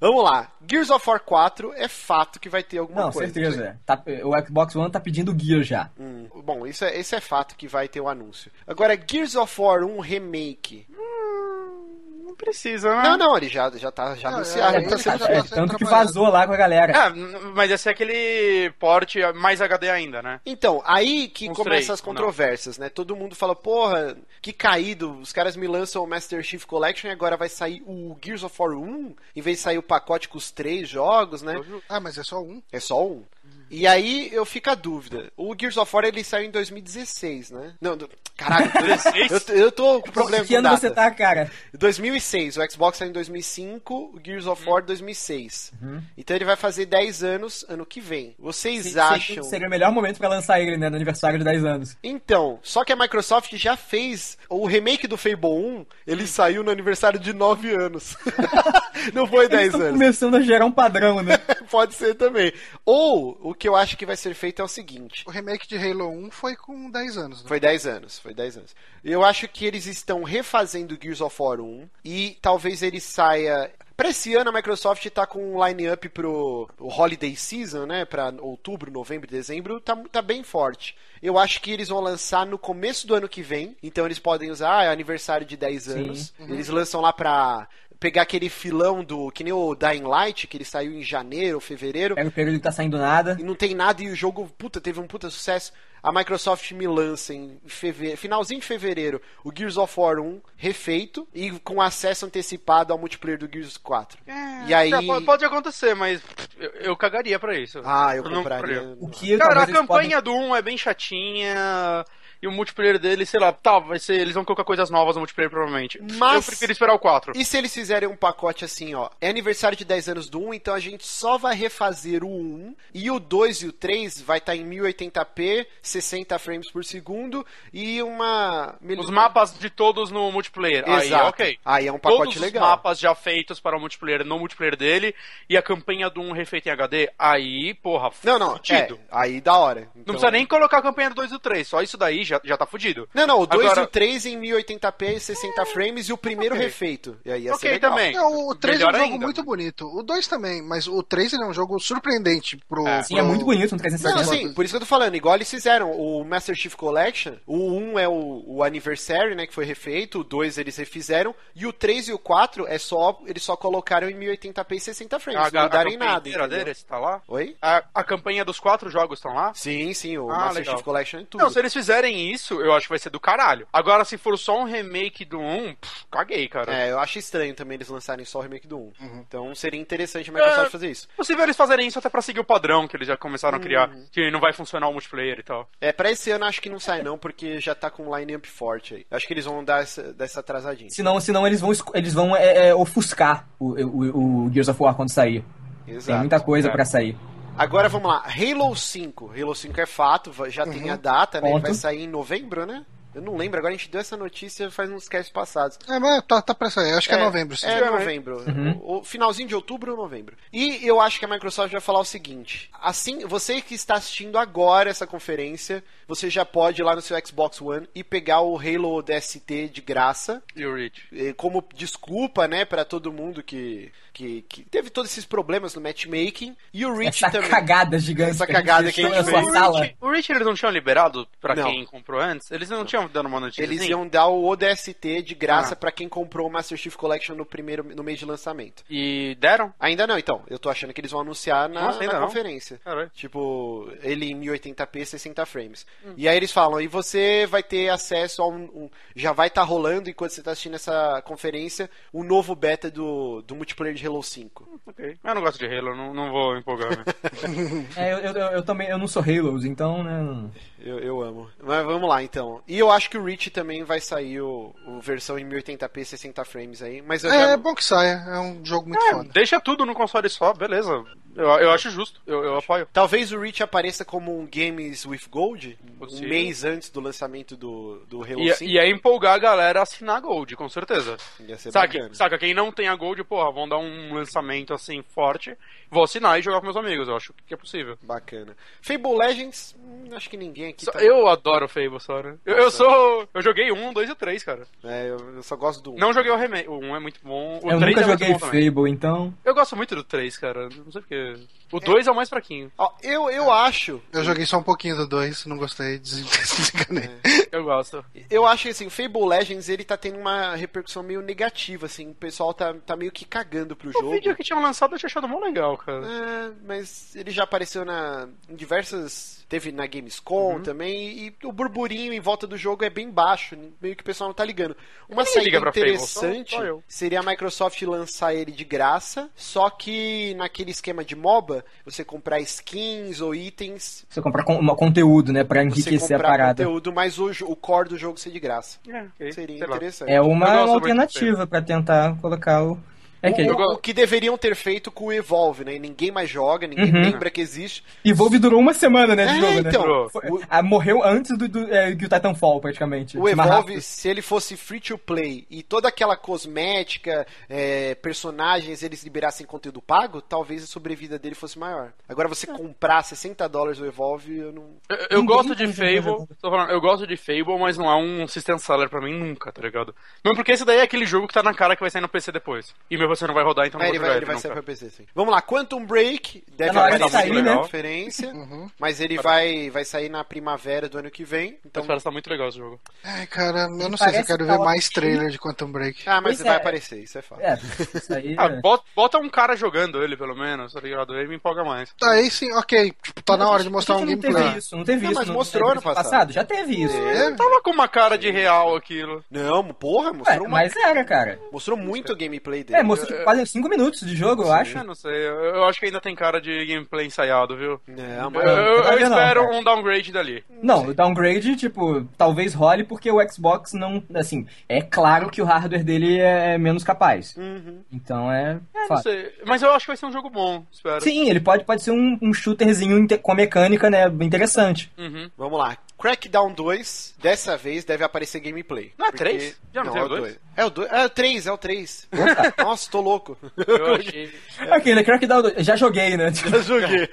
[SPEAKER 2] Vamos lá. Gears of War 4 é fato que vai ter alguma
[SPEAKER 8] Não,
[SPEAKER 2] coisa.
[SPEAKER 8] certeza. Tá- o Xbox One tá pedindo Gear já.
[SPEAKER 2] Hum, Bom, isso é, esse é um fato que vai ter o anúncio. Agora, Gears of War 1 Remake. Hum,
[SPEAKER 9] precisa, né?
[SPEAKER 2] Não, não, ele já, já tá já
[SPEAKER 1] Não,
[SPEAKER 2] anunciado.
[SPEAKER 1] é,
[SPEAKER 2] ele tá
[SPEAKER 1] ele já
[SPEAKER 2] sendo
[SPEAKER 1] tá-
[SPEAKER 8] Ah, É,
[SPEAKER 2] usado.
[SPEAKER 1] sendo
[SPEAKER 8] tanto que
[SPEAKER 1] trabalhado.
[SPEAKER 8] vazou lá com a galera.
[SPEAKER 9] É, n- mas esse é aquele porte mais HD ainda, né?
[SPEAKER 2] Então, aí que
[SPEAKER 9] Uns
[SPEAKER 2] começam
[SPEAKER 9] três,
[SPEAKER 2] as
[SPEAKER 9] não.
[SPEAKER 2] controvérsias, né? Todo mundo fala, porra, que caído, os caras me lançam o Master Chief Collection e agora vai sair o Gears of War 1, em vez de sair o pacote com os três jogos, né?
[SPEAKER 1] Ah, mas é só um.
[SPEAKER 2] É só um. E aí eu fico a dúvida. O Gears of War ele saiu em 2016, né? Não, do... caraca,
[SPEAKER 9] 16?
[SPEAKER 2] eu, t- eu tô com problema
[SPEAKER 8] que
[SPEAKER 2] com
[SPEAKER 8] ano
[SPEAKER 2] data.
[SPEAKER 8] você tá, cara?
[SPEAKER 2] 2006, o Xbox saiu em 2005, o Gears of War 2006.
[SPEAKER 8] Uhum.
[SPEAKER 2] Então ele vai fazer 10 anos ano que vem. Vocês acham?
[SPEAKER 8] Seria o melhor momento pra lançar ele, né? No aniversário de 10 anos.
[SPEAKER 2] Então, só que a Microsoft já fez o remake do Fable 1,
[SPEAKER 8] Hum.
[SPEAKER 2] ele saiu no aniversário de 9 anos. Não foi 10
[SPEAKER 8] Eles tão
[SPEAKER 2] anos.
[SPEAKER 8] começando a gerar um padrão, né?
[SPEAKER 2] Pode ser também. Ou o que eu acho que vai ser feito é o seguinte:
[SPEAKER 1] O remake de Halo 1 foi com 10 anos, né?
[SPEAKER 2] Foi 10 anos, foi 10 anos. Eu acho que eles estão refazendo Gears of War 1 e talvez ele saia. Pra esse ano a Microsoft tá com um line-up pro o Holiday Season, né? Pra outubro, novembro, dezembro, tá, tá bem forte. Eu acho que eles vão lançar no começo do ano que vem, então eles podem usar, ah, é aniversário de 10 anos. Eles lançam lá pra pegar aquele filão do. que nem o Dying Light, que ele saiu em janeiro, fevereiro
[SPEAKER 8] Pega o período que tá saindo nada.
[SPEAKER 2] e não tem nada e o jogo, puta, teve um puta sucesso. A Microsoft me lança em feve- finalzinho de fevereiro o Gears of War 1 refeito e com acesso antecipado ao multiplayer do Gears 4. e aí.
[SPEAKER 9] É, po- pode acontecer, mas eu, eu cagaria pra isso.
[SPEAKER 2] Ah, eu
[SPEAKER 9] não
[SPEAKER 2] compraria.
[SPEAKER 9] compraria.
[SPEAKER 8] O que
[SPEAKER 9] Cara,
[SPEAKER 8] talvez
[SPEAKER 9] a
[SPEAKER 8] eles
[SPEAKER 9] campanha do 1 é bem chatinha. E o multiplayer dele, sei lá, tá, vai ser, eles vão colocar coisas novas no multiplayer provavelmente.
[SPEAKER 2] Mas-
[SPEAKER 9] Eu prefiro esperar o 4.
[SPEAKER 2] E se eles fizerem um pacote assim, ó, é aniversário de 10 anos do 1, então a gente só vai refazer o 1 e o 2 e o 3 vai estar em 1080p, 60 frames por segundo e uma
[SPEAKER 9] Os mapas de todos no multiplayer. Aí,
[SPEAKER 2] Exato.
[SPEAKER 9] ok.
[SPEAKER 2] Aí é um pacote
[SPEAKER 9] todos
[SPEAKER 2] legal.
[SPEAKER 9] Os mapas já feitos para o multiplayer no multiplayer dele e a campanha do 1 refeita em HD. Aí, porra,
[SPEAKER 2] Não, não, é,
[SPEAKER 9] fudido.
[SPEAKER 2] aí da hora.
[SPEAKER 9] Não
[SPEAKER 2] Então-
[SPEAKER 9] precisa nem colocar a campanha do 2 e do 3, só isso daí já, já tá fudido.
[SPEAKER 2] Não, não, o 2
[SPEAKER 9] Agora-
[SPEAKER 2] e o 3 em 1080p, 60 frames e o primeiro
[SPEAKER 9] ok.
[SPEAKER 2] refeito. E aí ia ser
[SPEAKER 9] Ok,
[SPEAKER 2] legal.
[SPEAKER 9] também.
[SPEAKER 1] É, o 3 é um
[SPEAKER 9] Melhor
[SPEAKER 1] jogo
[SPEAKER 9] ainda, né?
[SPEAKER 1] muito
[SPEAKER 9] mano.
[SPEAKER 1] bonito. O 2 também, mas o 3 ele é um jogo surpreendente pro.
[SPEAKER 9] É.
[SPEAKER 8] Sim, é muito bonito no 360.
[SPEAKER 2] Não, assim, por isso que eu tô falando, igual eles fizeram o Master Chief Collection, o 1 é o, o Anniversary, né, que foi refeito, o 2 eles refizeram, e o 3 e o 4 é só, eles só colocaram em 1080p e 60 frames, não mudaram em nada,
[SPEAKER 9] inteira
[SPEAKER 2] entendeu?
[SPEAKER 9] dele, você tá lá?
[SPEAKER 2] Oi?
[SPEAKER 9] A, a campanha dos quatro jogos estão lá?
[SPEAKER 2] Sim, sim, o
[SPEAKER 9] Ah,
[SPEAKER 2] Master
[SPEAKER 9] legal.
[SPEAKER 2] Chief Collection é tudo.
[SPEAKER 9] Não, se eles fizerem isso, eu acho que vai ser do caralho. Agora, se for só um remake do 1, pff, caguei, cara.
[SPEAKER 2] É, eu acho estranho também eles lançarem só o remake do 1. Então seria interessante a Microsoft
[SPEAKER 9] É.
[SPEAKER 2] fazer isso.
[SPEAKER 9] Possível eles fazerem isso até pra seguir o padrão que eles já começaram a criar, que não vai funcionar o multiplayer e tal.
[SPEAKER 2] É, pra esse ano acho que não sai não, porque já tá com um line-up forte aí. Acho que eles vão dar essa, dessa atrasadinha.
[SPEAKER 8] Senão, senão eles vão, esco- eles vão é, é, ofuscar o, o, o Gears of War quando sair. Tem
[SPEAKER 2] Exato.
[SPEAKER 8] muita coisa
[SPEAKER 9] é.
[SPEAKER 8] pra sair.
[SPEAKER 2] Agora vamos lá, Halo 5. Halo 5 é fato, va- já tem a data, né? Ele
[SPEAKER 8] Ponto.
[SPEAKER 2] vai sair em novembro, né? Eu não lembro, agora a gente deu essa notícia faz uns casts passados.
[SPEAKER 1] É, mas tá, tá pra sair. Acho que é, novembro. sim.
[SPEAKER 2] É novembro. O, o finalzinho de outubro ou novembro. E eu acho que a Microsoft vai falar o seguinte: assim, você que está assistindo agora essa conferência, você já pode ir lá no seu Xbox One e pegar o Halo DST de graça.
[SPEAKER 9] E o Reach.
[SPEAKER 2] eh, como desculpa, né, pra todo mundo que, que, que teve todos esses problemas no matchmaking. E o Rich
[SPEAKER 8] Essa
[SPEAKER 2] também.
[SPEAKER 8] cagada gigante.
[SPEAKER 2] Essa
[SPEAKER 8] que a gente
[SPEAKER 2] cagada que a
[SPEAKER 8] deixou
[SPEAKER 2] gente
[SPEAKER 8] na
[SPEAKER 2] fez.
[SPEAKER 8] sua sala.
[SPEAKER 9] O Reach eles não tinham liberado pra
[SPEAKER 2] Não.
[SPEAKER 9] quem comprou antes? Eles não, tinham dando uma notícia
[SPEAKER 2] Eles
[SPEAKER 9] assim?
[SPEAKER 2] iam dar o ODST de graça
[SPEAKER 9] Ah.
[SPEAKER 2] pra quem comprou o Master Chief Collection no primeiro no mês de lançamento.
[SPEAKER 9] E deram?
[SPEAKER 2] Ainda não, então. Eu tô achando que eles vão anunciar na,
[SPEAKER 9] Nossa, ainda
[SPEAKER 2] na
[SPEAKER 9] não?
[SPEAKER 2] conferência.
[SPEAKER 9] Caralho.
[SPEAKER 2] Tipo, ele em 1080p, 60 frames.
[SPEAKER 8] Hum.
[SPEAKER 2] E aí eles falam, e você vai ter acesso a um. um- já vai estar rolando, enquanto você tá assistindo essa conferência, o novo beta do, do multiplayer de Halo 5.
[SPEAKER 9] Ok. Eu não gosto de Halo, não, não vou empolgar. né?
[SPEAKER 8] É, eu, eu, eu- eu também eu não sou Halos, então, né? não-
[SPEAKER 2] Eu, eu amo. Mas vamos lá então. E eu acho que o Reach também vai sair o, o versão em 1080p 60 frames aí. Mas eu
[SPEAKER 1] É,
[SPEAKER 2] já-
[SPEAKER 1] é bom que saia. É um jogo muito
[SPEAKER 9] É,
[SPEAKER 1] foda.
[SPEAKER 9] deixa tudo no console só, beleza. Eu, eu acho justo, eu, eu apoio.
[SPEAKER 2] Talvez o Reach apareça como um Games with Gold
[SPEAKER 9] Possível.
[SPEAKER 2] um mês antes do lançamento do, do Halo
[SPEAKER 9] E,
[SPEAKER 2] 5.
[SPEAKER 9] e aí empolgar a galera a assinar a Gold, com certeza.
[SPEAKER 2] Ia ser
[SPEAKER 9] Saca,
[SPEAKER 2] bacana.
[SPEAKER 9] saca, quem não tem a Gold, porra, vão dar um lançamento assim forte. Vou assinar e jogar com meus amigos, eu acho que é possível.
[SPEAKER 2] Bacana. Fable Legends, hum, acho que ninguém aqui.
[SPEAKER 9] Só-
[SPEAKER 2] tá-
[SPEAKER 9] Eu adoro o Fable, só, né? Eu, eu sou. Eu joguei um, dois e três, cara.
[SPEAKER 2] É, eu, eu só gosto do um.
[SPEAKER 9] Não joguei o remake. O um é muito bom. O
[SPEAKER 8] eu
[SPEAKER 9] três
[SPEAKER 8] nunca
[SPEAKER 9] é muito
[SPEAKER 8] joguei
[SPEAKER 9] bom também.
[SPEAKER 8] Fable, então.
[SPEAKER 9] Eu gosto muito do 3, cara. Não sei porquê. que. O 2 é. o mais fraquinho.
[SPEAKER 2] Ó, eu, eu
[SPEAKER 9] Ah.
[SPEAKER 2] acho
[SPEAKER 1] Eu joguei só um pouquinho do 2, não gostei, des- desencanei.
[SPEAKER 2] É.
[SPEAKER 9] Eu gosto.
[SPEAKER 2] Eu acho que assim, Fable Legends ele tá tendo uma repercussão meio negativa, assim, o pessoal tá, tá meio que cagando pro
[SPEAKER 9] O
[SPEAKER 2] jogo.
[SPEAKER 9] vídeo que tinham lançado eu tinha achado mó legal, cara.
[SPEAKER 2] É, mas ele já apareceu na em diversas. Teve na Gamescom
[SPEAKER 9] Uhum.
[SPEAKER 2] também, e o burburinho em volta do jogo é bem baixo, meio que o pessoal não tá ligando. Uma
[SPEAKER 9] Ninguém
[SPEAKER 2] saída
[SPEAKER 9] liga pra Fable,
[SPEAKER 2] interessante
[SPEAKER 9] só- só eu.
[SPEAKER 2] seria a Microsoft lançar ele de graça, só que naquele esquema de MOBA, você comprar skins ou itens,
[SPEAKER 8] Você comprar con- uma conteúdo, né? Pra
[SPEAKER 2] você
[SPEAKER 8] enriquecer a
[SPEAKER 2] comprar
[SPEAKER 8] parada.
[SPEAKER 2] conteúdo, mas o, jo- o core do jogo ser de graça.
[SPEAKER 9] É, ok,
[SPEAKER 2] Seria
[SPEAKER 9] sei lá.
[SPEAKER 2] interessante.
[SPEAKER 8] É uma,
[SPEAKER 9] Eu gosto
[SPEAKER 8] uma
[SPEAKER 9] muito
[SPEAKER 8] alternativa pra tentar colocar o. É que
[SPEAKER 2] O-
[SPEAKER 9] Eu
[SPEAKER 2] O,
[SPEAKER 9] go-
[SPEAKER 2] que deveriam ter feito com o Evolve, né? Ninguém mais joga, ninguém
[SPEAKER 8] Uhum.
[SPEAKER 2] lembra que existe.
[SPEAKER 8] Evolve durou uma semana, né? De
[SPEAKER 2] É,
[SPEAKER 8] jogo,
[SPEAKER 2] então,
[SPEAKER 8] né?
[SPEAKER 2] o-
[SPEAKER 8] Ah, morreu antes do, do, é, que o Titanfall, praticamente.
[SPEAKER 2] O
[SPEAKER 8] Foi mais
[SPEAKER 2] Evolve,
[SPEAKER 8] rápido.
[SPEAKER 2] se ele fosse free to play e toda aquela cosmética, é, personagens, eles liberassem conteúdo pago, talvez a sobrevida dele fosse maior. Agora, você
[SPEAKER 8] É.
[SPEAKER 2] comprar 60 dólares o Evolve, eu não.
[SPEAKER 9] Eu, eu
[SPEAKER 8] Ninguém
[SPEAKER 9] gosto de
[SPEAKER 8] tá
[SPEAKER 9] Fable,
[SPEAKER 8] jogando.
[SPEAKER 9] tô falando, eu gosto de Fable, mas não é um system seller pra mim nunca, tá ligado? Mesmo porque esse daí é aquele jogo que tá na cara que vai sair no PC depois. E meu PC não vai rodar, então
[SPEAKER 2] Ah,
[SPEAKER 9] não
[SPEAKER 2] ele
[SPEAKER 9] vou
[SPEAKER 2] vai,
[SPEAKER 9] jogar
[SPEAKER 2] ele vai
[SPEAKER 9] nunca.
[SPEAKER 2] sair pra PC, sim. Vamos lá, Quantum Break deve
[SPEAKER 8] Tá na hora de
[SPEAKER 2] aparecer
[SPEAKER 8] sair,
[SPEAKER 2] na
[SPEAKER 8] né? Uhum. Tá.
[SPEAKER 2] conferência, mas ele vai, vai sair na primavera do ano que vem.
[SPEAKER 9] Então,
[SPEAKER 2] Então,
[SPEAKER 9] parece que tá muito legal esse jogo.
[SPEAKER 1] Ai, cara, eu não sei se eu
[SPEAKER 8] Parece
[SPEAKER 1] quero
[SPEAKER 8] que
[SPEAKER 1] ver
[SPEAKER 8] tá
[SPEAKER 1] mais
[SPEAKER 8] ótimo.
[SPEAKER 1] trailer de Quantum Break.
[SPEAKER 2] ah, mas
[SPEAKER 8] Pois
[SPEAKER 2] vai
[SPEAKER 8] é.
[SPEAKER 2] aparecer, isso é fato.
[SPEAKER 8] É, isso aí.
[SPEAKER 9] Ah,
[SPEAKER 8] é.
[SPEAKER 9] bota, bota um cara jogando ele, pelo menos, tá ligado? Aí me empolga mais.
[SPEAKER 1] Tá aí sim, ok. Tipo, tá na hora de mostrar
[SPEAKER 8] A gente
[SPEAKER 1] um
[SPEAKER 8] Não
[SPEAKER 1] gameplay.
[SPEAKER 8] teve isso, não teve
[SPEAKER 2] Não,
[SPEAKER 8] isso.
[SPEAKER 2] mas
[SPEAKER 8] no-
[SPEAKER 2] mostrou
[SPEAKER 8] no
[SPEAKER 2] ano
[SPEAKER 8] passado. É,
[SPEAKER 2] passado.
[SPEAKER 8] Já teve isso.
[SPEAKER 9] Não tava com uma cara de real aquilo.
[SPEAKER 2] Não, porra,
[SPEAKER 8] Ué,
[SPEAKER 2] mostrou uma
[SPEAKER 8] É, mas era, cara.
[SPEAKER 2] Mostrou muito o gameplay dele.
[SPEAKER 8] É, mostrou tipo, quase 5 minutos de jogo, eu acho.
[SPEAKER 9] Eu não sei, eu, eu acho que ainda tem cara de gameplay ensaiado, viu?
[SPEAKER 2] Não,
[SPEAKER 9] Eu,
[SPEAKER 2] É, mas...
[SPEAKER 9] eu- eu
[SPEAKER 8] Não, não,
[SPEAKER 9] espero
[SPEAKER 8] cara.
[SPEAKER 9] um downgrade dali.
[SPEAKER 8] Não, o downgrade, tipo, talvez role porque o Xbox não. Assim, é claro que o hardware dele é menos capaz. Então é.
[SPEAKER 9] É, não
[SPEAKER 8] fato.
[SPEAKER 9] sei. Mas eu acho que vai ser um jogo bom, espero.
[SPEAKER 8] Sim, ele pode, pode ser um, um shooterzinho inte- com a mecânica, né? Interessante.
[SPEAKER 9] Uhum.
[SPEAKER 2] Vamos lá. Crackdown 2, dessa vez deve aparecer gameplay.
[SPEAKER 9] Não é três? Já não
[SPEAKER 2] é
[SPEAKER 9] tem
[SPEAKER 2] o
[SPEAKER 9] o dois?
[SPEAKER 2] dois. É o 3, é o 3. É o três. Nossa, tô louco.
[SPEAKER 9] Eu achei.
[SPEAKER 8] Ok, né? Crackdown. dois- Já joguei, né?
[SPEAKER 2] Joguei.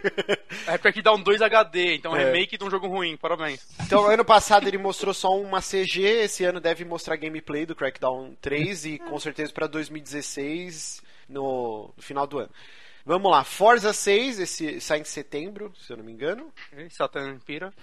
[SPEAKER 9] É porque dá um 2 HD, então
[SPEAKER 2] É.
[SPEAKER 9] remake de um jogo ruim, parabéns.
[SPEAKER 2] Então, ano passado ele mostrou só uma CG, esse ano deve mostrar gameplay do Crackdown 3 e com certeza pra 2016, no, no final do ano. Vamos lá, Forza 6, esse sai em setembro, se eu não me engano.
[SPEAKER 9] Ei, Satan pira.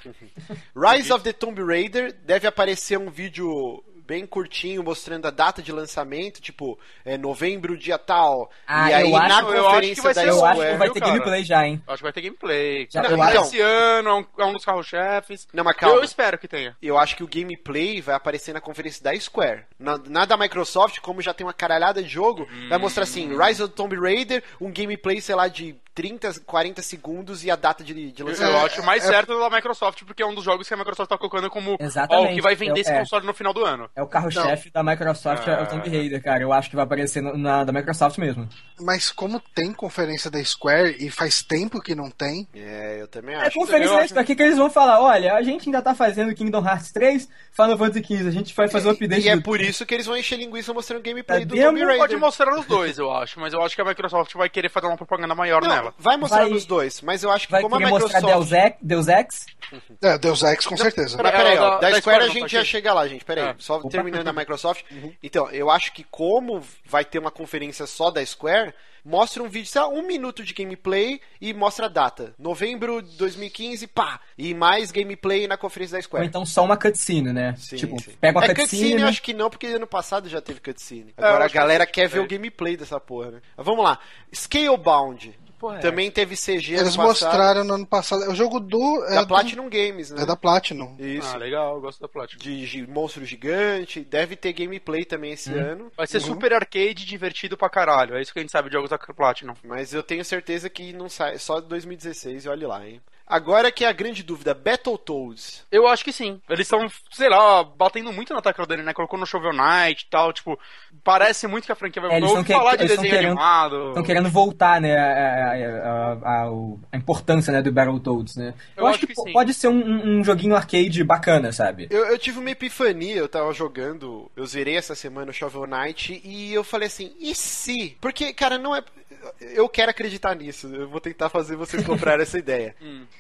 [SPEAKER 2] Rise of the Tomb Raider deve aparecer um vídeo bem curtinho mostrando a data de lançamento, tipo, é novembro, dia tal.
[SPEAKER 8] Ah,
[SPEAKER 2] e aí
[SPEAKER 8] eu acho-
[SPEAKER 2] na
[SPEAKER 8] eu
[SPEAKER 9] acho que
[SPEAKER 2] conferência
[SPEAKER 9] vai
[SPEAKER 2] da
[SPEAKER 9] ser
[SPEAKER 8] Eu acho que
[SPEAKER 2] Square.
[SPEAKER 8] vai ter
[SPEAKER 9] cara?
[SPEAKER 8] gameplay já, hein?
[SPEAKER 9] Acho que vai ter gameplay.
[SPEAKER 8] Já-
[SPEAKER 9] Não,
[SPEAKER 8] eu
[SPEAKER 9] esse
[SPEAKER 2] acho-
[SPEAKER 9] ano é um, é um dos carro-chefes.
[SPEAKER 2] Não, mas calma.
[SPEAKER 9] Eu espero que tenha.
[SPEAKER 2] Eu acho que o gameplay vai aparecer na conferência da Square. Na, na da Microsoft, como já tem uma caralhada de jogo, vai mostrar assim,
[SPEAKER 9] Hum.
[SPEAKER 2] Rise of the Tomb Raider, um gameplay, sei lá, de 30, 40 segundos e a data de, de
[SPEAKER 9] Eu
[SPEAKER 2] lançamento.
[SPEAKER 9] acho mais certo da Microsoft, porque é um dos jogos que a Microsoft tá colocando como ó,
[SPEAKER 8] Exatamente.
[SPEAKER 9] o que vai vender
[SPEAKER 8] Eu-
[SPEAKER 9] esse
[SPEAKER 8] é.
[SPEAKER 9] console no final do ano.
[SPEAKER 8] É o carro-chefe da Microsoft, é o Tomb Raider, cara. Eu acho que vai aparecer no- na da Microsoft mesmo.
[SPEAKER 1] Mas como tem conferência da Square e faz tempo que não tem,
[SPEAKER 2] É, eu também
[SPEAKER 8] É
[SPEAKER 2] acho.
[SPEAKER 8] conferência
[SPEAKER 9] eu
[SPEAKER 8] da
[SPEAKER 9] acho-
[SPEAKER 8] Square, o que, que eles vão falar? Olha, a gente ainda tá fazendo Kingdom Hearts 3, Final Fantasy XV, a gente vai fazer o update
[SPEAKER 2] E é
[SPEAKER 8] do-
[SPEAKER 2] por isso que eles vão encher linguiça mostrando gameplay
[SPEAKER 8] Tá
[SPEAKER 2] do
[SPEAKER 8] demo,
[SPEAKER 2] Tomb Raider.
[SPEAKER 9] Pode mostrar os dois, eu acho, mas eu acho que a Microsoft vai querer fazer uma propaganda maior
[SPEAKER 2] Não,
[SPEAKER 9] nela.
[SPEAKER 2] vai mostrar
[SPEAKER 8] Vai-
[SPEAKER 2] nos dois, mas eu acho que
[SPEAKER 8] Vai
[SPEAKER 2] como a
[SPEAKER 8] querer mostrar
[SPEAKER 2] Microsoft...
[SPEAKER 8] Deus Ex, Deus Ex.
[SPEAKER 1] é, Deus Ex com certeza.
[SPEAKER 2] Mas
[SPEAKER 9] É,
[SPEAKER 2] peraí, ó,
[SPEAKER 9] o da-
[SPEAKER 2] da,
[SPEAKER 9] da
[SPEAKER 2] Square
[SPEAKER 9] Square
[SPEAKER 2] a
[SPEAKER 9] não
[SPEAKER 2] gente
[SPEAKER 9] tá
[SPEAKER 2] já
[SPEAKER 9] aqui.
[SPEAKER 2] chega lá, gente. Peraí,
[SPEAKER 9] É. Uhum.
[SPEAKER 2] só terminando a Microsoft. Então, eu acho que como vai ter uma conferência só da Square, mostra um vídeo, sei lá, um minuto de gameplay e mostra a data. Novembro de 2015, pá! E mais gameplay na conferência da
[SPEAKER 8] Ou
[SPEAKER 2] Square.
[SPEAKER 8] então só uma cutscene, né?
[SPEAKER 2] Sim,
[SPEAKER 8] tipo,
[SPEAKER 2] sim.
[SPEAKER 8] pega uma
[SPEAKER 2] é,
[SPEAKER 8] cutscene,
[SPEAKER 2] cutscene eu
[SPEAKER 8] né?
[SPEAKER 2] acho que não, porque ano passado já teve cutscene.
[SPEAKER 9] É, eu
[SPEAKER 2] Agora a
[SPEAKER 9] acho que
[SPEAKER 2] galera
[SPEAKER 9] sim. É.
[SPEAKER 2] quer ver o gameplay dessa porra, né? Mas Vamos lá. Scalebound.
[SPEAKER 9] porra é
[SPEAKER 2] Também teve CG
[SPEAKER 1] Eles
[SPEAKER 2] ano passado.
[SPEAKER 1] mostraram no ano passado. É o jogo do. É,
[SPEAKER 2] Da
[SPEAKER 1] do-
[SPEAKER 2] Platinum Games, né?
[SPEAKER 1] é da Platinum.
[SPEAKER 2] Isso.
[SPEAKER 9] Ah, legal, eu gosto da Platinum.
[SPEAKER 2] de, gi- monstro gigante, deve ter gameplay também esse ano.
[SPEAKER 9] Hum.
[SPEAKER 2] Uhum.
[SPEAKER 9] Vai ser super arcade e divertido pra caralho. É isso que a gente sabe de jogos da Platinum.
[SPEAKER 2] Mas eu tenho certeza que não sai só de 2016 e olhe lá, hein? Agora que é a grande dúvida, Battletoads.
[SPEAKER 9] Eu acho que sim. Eles estão, sei lá, batendo muito na tecla dele, né? Colocou no Shovel Knight e tal, tipo, parece muito que a franquia vai
[SPEAKER 8] É, eles
[SPEAKER 9] Eu
[SPEAKER 8] tão
[SPEAKER 9] ouvi
[SPEAKER 8] que-
[SPEAKER 9] falar de
[SPEAKER 8] eles tão
[SPEAKER 9] desenho
[SPEAKER 8] querendo-
[SPEAKER 9] animado.
[SPEAKER 8] Estão querendo voltar, né, a, a- a- a- o- a importância, né, do Battletoads, né? Eu, acho, que,
[SPEAKER 9] sim.
[SPEAKER 8] pode ser um, um- um joguinho arcade bacana, sabe?
[SPEAKER 2] Eu, eu tive uma epifania, eu tava jogando, eu zerei essa semana o Shovel Knight e eu falei assim, e se? Porque, cara, não é. eu quero acreditar nisso. Eu vou tentar fazer vocês comprar essa ideia.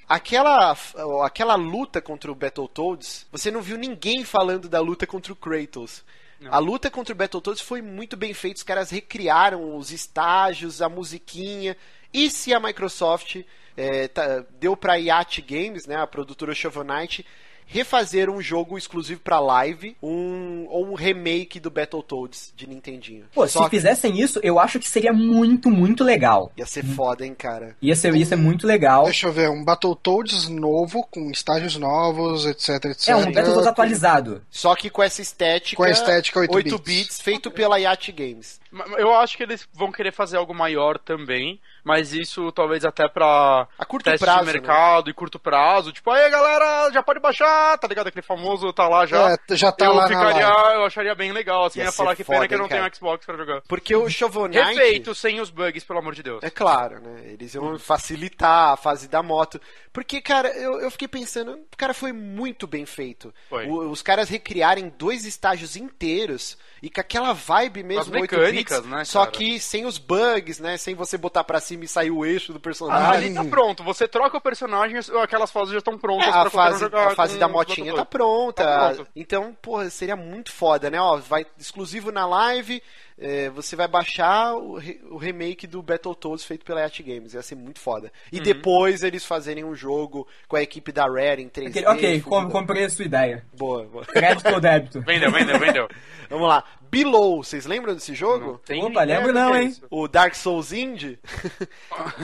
[SPEAKER 2] Aquela, aquela luta contra o Battletoads, você não viu ninguém falando da luta contra o Kratos. A luta contra o Battletoads foi muito bem feita. Os caras recriaram os estágios, a musiquinha. E se a Microsoft eh, tá- deu pra Yacht Games, né, a produtora Shovel Knight, refazer um jogo exclusivo pra live, um, ou um remake do Battletoads de Nintendinho?
[SPEAKER 8] Pô,
[SPEAKER 2] Só
[SPEAKER 8] se fizessem isso, eu acho que seria muito, muito legal.
[SPEAKER 2] Ia ser foda, hein, cara?
[SPEAKER 8] Ia ser, ia ser muito legal.
[SPEAKER 1] Deixa eu ver, um Battletoads novo, com estágios novos, etc, etc.
[SPEAKER 8] É um Battletoads atualizado.
[SPEAKER 2] Só que com essa estética.
[SPEAKER 1] Com a estética 8 bits.
[SPEAKER 2] feito pela Yacht Games.
[SPEAKER 9] Ma- Eu acho que eles vão querer fazer algo maior também, mas isso talvez até pra
[SPEAKER 2] A curto
[SPEAKER 9] teste
[SPEAKER 2] prazo,
[SPEAKER 9] de mercado e curto prazo. Tipo, aí galera, já pode baixar, tá ligado? Aquele famoso tá lá já.
[SPEAKER 1] É, já tá
[SPEAKER 9] eu
[SPEAKER 1] lá na
[SPEAKER 9] ficaria,
[SPEAKER 1] live.
[SPEAKER 9] eu acharia bem legal, assim,
[SPEAKER 2] Ia
[SPEAKER 9] ia,
[SPEAKER 2] ser
[SPEAKER 9] falar que
[SPEAKER 2] foda,
[SPEAKER 9] pena que eu
[SPEAKER 2] hein,
[SPEAKER 9] não
[SPEAKER 2] cara.
[SPEAKER 9] tenho Xbox pra jogar.
[SPEAKER 2] Porque o Shovel Knight.
[SPEAKER 9] Refeito, sem os bugs, pelo amor de Deus. Hum.
[SPEAKER 2] É claro, né? Eles iam facilitar a fase da moto. Porque, cara, eu, eu fiquei pensando, cara, foi muito bem feito.
[SPEAKER 9] Foi.
[SPEAKER 2] O- os caras recriarem dois estágios inteiros e com aquela vibe
[SPEAKER 9] As
[SPEAKER 2] mesmo, 8
[SPEAKER 9] mecânicas,
[SPEAKER 2] bits,
[SPEAKER 9] né,
[SPEAKER 2] só
[SPEAKER 9] cara?
[SPEAKER 2] que sem os bugs, né? Sem você botar pra cima e sair o eixo do
[SPEAKER 9] Ah,
[SPEAKER 2] personagem.
[SPEAKER 9] ali tá pronto, você troca o personagem, as- aquelas fases já estão
[SPEAKER 2] É,
[SPEAKER 9] prontas pra
[SPEAKER 2] a
[SPEAKER 9] qualquer um
[SPEAKER 2] fase,
[SPEAKER 9] jogar
[SPEAKER 2] a fase
[SPEAKER 9] com
[SPEAKER 2] da
[SPEAKER 9] os
[SPEAKER 2] motinha tá
[SPEAKER 9] botões.
[SPEAKER 2] pronta.
[SPEAKER 9] Tá pronto.
[SPEAKER 2] Então, porra, seria muito foda, né? Ó, vai exclusivo na live, eh, você vai baixar o, re- o remake do Battletoads feito pela Yacht Games. Ia ser muito foda.
[SPEAKER 9] Uhum.
[SPEAKER 2] E depois eles fazerem um jogo com a equipe da Rare em 3D.
[SPEAKER 8] Aquele- ok,
[SPEAKER 2] fudido.
[SPEAKER 8] com- comprei a sua ideia.
[SPEAKER 2] Boa, boa.
[SPEAKER 8] Crédito ou débito?
[SPEAKER 9] Vendeu, vendeu, vendeu.
[SPEAKER 2] Vamos lá. Below, vocês lembram desse jogo?
[SPEAKER 9] Tem
[SPEAKER 8] Opa, lembro não,
[SPEAKER 9] ideia
[SPEAKER 8] hein?
[SPEAKER 9] disso.
[SPEAKER 2] O Dark Souls Indie?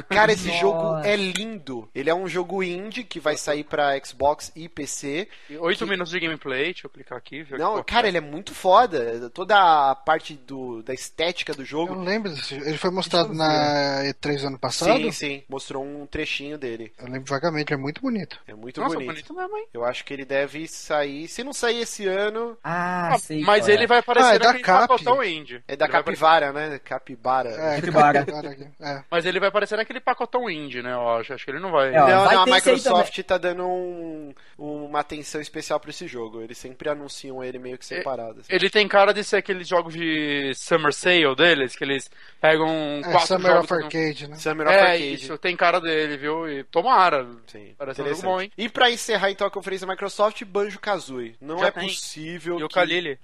[SPEAKER 2] Cara, esse
[SPEAKER 8] Nossa.
[SPEAKER 2] jogo é lindo. Ele é um jogo indie que vai sair pra Xbox e PC.
[SPEAKER 9] Oito minutos de gameplay, deixa eu clicar aqui. ver
[SPEAKER 2] Não,
[SPEAKER 9] qual-
[SPEAKER 2] cara, ele é muito foda. Toda a parte do, da estética do jogo.
[SPEAKER 8] é
[SPEAKER 1] Eu lembro desse Ele foi mostrado na E3 ano passado.
[SPEAKER 2] Sim, sim. Mostrou um trechinho dele.
[SPEAKER 1] Eu lembro vagamente, é muito bonito.
[SPEAKER 2] É muito
[SPEAKER 9] Nossa,
[SPEAKER 2] bonito.
[SPEAKER 9] bonito mesmo, hein?
[SPEAKER 2] Eu acho que ele deve sair. Se não sair esse ano,
[SPEAKER 8] Ah, sei.
[SPEAKER 9] Mas
[SPEAKER 8] qual é.
[SPEAKER 9] ele vai aparecer
[SPEAKER 1] Ah, é da
[SPEAKER 9] naquele
[SPEAKER 1] Cap.
[SPEAKER 9] pacotão indie.
[SPEAKER 2] é da
[SPEAKER 9] Ele vai aparecer-
[SPEAKER 2] Capivara, né? Capibara.
[SPEAKER 1] É,
[SPEAKER 8] Capibara.
[SPEAKER 1] capibara, é.
[SPEAKER 9] Mas ele vai aparecer naquele pacotão indie, né? Eu acho, acho que ele não vai.
[SPEAKER 8] É, ó.
[SPEAKER 2] Não,
[SPEAKER 8] vai
[SPEAKER 2] não, a
[SPEAKER 8] ter esse aí
[SPEAKER 2] Microsoft tá dando um- uma atenção especial pra esse jogo. Eles sempre anunciam ele meio que separado. assim.
[SPEAKER 9] É, Ele tem cara de ser aqueles jogos de Summer Sale deles, que eles pegam
[SPEAKER 1] É,
[SPEAKER 9] quatro
[SPEAKER 1] Summer
[SPEAKER 9] jogos...
[SPEAKER 1] of Arcade, né?
[SPEAKER 2] Summer of
[SPEAKER 9] É,
[SPEAKER 2] Arcade.
[SPEAKER 9] isso, tem cara dele, viu? E tomara.
[SPEAKER 2] Sim,
[SPEAKER 9] Parece um
[SPEAKER 2] interessante.
[SPEAKER 9] jogo bom, hein?
[SPEAKER 2] E pra encerrar então a conferência da Microsoft, Banjo Kazooie. Não
[SPEAKER 9] Já
[SPEAKER 2] é
[SPEAKER 9] tem.
[SPEAKER 2] possível.
[SPEAKER 9] E o
[SPEAKER 2] que-
[SPEAKER 9] Kalili.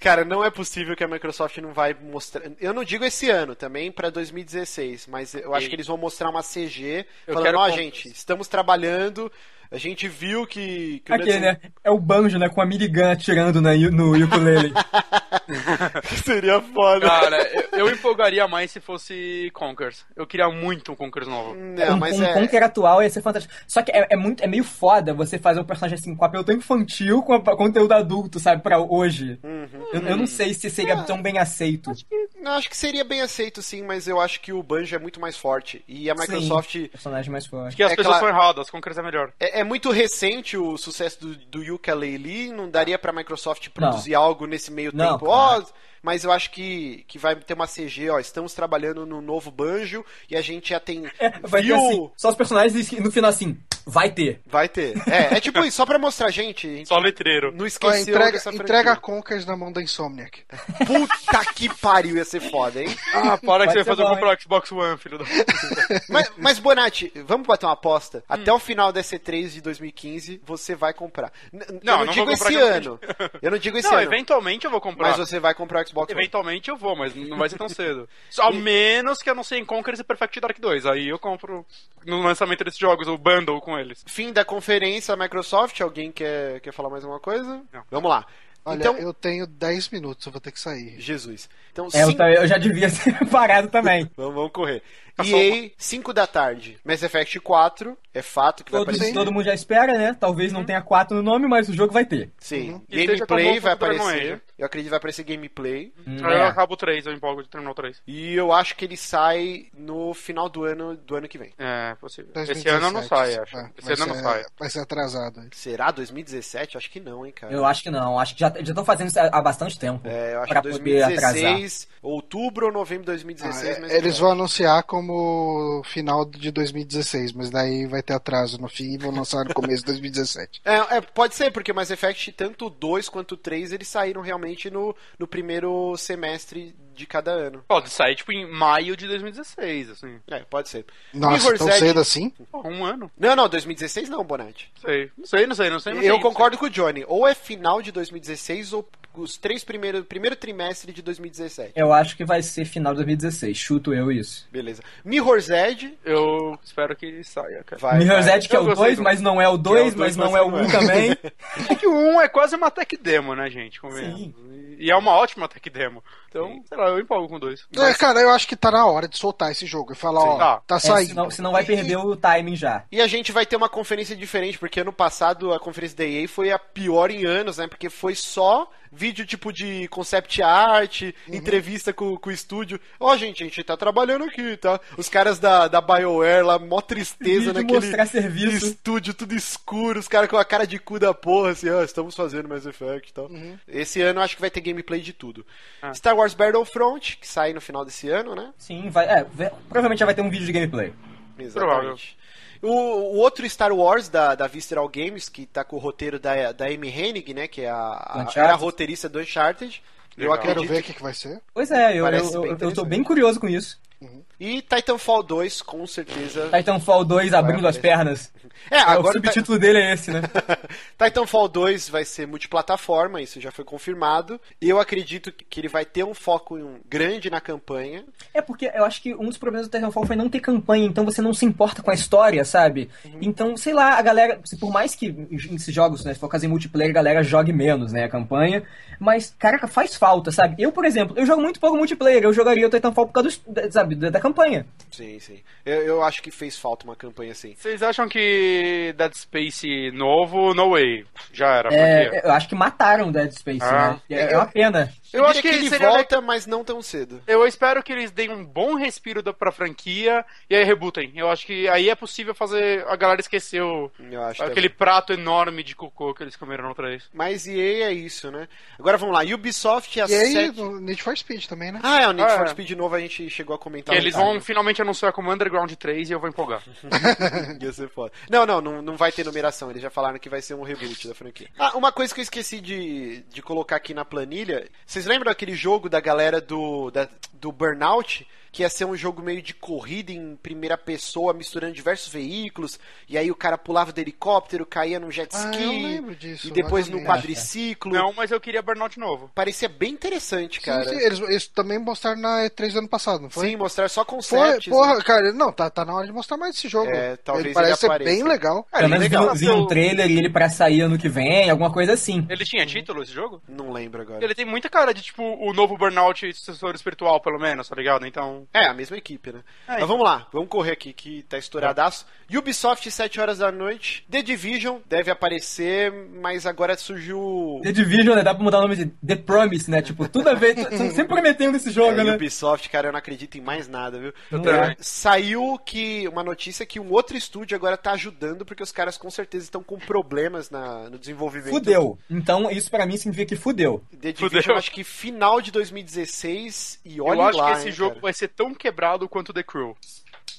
[SPEAKER 2] Cara, não é possível que a Microsoft não vai mostrar. Eu não digo esse ano também, pra 2016, mas eu acho
[SPEAKER 9] Ei.
[SPEAKER 2] que eles vão mostrar uma CG
[SPEAKER 9] Eu
[SPEAKER 2] falando:
[SPEAKER 9] quero
[SPEAKER 2] ó,
[SPEAKER 9] compras."
[SPEAKER 2] gente, estamos trabalhando, a gente viu que. que o
[SPEAKER 8] Aquele,
[SPEAKER 2] Nuts-
[SPEAKER 8] né? É o banjo, né? Com a minigun atirando na, no ukulele.
[SPEAKER 2] Seria foda.
[SPEAKER 9] Cara, eu, eu empolgaria mais se fosse Conkers. Eu queria muito um Conkers novo.
[SPEAKER 2] Não,
[SPEAKER 8] um
[SPEAKER 2] mas
[SPEAKER 8] um
[SPEAKER 2] é.
[SPEAKER 8] conker atual ia ser fantástico. Só que é, é muito, é meio foda você fazer um personagem assim, com apelo tão infantil com a- conteúdo adulto, sabe? Pra hoje. Eu, eu não sei se seria tão bem aceito.
[SPEAKER 2] Eu acho que seria bem aceito sim, mas eu acho que o Banjo é muito mais forte. E a Microsoft.
[SPEAKER 8] Sim, personagem mais forte.
[SPEAKER 9] Que as
[SPEAKER 2] É
[SPEAKER 9] pessoas
[SPEAKER 2] claro.
[SPEAKER 9] são erradas, Conkers é melhor.
[SPEAKER 2] É, é muito recente o sucesso do, do Yuka Leili, não daria pra Microsoft produzir algo nesse meio
[SPEAKER 8] Não,
[SPEAKER 2] tempo.
[SPEAKER 8] claro.
[SPEAKER 2] Ó, mas eu acho que, que vai ter uma CG, ó, estamos trabalhando no novo Banjo e a gente já tem
[SPEAKER 8] É, vai ter
[SPEAKER 2] viu?
[SPEAKER 8] assim, só os personagens e no final assim, vai ter.
[SPEAKER 2] Vai ter. É, é tipo isso, só pra mostrar, gente, a gente
[SPEAKER 9] Só letreiro.
[SPEAKER 2] não
[SPEAKER 1] Ó,
[SPEAKER 2] esqueceu
[SPEAKER 1] entrega,
[SPEAKER 2] dessa franquia.
[SPEAKER 1] entrega Conkers na mão da Insomniac. tá
[SPEAKER 2] Puta que pariu, ia ser foda, hein?
[SPEAKER 9] Ah, para que
[SPEAKER 8] Vai
[SPEAKER 9] você vai
[SPEAKER 8] ser
[SPEAKER 9] fazer
[SPEAKER 8] bom,
[SPEAKER 9] um pro Xbox One, filho da...
[SPEAKER 2] Mas, mas Bonatti, vamos bater uma aposta. Até o final da C3 de 2015, você vai comprar. N- n-
[SPEAKER 9] Não,
[SPEAKER 2] eu não,
[SPEAKER 9] não
[SPEAKER 2] digo
[SPEAKER 9] vou comprar
[SPEAKER 2] esse
[SPEAKER 9] que eu não
[SPEAKER 2] ano. Eu não digo esse
[SPEAKER 9] Não,
[SPEAKER 2] ano.
[SPEAKER 9] eventualmente eu vou comprar.
[SPEAKER 2] Mas você vai comprar o Xbox One.
[SPEAKER 9] Eventualmente eu vou, mas não vai ser tão cedo. Só Ao menos que eu não sei em Conquerors e Perfect Dark 2. Aí eu compro no lançamento desses jogos, o bundle com eles.
[SPEAKER 2] Fim da conferência, Microsoft. Alguém quer, quer falar mais alguma coisa?
[SPEAKER 9] Não.
[SPEAKER 2] Vamos lá.
[SPEAKER 1] Olha,
[SPEAKER 2] então,
[SPEAKER 1] eu tenho 10 minutos, eu vou ter que sair.
[SPEAKER 2] Jesus. Então,
[SPEAKER 8] É, eu,
[SPEAKER 2] cinco-
[SPEAKER 8] ta- eu já devia ter parado também.
[SPEAKER 2] Vamos, vamos correr.
[SPEAKER 1] Tá
[SPEAKER 9] Passou
[SPEAKER 2] EA, 5 da tarde. Mass Effect 4. É fato que vai
[SPEAKER 8] Todo,
[SPEAKER 2] aparecer.
[SPEAKER 8] todo mundo já espera, né? Talvez
[SPEAKER 2] Uhum.
[SPEAKER 8] não tenha 4 no nome, mas o jogo vai ter.
[SPEAKER 2] Sim.
[SPEAKER 1] Uhum.
[SPEAKER 9] E seja como
[SPEAKER 2] Gameplay
[SPEAKER 9] o
[SPEAKER 8] tá
[SPEAKER 2] vai
[SPEAKER 9] Dragon
[SPEAKER 2] aparecer.
[SPEAKER 9] Age.
[SPEAKER 2] Eu acredito que vai aparecer gameplay.
[SPEAKER 9] Aí eu
[SPEAKER 8] É.
[SPEAKER 9] acabo o 3, eu empolgo de terminar o 3.
[SPEAKER 2] E eu acho que ele sai no final do ano do ano que vem.
[SPEAKER 9] É, possível.
[SPEAKER 1] 2017.
[SPEAKER 9] Esse ano não sai, acho.
[SPEAKER 2] é,
[SPEAKER 1] Ah,
[SPEAKER 9] Esse
[SPEAKER 1] vai
[SPEAKER 9] ano não
[SPEAKER 1] ser-
[SPEAKER 9] sai.
[SPEAKER 1] Vai ser atrasado.
[SPEAKER 2] Será 2017? Acho que não, hein, cara.
[SPEAKER 8] Eu acho que não, acho que já estão fazendo isso há há bastante tempo.
[SPEAKER 2] É, eu acho
[SPEAKER 8] pra
[SPEAKER 2] que
[SPEAKER 8] poder atrasar.
[SPEAKER 2] 2016, outubro ou novembro de 2016.
[SPEAKER 1] Ah,
[SPEAKER 2] Mass
[SPEAKER 1] é- eles
[SPEAKER 2] Effect.
[SPEAKER 1] vão anunciar como final de 2016, mas daí vai ter atraso no fim e vão lançar no começo de 2017.
[SPEAKER 2] É, é, pode ser, porque Mass Effect, tanto o 2 quanto o 3, eles saíram realmente no, no primeiro semestre de cada ano.
[SPEAKER 9] Pode sair, tipo, em maio de 2016, assim.
[SPEAKER 2] É, pode ser.
[SPEAKER 1] Nossa,
[SPEAKER 2] Igor
[SPEAKER 1] tão
[SPEAKER 2] Zed-
[SPEAKER 1] cedo assim?
[SPEAKER 9] Pô, um ano.
[SPEAKER 2] Não, não, 2016 não, Bonatti.
[SPEAKER 9] Não sei. Não sei, não sei, não sei. não
[SPEAKER 2] Eu
[SPEAKER 9] sei.
[SPEAKER 2] concordo com o Johnny. Ou é final de 2016 ou os três primeiros primeiro trimestre de 2017.
[SPEAKER 8] Eu acho que vai ser final de 2016. Chuto eu isso.
[SPEAKER 2] Beleza. Mirror's Edge
[SPEAKER 9] Eu espero que saia, cara.
[SPEAKER 2] vai.
[SPEAKER 8] Mirror's
[SPEAKER 2] vai.
[SPEAKER 8] Edge que é
[SPEAKER 9] Eu
[SPEAKER 8] o
[SPEAKER 9] gostei
[SPEAKER 8] 2,
[SPEAKER 9] do-
[SPEAKER 8] mas não é o 2, mas
[SPEAKER 2] dois,
[SPEAKER 8] não
[SPEAKER 2] mas
[SPEAKER 8] é o
[SPEAKER 2] não
[SPEAKER 8] 1
[SPEAKER 2] é.
[SPEAKER 8] também.
[SPEAKER 9] É que o 1 é quase uma tech demo, né, gente? Convenhamos. E é uma ótima tech demo. Então, sei lá, eu empolgo com dois.
[SPEAKER 1] É, cara, eu acho que tá na hora de soltar esse jogo e falar, ó,
[SPEAKER 9] Tá.
[SPEAKER 1] tá
[SPEAKER 8] É,
[SPEAKER 1] saindo.
[SPEAKER 8] senão, senão vai perder o timing já.
[SPEAKER 2] E a gente vai ter uma conferência diferente, porque ano passado a conferência da EA foi a pior em anos, né? Porque foi só vídeo tipo de concept art,
[SPEAKER 8] Uhum.
[SPEAKER 2] entrevista com, com o estúdio. Ó, gente, a gente tá trabalhando aqui, tá? Os caras da, da BioWare lá, mó tristeza
[SPEAKER 8] Vídeo
[SPEAKER 2] naquele
[SPEAKER 8] mostrar serviço.
[SPEAKER 2] estúdio tudo escuro, os caras com a cara de cu da porra, assim, ó, estamos fazendo Mass Effect e tal.
[SPEAKER 8] Uhum.
[SPEAKER 2] Esse ano eu acho que vai ter gameplay de tudo.
[SPEAKER 8] Ah.
[SPEAKER 2] Star Wars Battlefront, que sai no final desse ano, né?
[SPEAKER 8] Sim, vai. É, ve- provavelmente já vai ter um vídeo de gameplay.
[SPEAKER 2] Exatamente. O, o outro Star Wars da, da Visceral Games, que tá com o roteiro da, da Amy Hennig, né? Que é a, a,
[SPEAKER 8] Uncharted.
[SPEAKER 2] era a roteirista do Uncharted. Eu
[SPEAKER 9] Legal.
[SPEAKER 1] Quero
[SPEAKER 2] acredito.
[SPEAKER 1] ver o que, que vai ser.
[SPEAKER 8] Pois é, eu,
[SPEAKER 2] Parece
[SPEAKER 8] eu,
[SPEAKER 2] bem
[SPEAKER 8] eu, eu tô
[SPEAKER 2] interessante.
[SPEAKER 8] bem curioso com isso.
[SPEAKER 2] E Titanfall 2, com certeza.
[SPEAKER 8] Titanfall 2 abrindo as
[SPEAKER 2] aparecer.
[SPEAKER 8] pernas.
[SPEAKER 2] É,
[SPEAKER 8] o
[SPEAKER 2] agora. o Ti-
[SPEAKER 8] subtítulo dele é esse, né?
[SPEAKER 2] Titanfall 2 vai ser multiplataforma, isso já foi confirmado. Eu acredito que que ele vai ter um foco em um- grande na campanha.
[SPEAKER 8] É porque eu acho que um dos problemas do Titanfall foi não ter campanha, então você não se importa com a história, sabe? Então, sei lá, a galera, se por mais que esses jogos, né, se for fazer multiplayer, a galera jogue menos, né, a campanha, mas, caraca, faz falta, sabe? Eu, por exemplo, eu jogo muito pouco multiplayer, eu jogaria o Titanfall por causa, do, da- sabe, da, da campanha.
[SPEAKER 2] Sim, sim. Eu, eu acho que fez falta uma campanha assim.
[SPEAKER 9] Vocês acham que Dead Space novo, no way. Já era,
[SPEAKER 8] É,
[SPEAKER 9] pra Ah, quê?
[SPEAKER 8] eu acho que mataram o Dead Space,
[SPEAKER 9] Ah.
[SPEAKER 8] né? É, é uma pena.
[SPEAKER 9] Eu acho
[SPEAKER 2] diria
[SPEAKER 9] que
[SPEAKER 2] ele
[SPEAKER 9] seria
[SPEAKER 2] volta, mas não tão cedo.
[SPEAKER 9] Eu espero que eles deem um bom respiro da- pra franquia e aí rebutem. Eu acho que aí é possível fazer a galera esquecer o,
[SPEAKER 2] Eu acho
[SPEAKER 9] aquele prato enorme de cocô que eles comeram outra vez.
[SPEAKER 2] Mas EA é isso, né? Agora vamos lá, Ubisoft é a
[SPEAKER 1] E aí,
[SPEAKER 2] sete-
[SPEAKER 1] no Need for Speed também, né?
[SPEAKER 2] Ah, é, o Need
[SPEAKER 9] Ah,
[SPEAKER 2] for
[SPEAKER 9] é.
[SPEAKER 2] Speed novo a gente chegou a comentar.
[SPEAKER 9] Que eles
[SPEAKER 2] Ah,
[SPEAKER 9] vão finalmente anunciar como Underground 3 e eu vou empolgar.
[SPEAKER 2] ia ser foda. Não, não, não, não vai ter numeração. Eles já falaram que vai ser um reboot da franquia. Ah, uma coisa que eu esqueci de, de colocar aqui na planilha. Vocês lembram aquele jogo da galera do, da- do Burnout? Que ia ser um jogo meio de corrida em primeira pessoa, misturando diversos veículos. E aí o cara pulava do helicóptero, caía num jet
[SPEAKER 1] Ah,
[SPEAKER 2] ski.
[SPEAKER 1] eu lembro disso,
[SPEAKER 2] e depois
[SPEAKER 1] mais ou
[SPEAKER 2] num
[SPEAKER 1] menos.
[SPEAKER 2] quadriciclo.
[SPEAKER 9] Não, mas eu queria Burnout novo.
[SPEAKER 2] Parecia bem interessante, cara.
[SPEAKER 1] Sim,
[SPEAKER 2] Sim,
[SPEAKER 1] sim, eles, eles também mostraram na E3 do ano passado, não foi?
[SPEAKER 2] mostrar só né?
[SPEAKER 1] Foi,
[SPEAKER 2] conceitos.
[SPEAKER 1] porra, cara, não, tá, tá na hora de mostrar mais esse jogo.
[SPEAKER 2] É, talvez
[SPEAKER 1] ele parece
[SPEAKER 2] ele
[SPEAKER 1] ser
[SPEAKER 2] apareça.
[SPEAKER 1] bem legal.
[SPEAKER 2] É,
[SPEAKER 8] Pelo menos
[SPEAKER 2] legal.
[SPEAKER 8] vi, vi um trailer e ele pra sair ano que vem, alguma coisa assim.
[SPEAKER 9] Ele tinha título esse jogo?
[SPEAKER 2] Não lembro agora.
[SPEAKER 9] Ele tem muita cara de tipo o novo Burnout sucessor espiritual, pelo menos, tá ligado? Então.
[SPEAKER 2] É, a mesma equipe, né? Mas vamos lá, vamos correr aqui que tá estouradaço.
[SPEAKER 8] É.
[SPEAKER 2] Ubisoft, 7 horas da noite. The Division deve aparecer, mas agora surgiu.
[SPEAKER 8] The Division, né, dá pra mudar o nome de The Promise, né? Tipo, toda vez, sempre prometendo esse jogo,
[SPEAKER 2] É,
[SPEAKER 8] né?
[SPEAKER 2] Ubisoft, cara, eu não acredito em mais nada, viu?
[SPEAKER 8] Não é.
[SPEAKER 2] É, Saiu que uma notícia que um outro estúdio agora tá ajudando, porque os caras com certeza estão com problemas na- no desenvolvimento.
[SPEAKER 8] Fudeu. Então, isso pra mim significa que fudeu.
[SPEAKER 2] The Division,
[SPEAKER 9] Fudeu.
[SPEAKER 2] acho que final de 2016 e olha
[SPEAKER 9] eu acho
[SPEAKER 2] lá,
[SPEAKER 9] que esse
[SPEAKER 2] hein,
[SPEAKER 9] jogo
[SPEAKER 2] cara.
[SPEAKER 9] vai ser tão quebrado quanto The Crew.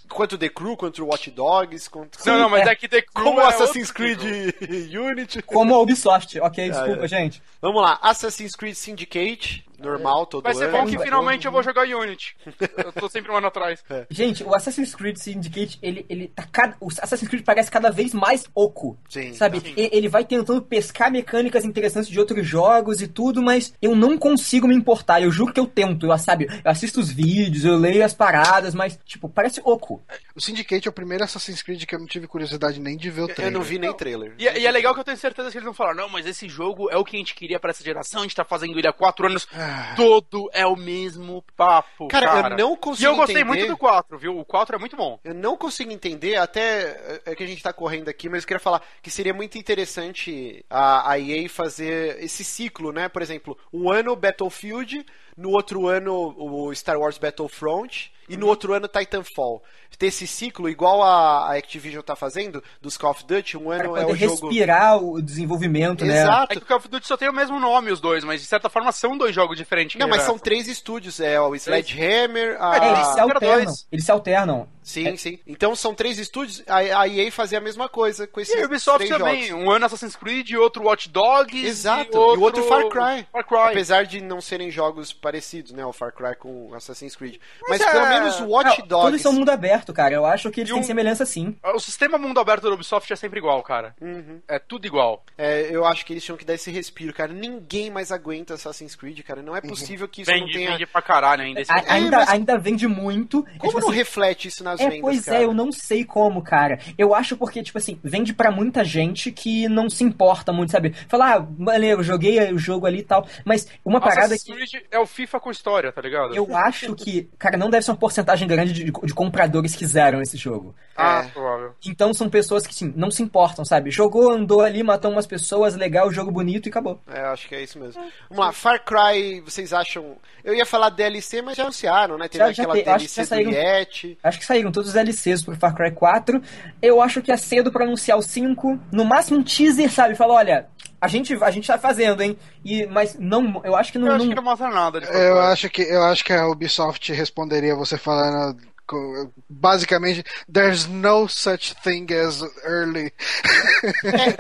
[SPEAKER 2] Quanto The Crew, quanto Watch Dogs, quanto...
[SPEAKER 9] não, não, mas é que The Crew.
[SPEAKER 2] Como
[SPEAKER 9] é
[SPEAKER 2] Assassin's
[SPEAKER 9] outro
[SPEAKER 2] Creed
[SPEAKER 9] nível.
[SPEAKER 2] Unity.
[SPEAKER 8] Como a Ubisoft. Ok, desculpa,
[SPEAKER 2] é.
[SPEAKER 8] gente.
[SPEAKER 2] Vamos lá, Assassin's Creed Syndicate, normal, todo
[SPEAKER 9] É. Vai ser
[SPEAKER 2] ano.
[SPEAKER 9] bom que finalmente eu vou jogar Unity. Eu tô sempre um ano atrás.
[SPEAKER 2] É.
[SPEAKER 8] Gente, o Assassin's Creed Syndicate, ele, ele tá cada... O Assassin's Creed parece cada vez mais oco.
[SPEAKER 2] Sim.
[SPEAKER 8] Sabe? E- Ele vai tentando pescar mecânicas interessantes de outros jogos e tudo, mas eu não consigo me importar. Eu juro que eu tento. Eu, sabe? Eu assisto os vídeos, eu leio as paradas, mas, tipo, parece oco.
[SPEAKER 1] O Syndicate é o primeiro Assassin's Creed que eu não tive curiosidade nem de ver o
[SPEAKER 2] Eu
[SPEAKER 1] trailer.
[SPEAKER 2] não vi nem trailer.
[SPEAKER 9] E, e é legal que eu tenho certeza que eles vão falar, não, mas esse jogo é o que a gente queria pra essa geração, a gente tá fazendo ele há quatro anos, todo é o mesmo papo.
[SPEAKER 2] Ah. Cara,
[SPEAKER 9] Cara,
[SPEAKER 2] eu não consigo
[SPEAKER 9] E eu gostei
[SPEAKER 2] entender-
[SPEAKER 9] muito do 4, viu? O 4 é muito bom.
[SPEAKER 2] Eu não consigo entender, até é é que a gente tá correndo aqui, mas eu queria falar que seria muito interessante a, a EA fazer esse ciclo, né? Por exemplo, um ano Battlefield, no outro ano o Star Wars Battlefront, E
[SPEAKER 9] Uhum.
[SPEAKER 2] no outro ano, Titanfall. Ter esse ciclo, igual a a Activision tá fazendo, dos Call of Duty, um
[SPEAKER 8] Pra
[SPEAKER 2] ano é
[SPEAKER 8] poder
[SPEAKER 2] o jogo...
[SPEAKER 8] respirar o desenvolvimento, né?
[SPEAKER 9] É
[SPEAKER 2] Exato.
[SPEAKER 9] que o Call of Duty só tem o mesmo nome, os dois, mas de certa forma são dois jogos diferentes.
[SPEAKER 2] Não,
[SPEAKER 9] né,
[SPEAKER 2] mas
[SPEAKER 9] velho?
[SPEAKER 2] são três estúdios. É o Sledgehammer,
[SPEAKER 8] É, eles se
[SPEAKER 2] a...
[SPEAKER 9] era
[SPEAKER 8] alternam.
[SPEAKER 9] dois.
[SPEAKER 8] Eles se alternam.
[SPEAKER 2] Sim, sim. Então são três estúdios. A, a EA fazia a mesma coisa com esses
[SPEAKER 9] E a Ubisoft
[SPEAKER 2] três
[SPEAKER 9] também.
[SPEAKER 2] jogos.
[SPEAKER 9] Um ano Assassin's Creed, outro Watch Dogs.
[SPEAKER 2] Exato.
[SPEAKER 9] E outro,
[SPEAKER 2] Far Cry.
[SPEAKER 9] Far Cry.
[SPEAKER 2] Apesar de não serem jogos parecidos, né? O Far Cry com o Assassin's Creed. Mas,
[SPEAKER 9] é-
[SPEAKER 2] pelo menos o Watch
[SPEAKER 8] Não,
[SPEAKER 2] Dogs.
[SPEAKER 8] Todos são mundo aberto, cara. Eu acho que eles
[SPEAKER 9] E
[SPEAKER 8] têm
[SPEAKER 9] um-
[SPEAKER 8] semelhança sim.
[SPEAKER 9] O sistema mundo aberto da Ubisoft é sempre igual, cara.
[SPEAKER 2] Uhum.
[SPEAKER 9] É tudo igual.
[SPEAKER 2] É, eu acho que eles tinham que dar esse respiro, cara. Ninguém mais aguenta Assassin's Creed, cara. Não é
[SPEAKER 8] Uhum.
[SPEAKER 2] possível que isso não
[SPEAKER 9] Vende,
[SPEAKER 2] tenha.
[SPEAKER 9] vende pra caralho ainda. Esse...
[SPEAKER 8] A- ainda,
[SPEAKER 2] é, mas-
[SPEAKER 8] ainda vende muito. É,
[SPEAKER 2] Como
[SPEAKER 8] tipo
[SPEAKER 2] não
[SPEAKER 8] assim,
[SPEAKER 2] reflete isso nas
[SPEAKER 8] É,
[SPEAKER 2] vendas,
[SPEAKER 8] pois
[SPEAKER 2] cara?
[SPEAKER 8] é, eu não sei como, cara. Eu acho porque, tipo assim, vende pra muita gente que não se importa muito, sabe? Falar, ah, valeu, joguei o jogo ali e tal. Mas uma parada
[SPEAKER 9] Assassin's
[SPEAKER 8] que
[SPEAKER 9] Creed é o FIFA com história, tá ligado?
[SPEAKER 8] eu acho que, cara, não deve ser uma porcentagem grande de, de compradores que zeram esse jogo.
[SPEAKER 9] Ah,
[SPEAKER 2] É.
[SPEAKER 9] provável.
[SPEAKER 8] Então são pessoas que, sim, não se importam, sabe? Jogou, andou ali, matou umas pessoas, legal, jogo bonito e acabou.
[SPEAKER 2] É, eu acho que é isso mesmo. Vamos lá, Far Cry, vocês acham. Eu ia falar DLC, mas já anunciaram, né? Teve
[SPEAKER 8] Já- já
[SPEAKER 2] aquela
[SPEAKER 8] tem, eu acho que
[SPEAKER 2] DLC
[SPEAKER 8] já
[SPEAKER 2] do
[SPEAKER 8] saíram-
[SPEAKER 2] Yeti.
[SPEAKER 8] Acho que saíram todos os LCs pro Far Cry 4. Eu acho que é cedo pra anunciar o 5. No máximo um teaser, sabe? Fala, olha, a gente, a gente tá fazendo, hein? E, mas não, eu acho que não.
[SPEAKER 9] Eu acho
[SPEAKER 8] não-
[SPEAKER 9] que é não mostra nada. de Far
[SPEAKER 1] É, Eu
[SPEAKER 9] Cry.
[SPEAKER 1] acho que eu acho que a Ubisoft responderia você falando co- basicamente there's no such thing as early.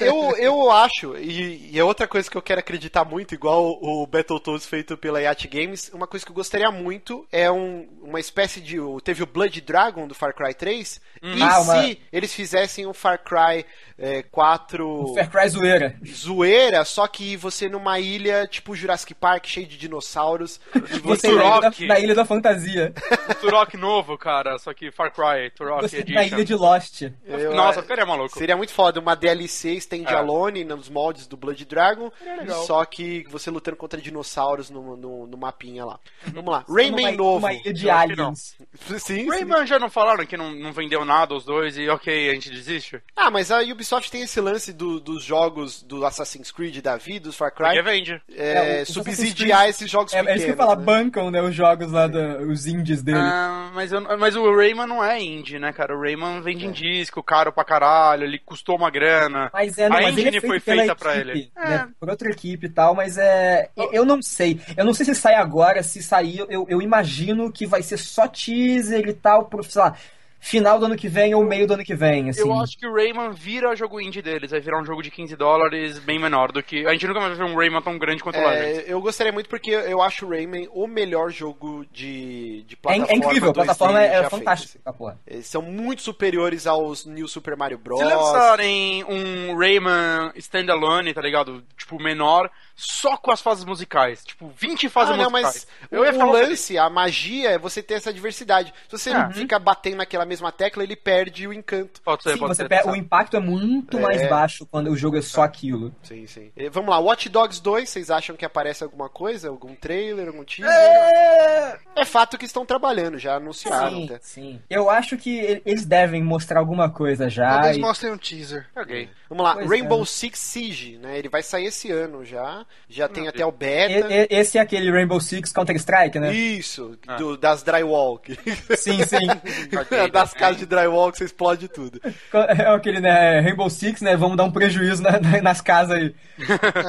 [SPEAKER 2] Eu, eu acho, e, e é outra coisa que eu quero acreditar muito, igual o Battletoads feito pela Yacht Games, uma coisa que eu gostaria muito é um- uma espécie de. o- Teve o Blood Dragon do Far Cry 3. E
[SPEAKER 8] Ah,
[SPEAKER 2] se
[SPEAKER 8] uma-
[SPEAKER 2] eles fizessem um Far Cry eh, 4
[SPEAKER 8] Um Far Cry zoeira.
[SPEAKER 2] zoeira, só que você numa ilha tipo Jurassic Park, cheio de dinossauros, e você
[SPEAKER 8] Você na, ilha
[SPEAKER 9] Turok.
[SPEAKER 8] da, na Ilha da Fantasia.
[SPEAKER 9] Turok novo, cara. Só que Far Cry, Turok
[SPEAKER 8] Você na
[SPEAKER 9] Edition.
[SPEAKER 8] Ilha de Lost.
[SPEAKER 2] Eu- é-
[SPEAKER 9] Nossa, ficaria maluco.
[SPEAKER 2] Seria muito foda uma DLC
[SPEAKER 9] É.
[SPEAKER 2] standalone nos moldes do Blood Dragon,
[SPEAKER 9] legal.
[SPEAKER 2] só que você lutando contra dinossauros no, no, no mapinha lá.
[SPEAKER 9] Uhum.
[SPEAKER 2] Vamos lá, Rayman
[SPEAKER 8] Numa-
[SPEAKER 2] novo.
[SPEAKER 8] Numa ilha de
[SPEAKER 9] Eu acho que não.
[SPEAKER 8] aliens.
[SPEAKER 2] Sim, sim.
[SPEAKER 9] Rayman já não falaram que não, não vendeu nada os dois e ok, a gente desiste?
[SPEAKER 2] Ah, mas a Ubisoft tem esse lance do- dos jogos do Assassin's Creed da vida, dos Far
[SPEAKER 9] Porque
[SPEAKER 2] Cry,
[SPEAKER 9] vende.
[SPEAKER 2] é,
[SPEAKER 8] É, o- o
[SPEAKER 2] subsidiar
[SPEAKER 8] Assassin's
[SPEAKER 2] esses jogos
[SPEAKER 8] É, é
[SPEAKER 2] pequenos.
[SPEAKER 8] isso que eu falar,
[SPEAKER 2] né?
[SPEAKER 8] bancam, né? Os jogos lá, da, os indies dele.
[SPEAKER 9] Ah, mas, eu- mas o Rayman não é indie, né, cara? O Rayman vende em disco, caro pra caralho, ele custou uma grana.
[SPEAKER 8] Mas é, não,
[SPEAKER 9] a
[SPEAKER 8] mas
[SPEAKER 9] engine
[SPEAKER 8] ele é feito
[SPEAKER 9] foi
[SPEAKER 8] pela
[SPEAKER 9] feita pra
[SPEAKER 8] equipe,
[SPEAKER 9] ele.
[SPEAKER 8] né, Por outra equipe e tal, mas é. eu- Eu não sei. Eu não sei se sai agora, se sair, eu, eu imagino que vai ser só teaser e tal, pro, sei lá, final do ano que vem ou meio do ano que vem, assim.
[SPEAKER 9] Eu acho que o Rayman vira jogo indie deles, vai virar um jogo de 15 dólares bem menor do que. A gente nunca vai ver um Rayman tão grande quanto o Legends.
[SPEAKER 2] É, eu gostaria muito porque eu acho o Rayman o melhor jogo de, de
[SPEAKER 8] É, in-
[SPEAKER 2] plataforma.
[SPEAKER 8] é incrível, a
[SPEAKER 2] 2D
[SPEAKER 8] plataforma é,
[SPEAKER 2] já feito,
[SPEAKER 8] fantástica, essa porra.
[SPEAKER 2] assim. Eles São muito superiores aos New Super Mario Bros.
[SPEAKER 9] Se lançarem um Rayman standalone, tá ligado? Tipo, menor, só com as fases musicais. Tipo, 20 fases
[SPEAKER 2] Ah, não,
[SPEAKER 9] musicais.
[SPEAKER 2] mas eu ia o
[SPEAKER 9] falar
[SPEAKER 2] lance, a magia é você ter essa diversidade. Se você
[SPEAKER 8] Tá.
[SPEAKER 9] É.
[SPEAKER 2] fica batendo naquela mesma tecla, ele perde o encanto.
[SPEAKER 9] Pode ser,
[SPEAKER 8] Sim,
[SPEAKER 9] pode
[SPEAKER 8] você
[SPEAKER 9] ser,
[SPEAKER 8] pega-
[SPEAKER 9] tá
[SPEAKER 8] o impacto é muito mais baixo quando o jogo é só aquilo.
[SPEAKER 2] Sim, sim. Eh, Vamos lá, Watch Dogs 2, vocês acham que aparece alguma coisa? Algum trailer, algum teaser? É fato que estão trabalhando, já anunciaram.
[SPEAKER 8] Sim,
[SPEAKER 2] tá?
[SPEAKER 8] sim. Eu acho que e- eles devem mostrar alguma coisa já.
[SPEAKER 1] Talvez
[SPEAKER 8] e-
[SPEAKER 1] mostrem um teaser.
[SPEAKER 9] Caguei.
[SPEAKER 2] Vamos lá,
[SPEAKER 8] Pois
[SPEAKER 2] Rainbow
[SPEAKER 8] é.
[SPEAKER 2] Six Siege, né? Ele vai sair esse ano já. Já tem
[SPEAKER 9] Deus.
[SPEAKER 2] até o
[SPEAKER 8] e-
[SPEAKER 2] beta.
[SPEAKER 8] e- Esse é aquele Rainbow Six Counter-Strike, né?
[SPEAKER 2] Isso, do- das drywall. que-
[SPEAKER 8] Sim, sim.
[SPEAKER 9] Caguei.
[SPEAKER 2] das casas de drywall que você explode tudo.
[SPEAKER 8] É aquele, né? Rainbow Six, né? Vamos dar um prejuízo na- na- nas casas aí.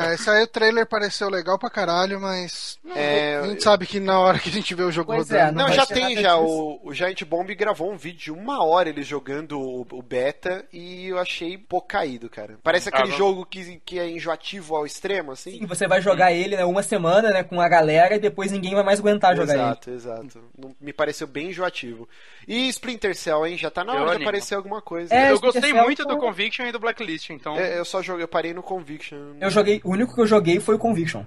[SPEAKER 1] É, isso aí o trailer pareceu legal pra caralho, mas
[SPEAKER 2] É,
[SPEAKER 1] a gente sabe que na hora que a gente vê o jogo
[SPEAKER 8] Pois é,
[SPEAKER 1] rodando.
[SPEAKER 8] Não
[SPEAKER 2] Não,
[SPEAKER 8] vai
[SPEAKER 2] já
[SPEAKER 8] ser
[SPEAKER 2] tem
[SPEAKER 8] nada
[SPEAKER 2] já.
[SPEAKER 8] disso.
[SPEAKER 2] O, o Giant Bomb gravou um vídeo de uma hora ele jogando o, o beta e eu achei um pouco caído, cara. Parece
[SPEAKER 9] Ah,
[SPEAKER 2] aquele
[SPEAKER 9] não.
[SPEAKER 2] jogo que, que é enjoativo ao extremo, assim.
[SPEAKER 8] Sim, você vai jogar ele, né? Uma semana, né? Com a galera e depois ninguém vai mais aguentar jogar ele.
[SPEAKER 2] Exato, exato. Não- me pareceu bem enjoativo. E Splinter Cell, hein? Já tá na
[SPEAKER 9] Eu
[SPEAKER 2] hora de
[SPEAKER 9] animo.
[SPEAKER 2] aparecer alguma coisa.
[SPEAKER 8] É,
[SPEAKER 9] Eu
[SPEAKER 8] Splinter
[SPEAKER 9] gostei
[SPEAKER 8] Cell
[SPEAKER 9] muito
[SPEAKER 8] foi-
[SPEAKER 9] do Conviction e do Blacklist, então.
[SPEAKER 2] um É, eu só joguei, eu parei no Conviction.
[SPEAKER 8] Eu joguei, o único que eu joguei foi o Conviction.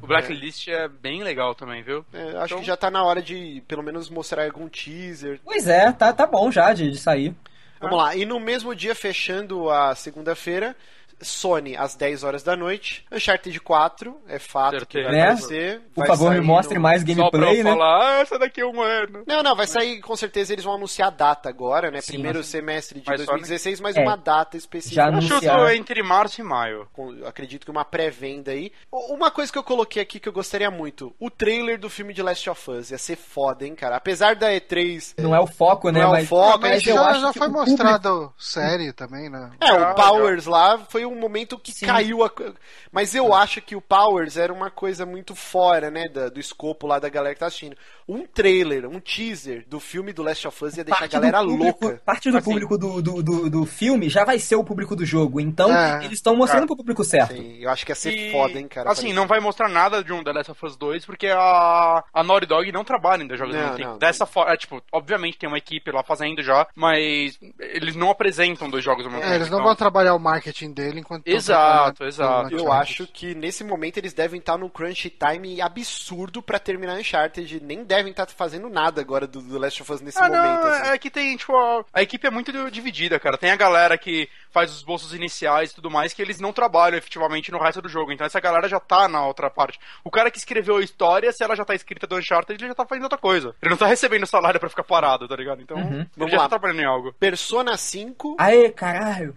[SPEAKER 9] O Blacklist é bem legal também, viu?
[SPEAKER 2] É, acho
[SPEAKER 9] Então-
[SPEAKER 2] que já tá na hora de pelo menos mostrar algum teaser.
[SPEAKER 8] Pois é, tá, tá bom já de, de sair.
[SPEAKER 2] Vamos lá. E no mesmo dia, fechando a segunda-feira, Sony às 10 horas da noite. Uncharted 4, é fato
[SPEAKER 9] Acertei.
[SPEAKER 2] que vai
[SPEAKER 8] Né?
[SPEAKER 2] acontecer.
[SPEAKER 8] Por
[SPEAKER 2] Vai
[SPEAKER 8] favor, me
[SPEAKER 2] sair
[SPEAKER 8] mostre
[SPEAKER 2] no-
[SPEAKER 8] mais
[SPEAKER 9] Só pra
[SPEAKER 8] gameplay,
[SPEAKER 9] eu
[SPEAKER 8] né?
[SPEAKER 9] falar, ah, essa daqui é um ano.
[SPEAKER 2] Não, não, vai sair, com certeza eles vão anunciar a data agora, né?
[SPEAKER 8] Sim,
[SPEAKER 2] Primeiro
[SPEAKER 8] mas-
[SPEAKER 2] semestre de
[SPEAKER 9] Mas só, né?
[SPEAKER 2] 2016, mais
[SPEAKER 8] É.
[SPEAKER 2] uma data específica. Eu
[SPEAKER 8] Já
[SPEAKER 2] acho-
[SPEAKER 9] Acho que
[SPEAKER 8] Anunciar.
[SPEAKER 9] eu tô entre março e maio.
[SPEAKER 2] com- acredito que uma pré-venda aí. U- Uma coisa que eu coloquei aqui que eu gostaria muito, o trailer do filme de Last of Us ia ser foda, hein, cara. Apesar da E3,
[SPEAKER 8] Não é o foco, né?
[SPEAKER 2] Não é o
[SPEAKER 8] mas,
[SPEAKER 2] foco,
[SPEAKER 8] mas
[SPEAKER 1] Mas
[SPEAKER 8] eu
[SPEAKER 1] já,
[SPEAKER 8] acho
[SPEAKER 1] já
[SPEAKER 8] que
[SPEAKER 1] foi
[SPEAKER 8] o
[SPEAKER 1] mostrado série também, né?
[SPEAKER 2] É, o
[SPEAKER 9] Ah,
[SPEAKER 2] Powers lá foi um momento que caiu a. co- Mas eu acho que o Powers era uma coisa muito fora, né? da- do escopo lá da galera que tá assistindo. Um trailer, um teaser do filme do Last of Us ia deixar a
[SPEAKER 8] parte
[SPEAKER 2] galera
[SPEAKER 8] do público,
[SPEAKER 2] louca.
[SPEAKER 8] Parte do
[SPEAKER 9] Assim.
[SPEAKER 8] público do, do, do, do filme já vai ser o público do jogo. Então,
[SPEAKER 1] É.
[SPEAKER 8] eles estão mostrando pro público certo.
[SPEAKER 2] Ah, Sim, eu acho que ia ser
[SPEAKER 9] E,
[SPEAKER 2] foda, hein, cara.
[SPEAKER 9] Assim,
[SPEAKER 2] parece-
[SPEAKER 9] não vai mostrar nada de um The Last of Us 2, porque a, a Naughty Dog não trabalha ainda jogando.
[SPEAKER 2] Não,
[SPEAKER 9] Não, tem-
[SPEAKER 2] não,
[SPEAKER 9] dessa forma, é, tipo, obviamente tem uma equipe lá fazendo já, mas eles não apresentam dois jogos ao mesmo
[SPEAKER 1] É,
[SPEAKER 9] tempo,
[SPEAKER 1] eles não
[SPEAKER 9] então-
[SPEAKER 1] vão trabalhar o marketing dele enquanto. tão
[SPEAKER 9] Exato,
[SPEAKER 1] trabalhando
[SPEAKER 9] exato.
[SPEAKER 1] no
[SPEAKER 2] Eu
[SPEAKER 1] Uncharted.
[SPEAKER 2] acho que nesse momento eles devem estar num crunch time absurdo pra terminar Uncharted. Nem devem estar fazendo nada agora do, do Last of Us nesse
[SPEAKER 9] Ah,
[SPEAKER 2] momento.
[SPEAKER 9] não,
[SPEAKER 2] assim.
[SPEAKER 9] é que tem, tipo, a, a equipe é muito do- dividida, cara. Tem a galera que faz os bolsos iniciais e tudo mais, que eles não trabalham efetivamente no resto do jogo. Então essa galera já tá na outra parte. O cara que escreveu a história, se ela já tá escrita do Uncharted, ele já tá fazendo outra coisa. Ele não tá recebendo salário pra ficar parado, tá ligado? Então, ele
[SPEAKER 2] Vamos
[SPEAKER 9] já
[SPEAKER 2] lá.
[SPEAKER 9] tá trabalhando em algo.
[SPEAKER 2] Persona 5
[SPEAKER 8] Aê, caralho.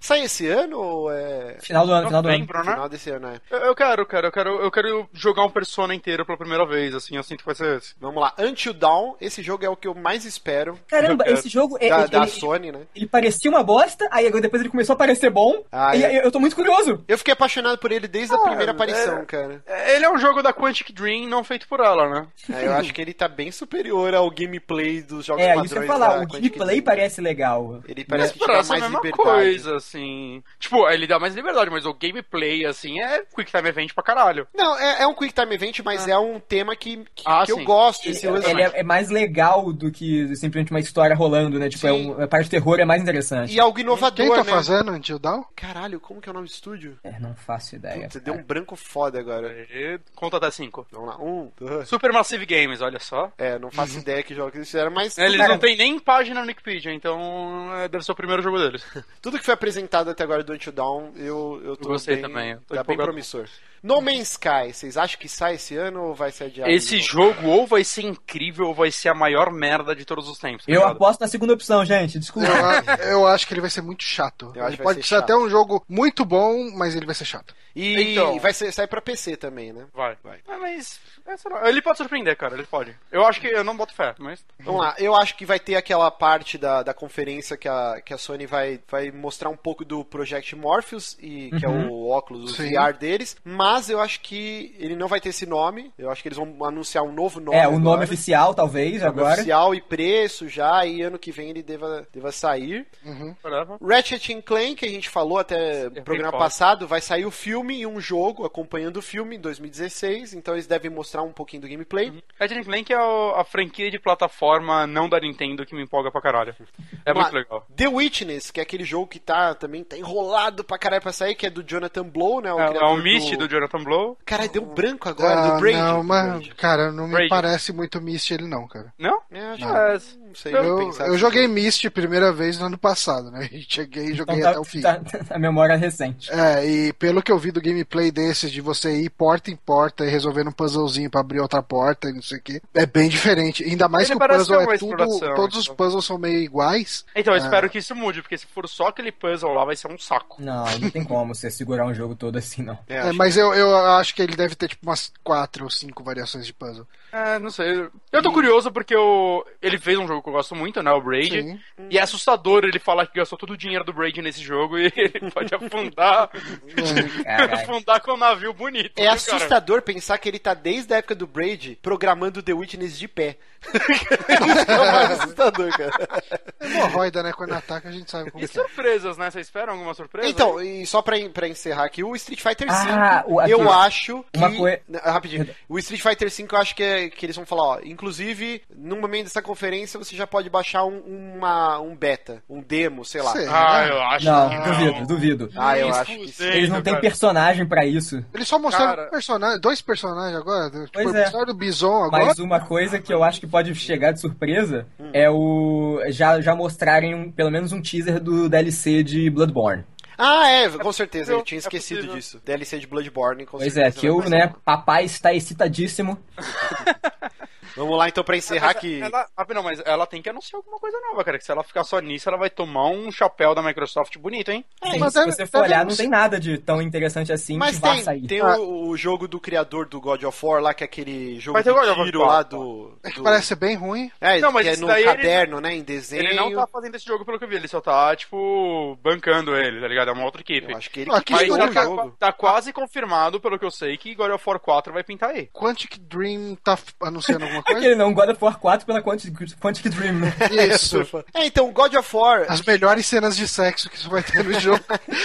[SPEAKER 2] sai esse ano ou é.
[SPEAKER 8] Final do ano, final do ano.
[SPEAKER 9] Novembro, né?
[SPEAKER 2] Final desse ano, é.
[SPEAKER 9] Eu- Eu quero, cara, eu quero, eu quero jogar um Persona inteiro pela primeira vez, assim, eu sinto que vai ser esse.
[SPEAKER 2] Vamos lá, Until Dawn, esse jogo é o que eu mais espero.
[SPEAKER 8] Caramba, esse jogo é.
[SPEAKER 2] da,
[SPEAKER 8] ele,
[SPEAKER 2] da
[SPEAKER 8] ele-
[SPEAKER 2] Sony, né?
[SPEAKER 8] ele parecia uma bosta, aí agora depois ele começou a parecer bom.
[SPEAKER 2] Ah,
[SPEAKER 8] e
[SPEAKER 2] é.
[SPEAKER 8] aí eu tô muito curioso.
[SPEAKER 2] Eu fiquei apaixonado por ele
[SPEAKER 9] Ah,
[SPEAKER 2] desde a
[SPEAKER 9] é.
[SPEAKER 2] primeira aparição, cara.
[SPEAKER 9] Ele é um jogo da Quantic Dream não feito por ela, né?
[SPEAKER 2] É, eu acho que ele tá bem superior ao gameplay dos jogos
[SPEAKER 8] É,
[SPEAKER 2] padrões.
[SPEAKER 8] isso eu ia falar.
[SPEAKER 2] da
[SPEAKER 8] O
[SPEAKER 2] Quantic
[SPEAKER 8] gameplay
[SPEAKER 2] Dream.
[SPEAKER 8] parece legal.
[SPEAKER 2] Ele parece que te
[SPEAKER 9] Pra
[SPEAKER 2] dá
[SPEAKER 9] essa é a
[SPEAKER 2] mais
[SPEAKER 9] mesma
[SPEAKER 2] liberdade.
[SPEAKER 9] coisa, assim. Tipo, ele dá mais liberdade, mas o gameplay, assim, é Quick Time Event pra caralho.
[SPEAKER 2] Não, é, é um Quick Time Event, mas é um tema que, que,
[SPEAKER 9] Ah,
[SPEAKER 2] que eu
[SPEAKER 9] sim.
[SPEAKER 2] gosto.
[SPEAKER 8] Ele,
[SPEAKER 2] Esse lance-
[SPEAKER 8] ele é, é mais legal do que simplesmente uma história rolando, né? Tipo, é um- a parte de terror é mais interessante.
[SPEAKER 2] E algo
[SPEAKER 1] Quem
[SPEAKER 2] inovador,
[SPEAKER 1] tá
[SPEAKER 2] né?
[SPEAKER 1] fazendo Until Dawn?
[SPEAKER 2] Caralho, como que é o nome do estúdio?
[SPEAKER 8] É, não faço ideia.
[SPEAKER 2] Puta, deu um branco foda agora.
[SPEAKER 9] E É, Conta até 5.
[SPEAKER 2] Vamos lá, um, dois...
[SPEAKER 9] Super Massive Games, olha só.
[SPEAKER 2] É, não faço ideia que jogo que eles fizeram, mas...
[SPEAKER 9] Uhum. Eles
[SPEAKER 2] tudo-
[SPEAKER 9] não têm nem página no Wikipedia, então é, deve ser o primeiro jogo deles.
[SPEAKER 2] Tudo que foi apresentado até agora do Until Dawn, eu, eu tô
[SPEAKER 9] Gostei
[SPEAKER 2] bem,
[SPEAKER 9] também, eu tô
[SPEAKER 2] tá bem
[SPEAKER 9] empolgado.
[SPEAKER 2] promissor. No Man's Sky, vocês acham que sai esse ano ou vai ser adiado?
[SPEAKER 9] Esse jogo ou vai ser incrível ou vai ser a maior merda de todos os tempos. tá
[SPEAKER 8] Eu
[SPEAKER 9] ligado?
[SPEAKER 8] aposto na segunda opção, gente. Desculpa.
[SPEAKER 1] Eu, a- eu acho que ele vai ser muito chato.
[SPEAKER 2] Eu acho
[SPEAKER 1] Ele
[SPEAKER 2] que vai
[SPEAKER 1] pode
[SPEAKER 2] ser
[SPEAKER 1] ser,
[SPEAKER 2] chato.
[SPEAKER 1] até um jogo muito bom, mas ele vai ser chato.
[SPEAKER 2] E
[SPEAKER 9] Então.
[SPEAKER 2] vai ser, sai pra PC também, né?
[SPEAKER 9] Vai.
[SPEAKER 2] Vai.
[SPEAKER 9] Ah, mas. é, sei lá, Ele pode surpreender, cara, ele pode. Eu acho que eu não boto fé, mas.
[SPEAKER 2] Vamos lá, eu acho que vai ter aquela parte da, da conferência que a, que a Sony vai, vai mostrar um pouco do Project Morpheus, e, que
[SPEAKER 9] Uhum.
[SPEAKER 2] é o óculos, o
[SPEAKER 1] Sim.
[SPEAKER 2] VR deles, mas eu acho que ele não vai ter esse nome, eu acho que eles vão anunciar um novo nome.
[SPEAKER 8] É, o nome
[SPEAKER 2] agora.
[SPEAKER 8] oficial, talvez,
[SPEAKER 2] Nome
[SPEAKER 8] agora.
[SPEAKER 2] oficial e preço já, e ano que vem ele deva, deva sair.
[SPEAKER 9] whatever.
[SPEAKER 2] Ratchet and Clank, que a gente falou até no programa
[SPEAKER 9] foda.
[SPEAKER 2] passado, vai sair o filme e um jogo acompanhando o filme em 2016, então eles devem mostrar um pouquinho do gameplay.
[SPEAKER 9] Ratchet and Clank é o- a franquia de plataforma não da Nintendo que me empolga pra caralho. É
[SPEAKER 2] Vamos
[SPEAKER 9] muito
[SPEAKER 2] lá.
[SPEAKER 9] legal.
[SPEAKER 2] The Witness, que é aquele jogo que tá também tá enrolado pra caralho pra sair, que é do Jonathan Blow, né? O
[SPEAKER 9] É, é
[SPEAKER 2] criador
[SPEAKER 9] o Mist do Jonathan Blow.
[SPEAKER 2] Caralho, deu branco agora,
[SPEAKER 1] Ah,
[SPEAKER 2] do Braid.
[SPEAKER 1] não,
[SPEAKER 2] do
[SPEAKER 1] mas,
[SPEAKER 2] Braid.
[SPEAKER 1] cara, não me
[SPEAKER 9] Braid.
[SPEAKER 1] parece muito Mist ele não, cara.
[SPEAKER 9] Não?
[SPEAKER 2] É, acho
[SPEAKER 9] Não.
[SPEAKER 2] que-
[SPEAKER 9] É,
[SPEAKER 2] não sei o que
[SPEAKER 1] Eu,
[SPEAKER 2] pensar
[SPEAKER 1] eu
[SPEAKER 2] desse
[SPEAKER 1] joguei
[SPEAKER 2] jogo.
[SPEAKER 1] Mist a primeira vez no ano passado, né? E cheguei e joguei
[SPEAKER 2] é
[SPEAKER 8] Então tá-
[SPEAKER 1] até o fim.
[SPEAKER 8] tá- tá- a memória é recente.
[SPEAKER 1] É, e pelo que eu vi do gameplay desses, de você ir porta em porta e resolvendo um puzzlezinho pra abrir outra porta e não sei o que, é bem diferente. Ainda mais
[SPEAKER 9] Ele
[SPEAKER 1] que o
[SPEAKER 9] parece
[SPEAKER 1] puzzle
[SPEAKER 9] ter uma
[SPEAKER 1] é tudo.
[SPEAKER 9] exploração,
[SPEAKER 1] Todos os
[SPEAKER 9] então.
[SPEAKER 1] puzzles são meio iguais. É.
[SPEAKER 9] Então,
[SPEAKER 2] É.
[SPEAKER 9] eu espero que isso mude, porque se for só aquele puzzle lá, vai ser um saco.
[SPEAKER 8] Não, não tem como você segurar um jogo todo assim, não.
[SPEAKER 2] É,
[SPEAKER 1] É,
[SPEAKER 2] acho-
[SPEAKER 1] mas eu, eu acho que ele deve ter tipo umas quatro ou cinco variações de puzzle.
[SPEAKER 9] É, não sei. Eu tô curioso porque o... ele fez um jogo que eu gosto muito, né? O Braid.
[SPEAKER 1] Sim.
[SPEAKER 9] E é assustador ele falar que gastou todo o dinheiro do Braid nesse jogo e ele pode afundar.
[SPEAKER 8] Caralho.
[SPEAKER 9] afundar com um navio bonito.
[SPEAKER 2] É
[SPEAKER 9] viu, cara?
[SPEAKER 2] assustador pensar que ele tá desde a época do Braid programando The Witness de pé. é mais assustador, cara.
[SPEAKER 1] Hemorroida, né? Quando ataca, a gente sabe como
[SPEAKER 9] E
[SPEAKER 1] que é.
[SPEAKER 9] surpresas, né? Vocês esperam alguma surpresa?
[SPEAKER 2] Então, e só pra, en- pra encerrar aqui, o Street Fighter V,
[SPEAKER 8] Ah, o- aqui,
[SPEAKER 2] eu
[SPEAKER 8] ó.
[SPEAKER 2] acho que...
[SPEAKER 8] Uma coi-
[SPEAKER 2] Não, Rapidinho. O Street Fighter V, eu acho que, é- que eles vão falar, ó, inclusive, no momento dessa conferência, você já pode baixar um, uma- um beta, um demo, sei lá.
[SPEAKER 1] Sei.
[SPEAKER 9] Ah, eu acho.
[SPEAKER 8] Não,
[SPEAKER 9] que né,
[SPEAKER 8] duvido, duvido.
[SPEAKER 2] é, né? Ah, eu acho que sim.
[SPEAKER 8] Eles não têm personagem pra isso.
[SPEAKER 1] Eles só mostraram
[SPEAKER 9] Cara.
[SPEAKER 1] um personagem, dois personagens agora. Tipo,
[SPEAKER 8] Pois
[SPEAKER 1] o
[SPEAKER 8] é.
[SPEAKER 1] episódio do Bison agora.
[SPEAKER 8] Mas uma coisa que eu acho que pode chegar de surpresa é o. Já, já mostrarem um- pelo menos um teaser do DLC de Bloodborne.
[SPEAKER 2] Ah, é, com certeza, eu
[SPEAKER 9] possível,
[SPEAKER 2] tinha
[SPEAKER 9] é
[SPEAKER 2] esquecido
[SPEAKER 9] possível.
[SPEAKER 2] disso. DLC de Bloodborne, com
[SPEAKER 8] Pois é,
[SPEAKER 2] certeza.
[SPEAKER 8] que eu,
[SPEAKER 2] vai
[SPEAKER 8] né,
[SPEAKER 2] passar.
[SPEAKER 8] papai está excitadíssimo.
[SPEAKER 2] Vamos lá então pra encerrar
[SPEAKER 9] Mas
[SPEAKER 2] que.
[SPEAKER 9] Ela, ah, não, mas ela tem que anunciar alguma coisa nova, cara. Que se ela ficar só nisso, ela vai tomar um chapéu da Microsoft bonito, hein?
[SPEAKER 8] Sim,
[SPEAKER 1] mas é,
[SPEAKER 8] se
[SPEAKER 1] deve-
[SPEAKER 8] você for
[SPEAKER 1] deve
[SPEAKER 8] olhar,
[SPEAKER 1] não
[SPEAKER 8] não
[SPEAKER 1] ser-
[SPEAKER 8] tem nada de tão interessante assim
[SPEAKER 2] Mas
[SPEAKER 8] que vá
[SPEAKER 2] tem,
[SPEAKER 8] sair.
[SPEAKER 2] tem
[SPEAKER 1] Ah.
[SPEAKER 2] o, o jogo do criador do God of War lá, que é aquele jogo
[SPEAKER 9] Vai ter o God
[SPEAKER 2] de
[SPEAKER 9] of
[SPEAKER 2] tiro
[SPEAKER 9] War,
[SPEAKER 2] lá
[SPEAKER 9] tá.
[SPEAKER 2] do.
[SPEAKER 1] É que
[SPEAKER 2] do-
[SPEAKER 1] parece ser bem ruim.
[SPEAKER 2] É,
[SPEAKER 9] Não, mas
[SPEAKER 2] que é
[SPEAKER 9] isso
[SPEAKER 2] num
[SPEAKER 9] daí ele-
[SPEAKER 2] caderno, né? Em desenho.
[SPEAKER 9] Ele não tá fazendo esse jogo pelo que eu vi, ele só tá, tipo, bancando ele, tá ligado? É uma outra equipe.
[SPEAKER 2] Eu acho que ele
[SPEAKER 1] Não,
[SPEAKER 2] que
[SPEAKER 1] aqui
[SPEAKER 9] Mas
[SPEAKER 2] criou
[SPEAKER 1] estourou
[SPEAKER 9] já
[SPEAKER 2] o
[SPEAKER 9] tá,
[SPEAKER 2] jogo.
[SPEAKER 9] tá quase confirmado, pelo que eu sei, que God of War 4 vai pintar aí.
[SPEAKER 1] Quantic Dream tá f- anunciando alguma coisa?
[SPEAKER 8] Aquele não, God of War 4 pela Quantic, Quantic Dream, né?
[SPEAKER 1] Isso.
[SPEAKER 2] É, então, God of War,
[SPEAKER 1] As melhores cenas de sexo que isso vai ter no jogo.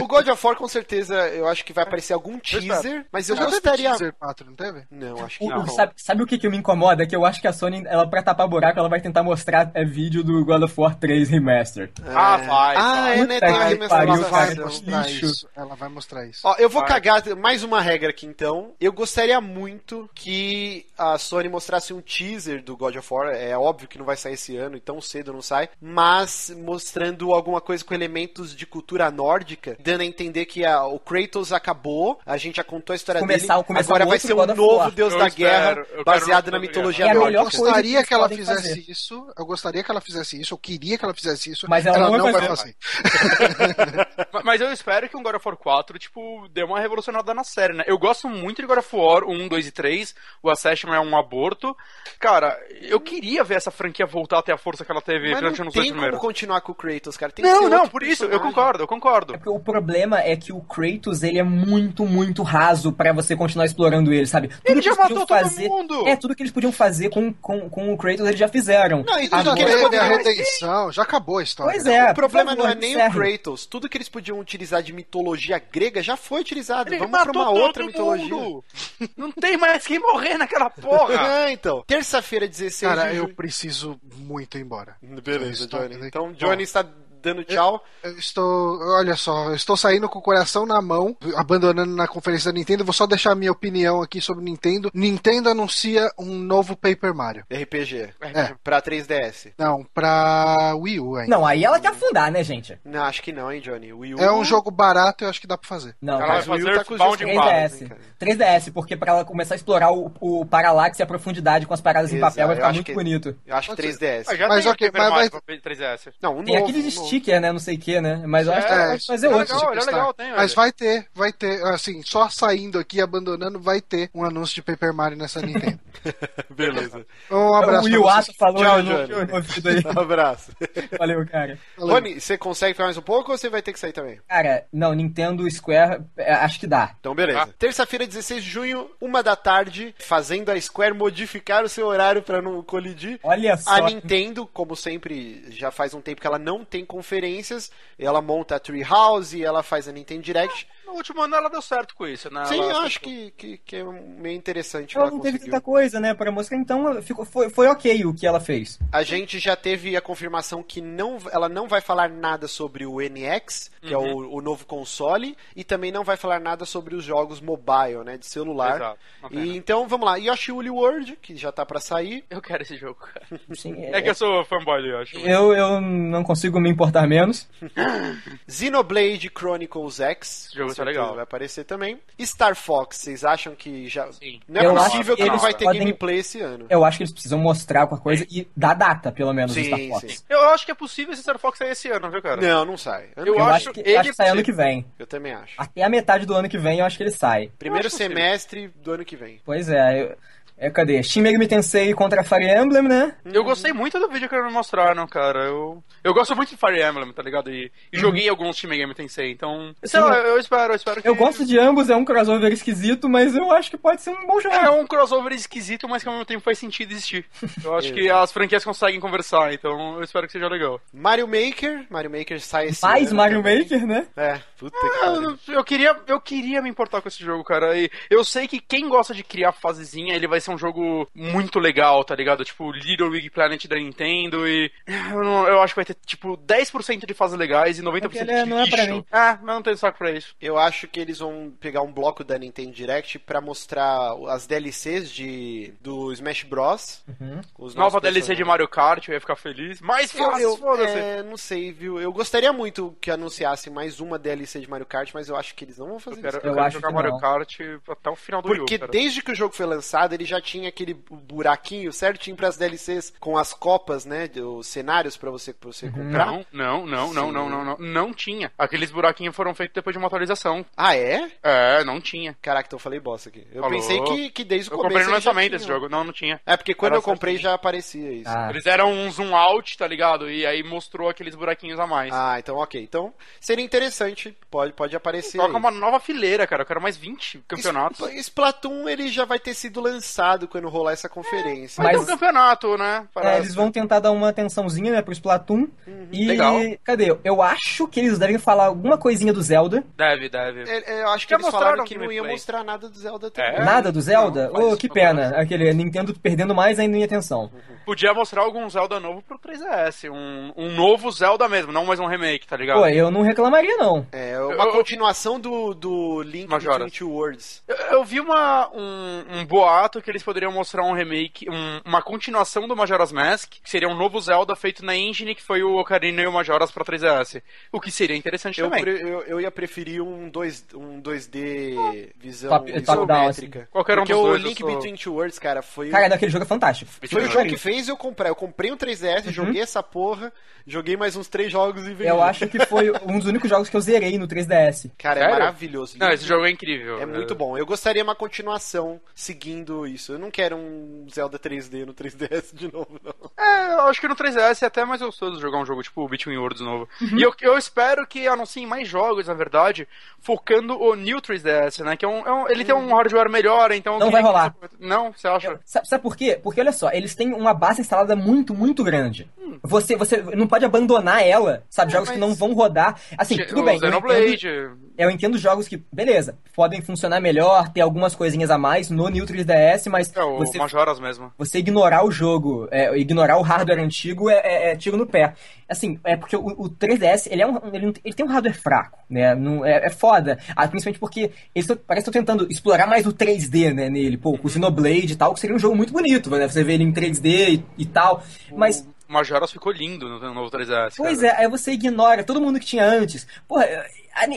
[SPEAKER 2] o God of War com certeza, eu acho que vai aparecer algum teaser, mas eu
[SPEAKER 1] Já teve
[SPEAKER 2] gostaria...
[SPEAKER 1] Teaser 4, não teve?
[SPEAKER 2] Não, acho que
[SPEAKER 8] O-
[SPEAKER 2] não.
[SPEAKER 8] o- sabe, sabe o que, que me incomoda? É Que eu acho que a Sony, ela pra tapar buraco, ela vai tentar mostrar é, vídeo do God of War 3 Remastered.
[SPEAKER 2] É.
[SPEAKER 9] Ah, vai,
[SPEAKER 2] Ah,
[SPEAKER 9] vai.
[SPEAKER 2] é, né? Tem
[SPEAKER 8] Puta
[SPEAKER 2] a
[SPEAKER 1] Ela
[SPEAKER 8] que pariu,
[SPEAKER 2] remessa
[SPEAKER 1] vai
[SPEAKER 8] cara,
[SPEAKER 1] mostrar
[SPEAKER 8] lixo.
[SPEAKER 1] isso. Ela vai mostrar isso.
[SPEAKER 2] Ó, eu vou
[SPEAKER 9] Vai.
[SPEAKER 2] cagar mais uma regra aqui então. Eu gostaria muito que a Sony mostrasse um teaser do God of War. É óbvio que não vai sair esse ano, então cedo não sai. Mas mostrando alguma coisa com elementos de cultura nórdica, dando a entender que a- o Kratos acabou, a gente já contou a história
[SPEAKER 8] Começar-
[SPEAKER 2] dele.
[SPEAKER 8] começar
[SPEAKER 2] agora
[SPEAKER 8] um
[SPEAKER 2] vai
[SPEAKER 8] outro
[SPEAKER 2] ser um
[SPEAKER 8] God of
[SPEAKER 2] novo
[SPEAKER 8] War.
[SPEAKER 2] Deus
[SPEAKER 9] Eu
[SPEAKER 2] da
[SPEAKER 9] espero,
[SPEAKER 2] guerra,
[SPEAKER 9] eu quero
[SPEAKER 2] baseado na
[SPEAKER 9] um novo Deus da
[SPEAKER 2] mitologia
[SPEAKER 8] guerra. É a
[SPEAKER 2] nórdica.
[SPEAKER 8] melhor
[SPEAKER 1] Eu gostaria
[SPEAKER 8] coisa
[SPEAKER 1] que,
[SPEAKER 8] que
[SPEAKER 1] ela
[SPEAKER 8] podem
[SPEAKER 1] fizesse
[SPEAKER 8] fazer.
[SPEAKER 1] isso. Eu gostaria que ela fizesse isso. Eu queria que ela fizesse isso.
[SPEAKER 8] Mas ela não vai
[SPEAKER 1] não vai
[SPEAKER 8] fazer.
[SPEAKER 1] fazer.
[SPEAKER 9] Ma- Mas eu espero que um God of War 4, tipo, dê uma revolucionada na série, né? Eu gosto muito de God of War 1, 2 e 3. O Assassin é um aborto. Cara, eu queria ver essa franquia voltar até a força que ela teve
[SPEAKER 2] Mas
[SPEAKER 9] durante
[SPEAKER 2] não
[SPEAKER 9] os dois
[SPEAKER 2] tem como
[SPEAKER 9] primeiros.
[SPEAKER 2] continuar com o Kratos, cara. Tem que ser
[SPEAKER 9] Não, não,
[SPEAKER 2] outro
[SPEAKER 9] por isso, eu
[SPEAKER 2] personagem.
[SPEAKER 9] concordo, eu
[SPEAKER 8] É
[SPEAKER 9] concordo.
[SPEAKER 8] porque o problema é que o Kratos, ele é muito, muito raso pra você continuar explorando ele, sabe? Tudo
[SPEAKER 9] Ele
[SPEAKER 8] que
[SPEAKER 9] já
[SPEAKER 8] eles podiam
[SPEAKER 9] matou todo
[SPEAKER 8] fazer-
[SPEAKER 9] mundo!
[SPEAKER 8] É, tudo que eles podiam fazer com, com, com o Kratos, eles já fizeram.
[SPEAKER 2] Não, e tudo
[SPEAKER 1] Já
[SPEAKER 2] que
[SPEAKER 8] Agora-
[SPEAKER 2] eles
[SPEAKER 1] teve a
[SPEAKER 2] poderiam-
[SPEAKER 1] é redenção. Já acabou a história.
[SPEAKER 8] Pois é,
[SPEAKER 2] O problema
[SPEAKER 8] por
[SPEAKER 2] não
[SPEAKER 8] favor,
[SPEAKER 2] é nem o
[SPEAKER 8] encerre.
[SPEAKER 2] Kratos. Tudo que eles podiam utilizar de mitologia grega já foi utilizado.
[SPEAKER 9] Ele
[SPEAKER 2] Vamos pra
[SPEAKER 9] matou
[SPEAKER 2] uma
[SPEAKER 9] todo
[SPEAKER 2] outra
[SPEAKER 9] mundo.
[SPEAKER 2] mitologia.
[SPEAKER 9] Não tem mais quem morrer naquela porra!
[SPEAKER 2] É, então. Terça-feira, 16
[SPEAKER 1] Cara,
[SPEAKER 2] de
[SPEAKER 1] eu
[SPEAKER 2] julho.
[SPEAKER 1] preciso muito ir embora.
[SPEAKER 2] Beleza, Johnny. Então, Johnny
[SPEAKER 1] Johnny
[SPEAKER 2] está dando tchau.
[SPEAKER 1] Eu estou, olha só, eu estou saindo com o coração na mão, abandonando na conferência da Nintendo. Vou só deixar a minha opinião aqui sobre Nintendo. Nintendo anuncia um novo Paper Mario.
[SPEAKER 2] RPG.
[SPEAKER 1] É.
[SPEAKER 2] Pra 3DS.
[SPEAKER 1] Não, pra Wii U ainda.
[SPEAKER 8] Não, aí ela quer afundar, né, gente?
[SPEAKER 2] Não, acho que não, hein, Johnny. Wii U...
[SPEAKER 1] É um jogo barato, eu acho que dá pra fazer.
[SPEAKER 8] Não,
[SPEAKER 9] Ela
[SPEAKER 8] cara.
[SPEAKER 9] vai fazer
[SPEAKER 2] tá com os
[SPEAKER 9] Earthbound Impala.
[SPEAKER 2] hein,
[SPEAKER 8] 3DS.
[SPEAKER 2] cara?
[SPEAKER 8] 3DS, porque pra ela começar a explorar o, o paralaxe e a profundidade com as paradas
[SPEAKER 2] Exato,
[SPEAKER 8] em papel vai
[SPEAKER 2] eu
[SPEAKER 8] ficar
[SPEAKER 2] acho
[SPEAKER 8] muito
[SPEAKER 2] que-
[SPEAKER 8] bonito.
[SPEAKER 2] Eu acho que
[SPEAKER 1] Pode ser.
[SPEAKER 2] 3DS.
[SPEAKER 9] Ah, já
[SPEAKER 1] Mas
[SPEAKER 9] tem
[SPEAKER 1] ok,
[SPEAKER 9] Paper
[SPEAKER 1] mas-
[SPEAKER 9] Mario pra 3DS.
[SPEAKER 2] Não, um
[SPEAKER 8] Tem
[SPEAKER 2] novo.
[SPEAKER 8] aqueles
[SPEAKER 2] um novo.
[SPEAKER 8] sticker, né? Não sei o que, né? Mas eu acho que
[SPEAKER 9] É,
[SPEAKER 8] ela vai
[SPEAKER 1] isso
[SPEAKER 8] fazer
[SPEAKER 1] é
[SPEAKER 8] outro. tipo.
[SPEAKER 9] legal, ele é
[SPEAKER 1] Superstar.
[SPEAKER 9] legal, tem, olha.
[SPEAKER 1] Mas vai ter, vai ter, assim, só saindo aqui, abandonando, vai ter um anúncio de Paper Mario nessa Nintendo.
[SPEAKER 2] Beleza.
[SPEAKER 1] Um
[SPEAKER 8] Então, O
[SPEAKER 1] abraço. pra vocês.
[SPEAKER 8] Yuato falou
[SPEAKER 2] Tchau,
[SPEAKER 8] no- no-
[SPEAKER 2] Johnny.
[SPEAKER 8] no ouvido aí.
[SPEAKER 2] Um abraço.
[SPEAKER 8] Valeu, cara.
[SPEAKER 1] Falou.
[SPEAKER 2] Rony, você consegue ficar mais um pouco ou você vai ter que sair também?
[SPEAKER 8] Cara, não, Nintendo Square, é, acho que dá.
[SPEAKER 2] Então, beleza. Terça-feira, 16 de junho, uma da tarde, fazendo a Square modificar o seu horário pra não colidir.
[SPEAKER 8] Olha só.
[SPEAKER 2] A Nintendo, como sempre, já faz um tempo que ela não tem conferências. Ela monta a Treehouse, ela faz a Nintendo Direct.
[SPEAKER 9] No último ano ela deu certo com isso, né?
[SPEAKER 2] Sim,
[SPEAKER 9] Ela-
[SPEAKER 2] eu acho que, que, que é meio interessante.
[SPEAKER 8] Ela não teve tanta coisa, né, pra mostrar, então ficou, foi, foi ok o que ela fez.
[SPEAKER 2] A gente já teve a confirmação que não, ela não vai falar nada sobre o NX, que é
[SPEAKER 9] Uhum.
[SPEAKER 2] o, o novo console, e também não vai falar nada sobre os jogos mobile, né, de celular.
[SPEAKER 9] Exato, uma pena.
[SPEAKER 2] E então, vamos lá. Yoshi Woolly World, que já tá pra sair.
[SPEAKER 9] Eu quero esse jogo, cara.
[SPEAKER 8] Assim,
[SPEAKER 9] É que eu sou fanboy, eu acho.
[SPEAKER 8] eu, eu não consigo me importar menos.
[SPEAKER 2] Xenoblade Chronicles X.
[SPEAKER 9] Esse jogo
[SPEAKER 2] com certeza
[SPEAKER 9] tá legal.
[SPEAKER 2] Vai aparecer também. Star Fox, vocês acham que já.
[SPEAKER 9] Sim.
[SPEAKER 2] Não é
[SPEAKER 8] Eu acho
[SPEAKER 2] possível
[SPEAKER 8] que
[SPEAKER 2] que não
[SPEAKER 8] eles
[SPEAKER 2] vai ter
[SPEAKER 8] podem-
[SPEAKER 2] gameplay esse ano.
[SPEAKER 8] Eu acho que eles precisam mostrar alguma coisa e dar data, pelo menos,
[SPEAKER 2] Sim,
[SPEAKER 8] do Star Fox.
[SPEAKER 2] sim.
[SPEAKER 9] Eu acho que é possível esse Star Fox sair esse ano, viu, cara?
[SPEAKER 2] Não, não sai. Eu,
[SPEAKER 9] Eu
[SPEAKER 8] Eu
[SPEAKER 2] não-
[SPEAKER 8] acho,
[SPEAKER 9] acho
[SPEAKER 8] que,
[SPEAKER 9] ele
[SPEAKER 8] acho que sai ano
[SPEAKER 9] possível.
[SPEAKER 8] que vem.
[SPEAKER 2] eu também acho.
[SPEAKER 8] Até a metade do ano que vem eu acho que ele sai.
[SPEAKER 2] Primeiro
[SPEAKER 9] acho possível.
[SPEAKER 2] semestre do ano que vem.
[SPEAKER 8] Pois é, eu... é cadê? Shin Megami Tensei contra Fire Emblem, né?
[SPEAKER 9] Eu gostei muito do vídeo que eles me mostraram, cara. Eu, eu gosto muito de Fire Emblem, tá ligado? E, e joguei alguns Shin Megami Tensei, então... Sei
[SPEAKER 8] Sim.
[SPEAKER 9] lá, eu espero, eu espero que...
[SPEAKER 8] Eu gosto de ambos, é um crossover esquisito, mas eu acho que pode ser um bom jogo.
[SPEAKER 9] É um crossover esquisito, mas que ao mesmo tempo faz sentido existir. Eu acho que as franquias conseguem conversar, então eu espero que seja legal.
[SPEAKER 2] Mario Maker. Mario Maker sai esse
[SPEAKER 8] Mais
[SPEAKER 2] ano.
[SPEAKER 8] Mario
[SPEAKER 2] também.
[SPEAKER 8] Maker, né?
[SPEAKER 2] É, puta que pariu.
[SPEAKER 9] Ah, Eu, eu queria, eu queria me importar com esse jogo, cara. E eu sei que quem gosta de criar fasezinha, ele vai ser parece um jogo muito legal, tá ligado? Tipo, Little Big Planet da Nintendo e. Eu, não- eu acho que vai ter, tipo, 10% de fases legais e 90%
[SPEAKER 8] Aquele
[SPEAKER 9] de
[SPEAKER 8] não é
[SPEAKER 9] lixo.
[SPEAKER 8] pra mim.
[SPEAKER 9] Ah, mas não tenho saco pra isso.
[SPEAKER 2] Eu acho que eles vão pegar um bloco da Nintendo Direct pra mostrar as DLCs de do Smash Bros.
[SPEAKER 8] Uhum.
[SPEAKER 2] Os
[SPEAKER 9] Nova
[SPEAKER 2] novos
[SPEAKER 9] DLC de
[SPEAKER 2] personagens.
[SPEAKER 9] Mario Kart, eu ia ficar feliz. Mais
[SPEAKER 2] Eu,
[SPEAKER 9] fácil,
[SPEAKER 2] eu,
[SPEAKER 9] foda-se.
[SPEAKER 2] é, não sei, viu? Eu gostaria muito que anunciassem mais uma DLC de Mario Kart, mas eu acho que eles não vão fazer
[SPEAKER 9] Eu quero, eu
[SPEAKER 2] isso.
[SPEAKER 9] quero
[SPEAKER 8] acho
[SPEAKER 9] jogar
[SPEAKER 8] que
[SPEAKER 9] Mario
[SPEAKER 8] não.
[SPEAKER 9] Kart até o final do
[SPEAKER 2] Porque
[SPEAKER 9] jogo. cara.
[SPEAKER 2] desde que o jogo foi lançado, ele já tinha aquele buraquinho certinho pras DLCs com as copas, né? de- Os cenários pra você, pra
[SPEAKER 8] Uhum.
[SPEAKER 2] você comprar.
[SPEAKER 9] Não, não, não, não, não, não, não, não tinha. Aqueles buraquinhos foram feitos depois de uma atualização.
[SPEAKER 2] Ah, é?
[SPEAKER 9] É, não tinha.
[SPEAKER 2] Caraca, então eu falei bosta aqui. Eu
[SPEAKER 9] Falou.
[SPEAKER 2] pensei que, que desde o
[SPEAKER 9] Eu
[SPEAKER 2] começo.
[SPEAKER 9] comprei no
[SPEAKER 2] eles já
[SPEAKER 9] lançamento
[SPEAKER 2] tinham.
[SPEAKER 9] desse jogo. Não, não tinha.
[SPEAKER 2] É, porque quando
[SPEAKER 9] Era
[SPEAKER 2] eu comprei
[SPEAKER 9] certinho.
[SPEAKER 2] já aparecia isso.
[SPEAKER 8] Ah.
[SPEAKER 9] Eles eram um zoom out, tá ligado? E aí mostrou aqueles buraquinhos a mais.
[SPEAKER 2] Ah, então ok. Então seria interessante. Pode, pode aparecer.
[SPEAKER 9] Coloca
[SPEAKER 2] aí.
[SPEAKER 9] é uma nova fileira, cara. Eu quero mais 20 Então, campeonatos.
[SPEAKER 2] Sp- Splatoon ele já vai ter sido lançado quando rolar essa conferência. Então,
[SPEAKER 9] Mas...
[SPEAKER 8] Mas-
[SPEAKER 9] Tem um campeonato, né?
[SPEAKER 8] É,
[SPEAKER 9] Parece.
[SPEAKER 8] eles vão tentar dar uma atençãozinha, né, pro Splatoon. e
[SPEAKER 9] legal.
[SPEAKER 8] cadê? Eu acho que eles devem falar alguma coisinha do Zelda.
[SPEAKER 9] Deve, deve.
[SPEAKER 2] É, é, eu acho que
[SPEAKER 9] Já
[SPEAKER 2] eles
[SPEAKER 9] mostraram
[SPEAKER 2] falaram que não ia
[SPEAKER 9] gameplay.
[SPEAKER 2] mostrar nada do Zelda também.
[SPEAKER 9] É?
[SPEAKER 8] Nada do Zelda?
[SPEAKER 9] não, faz- né?
[SPEAKER 8] Ô, que
[SPEAKER 9] não
[SPEAKER 8] pena. Aquele Nintendo perdendo mais ainda em atenção.
[SPEAKER 9] Podia mostrar algum Zelda novo pro 3DS. Um, um novo Zelda mesmo, não mais um remake, tá ligado?
[SPEAKER 8] Pô, eu não reclamaria, não.
[SPEAKER 2] É, uma
[SPEAKER 9] Eu- eu-
[SPEAKER 2] continuação do, do Link
[SPEAKER 9] Majora.
[SPEAKER 2] Between Two Worlds.
[SPEAKER 9] Eu- Eu vi uma, um, um boato que eles poderiam mostrar um remake, um- uma continuação do Majora's Mask, que seria um novo Zelda feito na engine que foi o Ocarina e o Majora's pra 3DS. O que seria interessante
[SPEAKER 2] Eu,
[SPEAKER 9] também.
[SPEAKER 2] pre- eu, eu ia preferir um, dois, um 2D visão
[SPEAKER 8] Top- top down,
[SPEAKER 2] isométrica.
[SPEAKER 9] assim. Qualquer um
[SPEAKER 2] Porque
[SPEAKER 9] dos
[SPEAKER 2] o
[SPEAKER 9] dois, eu
[SPEAKER 2] Link
[SPEAKER 9] sou-
[SPEAKER 2] Between Two Worlds, cara, foi
[SPEAKER 8] Cara, aquele jogo é fantástico.
[SPEAKER 2] Foi o jogo que fez eu comprar. Eu comprei um 3DS, joguei essa porra, joguei mais uns três jogos e vendi.
[SPEAKER 8] Uhum. Eu acho que foi um dos únicos jogos que eu zerei no 3DS.
[SPEAKER 2] Cara, é
[SPEAKER 9] Sério?
[SPEAKER 2] maravilhoso.
[SPEAKER 9] Não,
[SPEAKER 2] Link-
[SPEAKER 9] esse jogo é incrível.
[SPEAKER 2] É muito bom. Eu gostaria uma continuação seguindo isso. Eu não quero um Zelda 3D no 3DS de novo, não.
[SPEAKER 9] É, eu acho que no 3DS é até mais gostoso jogar um jogo tipo Between Worlds novo.
[SPEAKER 8] Uhum.
[SPEAKER 9] E eu, eu espero que anunciem mais jogos, na verdade, focando o New 3DS, né? Que é um, é um- ele tem um hardware melhor, então... eu
[SPEAKER 8] Uhum. Não vai
[SPEAKER 9] queria que
[SPEAKER 8] rolar. É,
[SPEAKER 9] essa- Não? Você acha?
[SPEAKER 8] Sabe, sabe por quê? Porque olha só, eles têm uma base instalada muito, muito grande.
[SPEAKER 9] Hum.
[SPEAKER 8] Você, você não pode abandonar ela, sabe? Jogos que não vão rodar. Assim, tudo
[SPEAKER 9] o
[SPEAKER 8] bem. eu
[SPEAKER 9] Xenoblade...
[SPEAKER 8] entendo- Eu entendo jogos que, beleza, podem funcionar melhor, ter algumas coisinhas a mais no New 3DS, mas
[SPEAKER 9] É, o
[SPEAKER 8] você,
[SPEAKER 9] Majora's mesmo.
[SPEAKER 8] você ignorar o jogo, é, ignorar o hardware antigo é, é- é tiro no pé. Assim, é porque o, o 3DS, ele, é um, ele, não- ele tem um hardware fraco, né? Não, é, é foda. Ah, principalmente porque eles tão- parece que estão tentando explorar mais o 3D, né, nele. Pô, com o Xenoblade e tal, que seria um jogo muito bonito, né? Você vê ele em 3D e, e tal. Mas
[SPEAKER 9] O Majora's ficou lindo no no novo 3DS.
[SPEAKER 8] Pois é, aí você ignora todo mundo que tinha antes. Porra,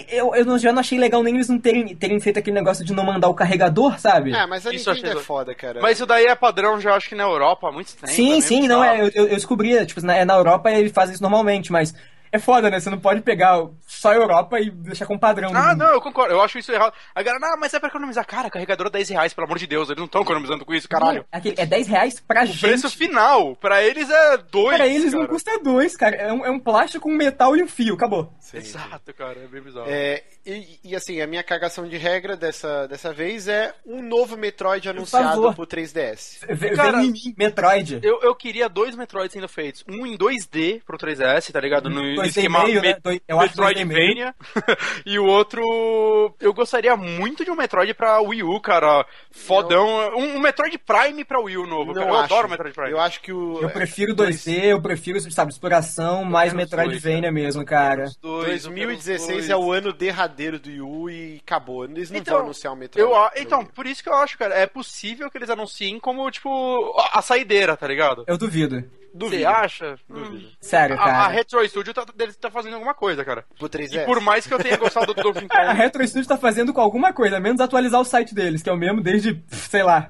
[SPEAKER 8] eu, eu, eu não- já não achei legal nem eles não terem, terem feito aquele negócio de não mandar o carregador, sabe?
[SPEAKER 2] Ah, mas a
[SPEAKER 9] Isso eu
[SPEAKER 2] Nintendo
[SPEAKER 9] achei
[SPEAKER 2] é foda, cara.
[SPEAKER 9] Mas isso daí é padrão, já acho que na Europa há muito tempo. é
[SPEAKER 8] sim,
[SPEAKER 9] meio
[SPEAKER 8] sim, não é.
[SPEAKER 9] bizarro.
[SPEAKER 8] Eu, eu- eu descobri, tipo, na, na Europa eles fazem isso normalmente, mas é foda, né? Você não pode pegar só a Europa e deixar com padrão. né? do
[SPEAKER 9] Ah,
[SPEAKER 8] mundo.
[SPEAKER 9] não, eu concordo. Eu acho isso errado. A galera, não, mas é pra economizar. Cara, carregador é 10 reais, pelo amor de Deus. Eles não estão economizando com isso, caralho.
[SPEAKER 8] É, aquele- é 10 reais pra
[SPEAKER 9] O
[SPEAKER 8] gente.
[SPEAKER 9] preço é final, pra eles é 2.
[SPEAKER 8] Pra eles não custa dois, cara. É um, é um plástico, um metal e um fio, acabou.
[SPEAKER 9] Exato, cara. É bem bizarro.
[SPEAKER 2] É, e, e, assim, a minha cagação de regra dessa, dessa vez é um novo Metroid anunciado
[SPEAKER 8] favor.
[SPEAKER 2] pro 3DS.
[SPEAKER 8] V-
[SPEAKER 9] Cara,
[SPEAKER 8] vem em mim, Metroid.
[SPEAKER 9] Eu, eu queria dois Metroids sendo feitos. Um em 2D pro 3DS, tá ligado? No
[SPEAKER 8] Dois
[SPEAKER 9] esquema
[SPEAKER 8] e meio, né?
[SPEAKER 9] Me-
[SPEAKER 8] Dois- eu acho dois e meio.
[SPEAKER 9] Metroidvania. e o outro. Eu gostaria muito de um Metroid pra Wii U, cara. Fodão. Um, um Metroid Prime pra Wii U novo, cara. Eu adoro Metroid Prime.
[SPEAKER 2] Eu acho que o.
[SPEAKER 8] Eu prefiro 2D, eu prefiro, sabe, exploração, mais
[SPEAKER 9] é, quero os dois,
[SPEAKER 8] Metroidvania mesmo, cara.
[SPEAKER 9] Dois, eu quero os
[SPEAKER 2] 2016
[SPEAKER 9] dois.
[SPEAKER 2] é o ano derradeiro do Yu e acabou. Eles não
[SPEAKER 9] Então,
[SPEAKER 2] vão anunciar o Metroid.
[SPEAKER 9] Eu, a-
[SPEAKER 2] pro
[SPEAKER 9] então,
[SPEAKER 2] Wii.
[SPEAKER 9] por isso que eu acho, cara, é possível que eles anunciem como, tipo, a, a saideira, tá ligado?
[SPEAKER 8] Eu duvido.
[SPEAKER 9] Você acha? Hum.
[SPEAKER 8] Sério,
[SPEAKER 9] A, a
[SPEAKER 8] cara.
[SPEAKER 9] Retro Studio tá, deve estar fazendo alguma coisa, cara.
[SPEAKER 2] pro 3DS.
[SPEAKER 9] E por mais que eu tenha gostado do Donkey
[SPEAKER 8] A
[SPEAKER 9] Kong,
[SPEAKER 8] Retro Studios tá fazendo com alguma coisa, menos atualizar o site deles, que é o mesmo desde, pff, sei lá.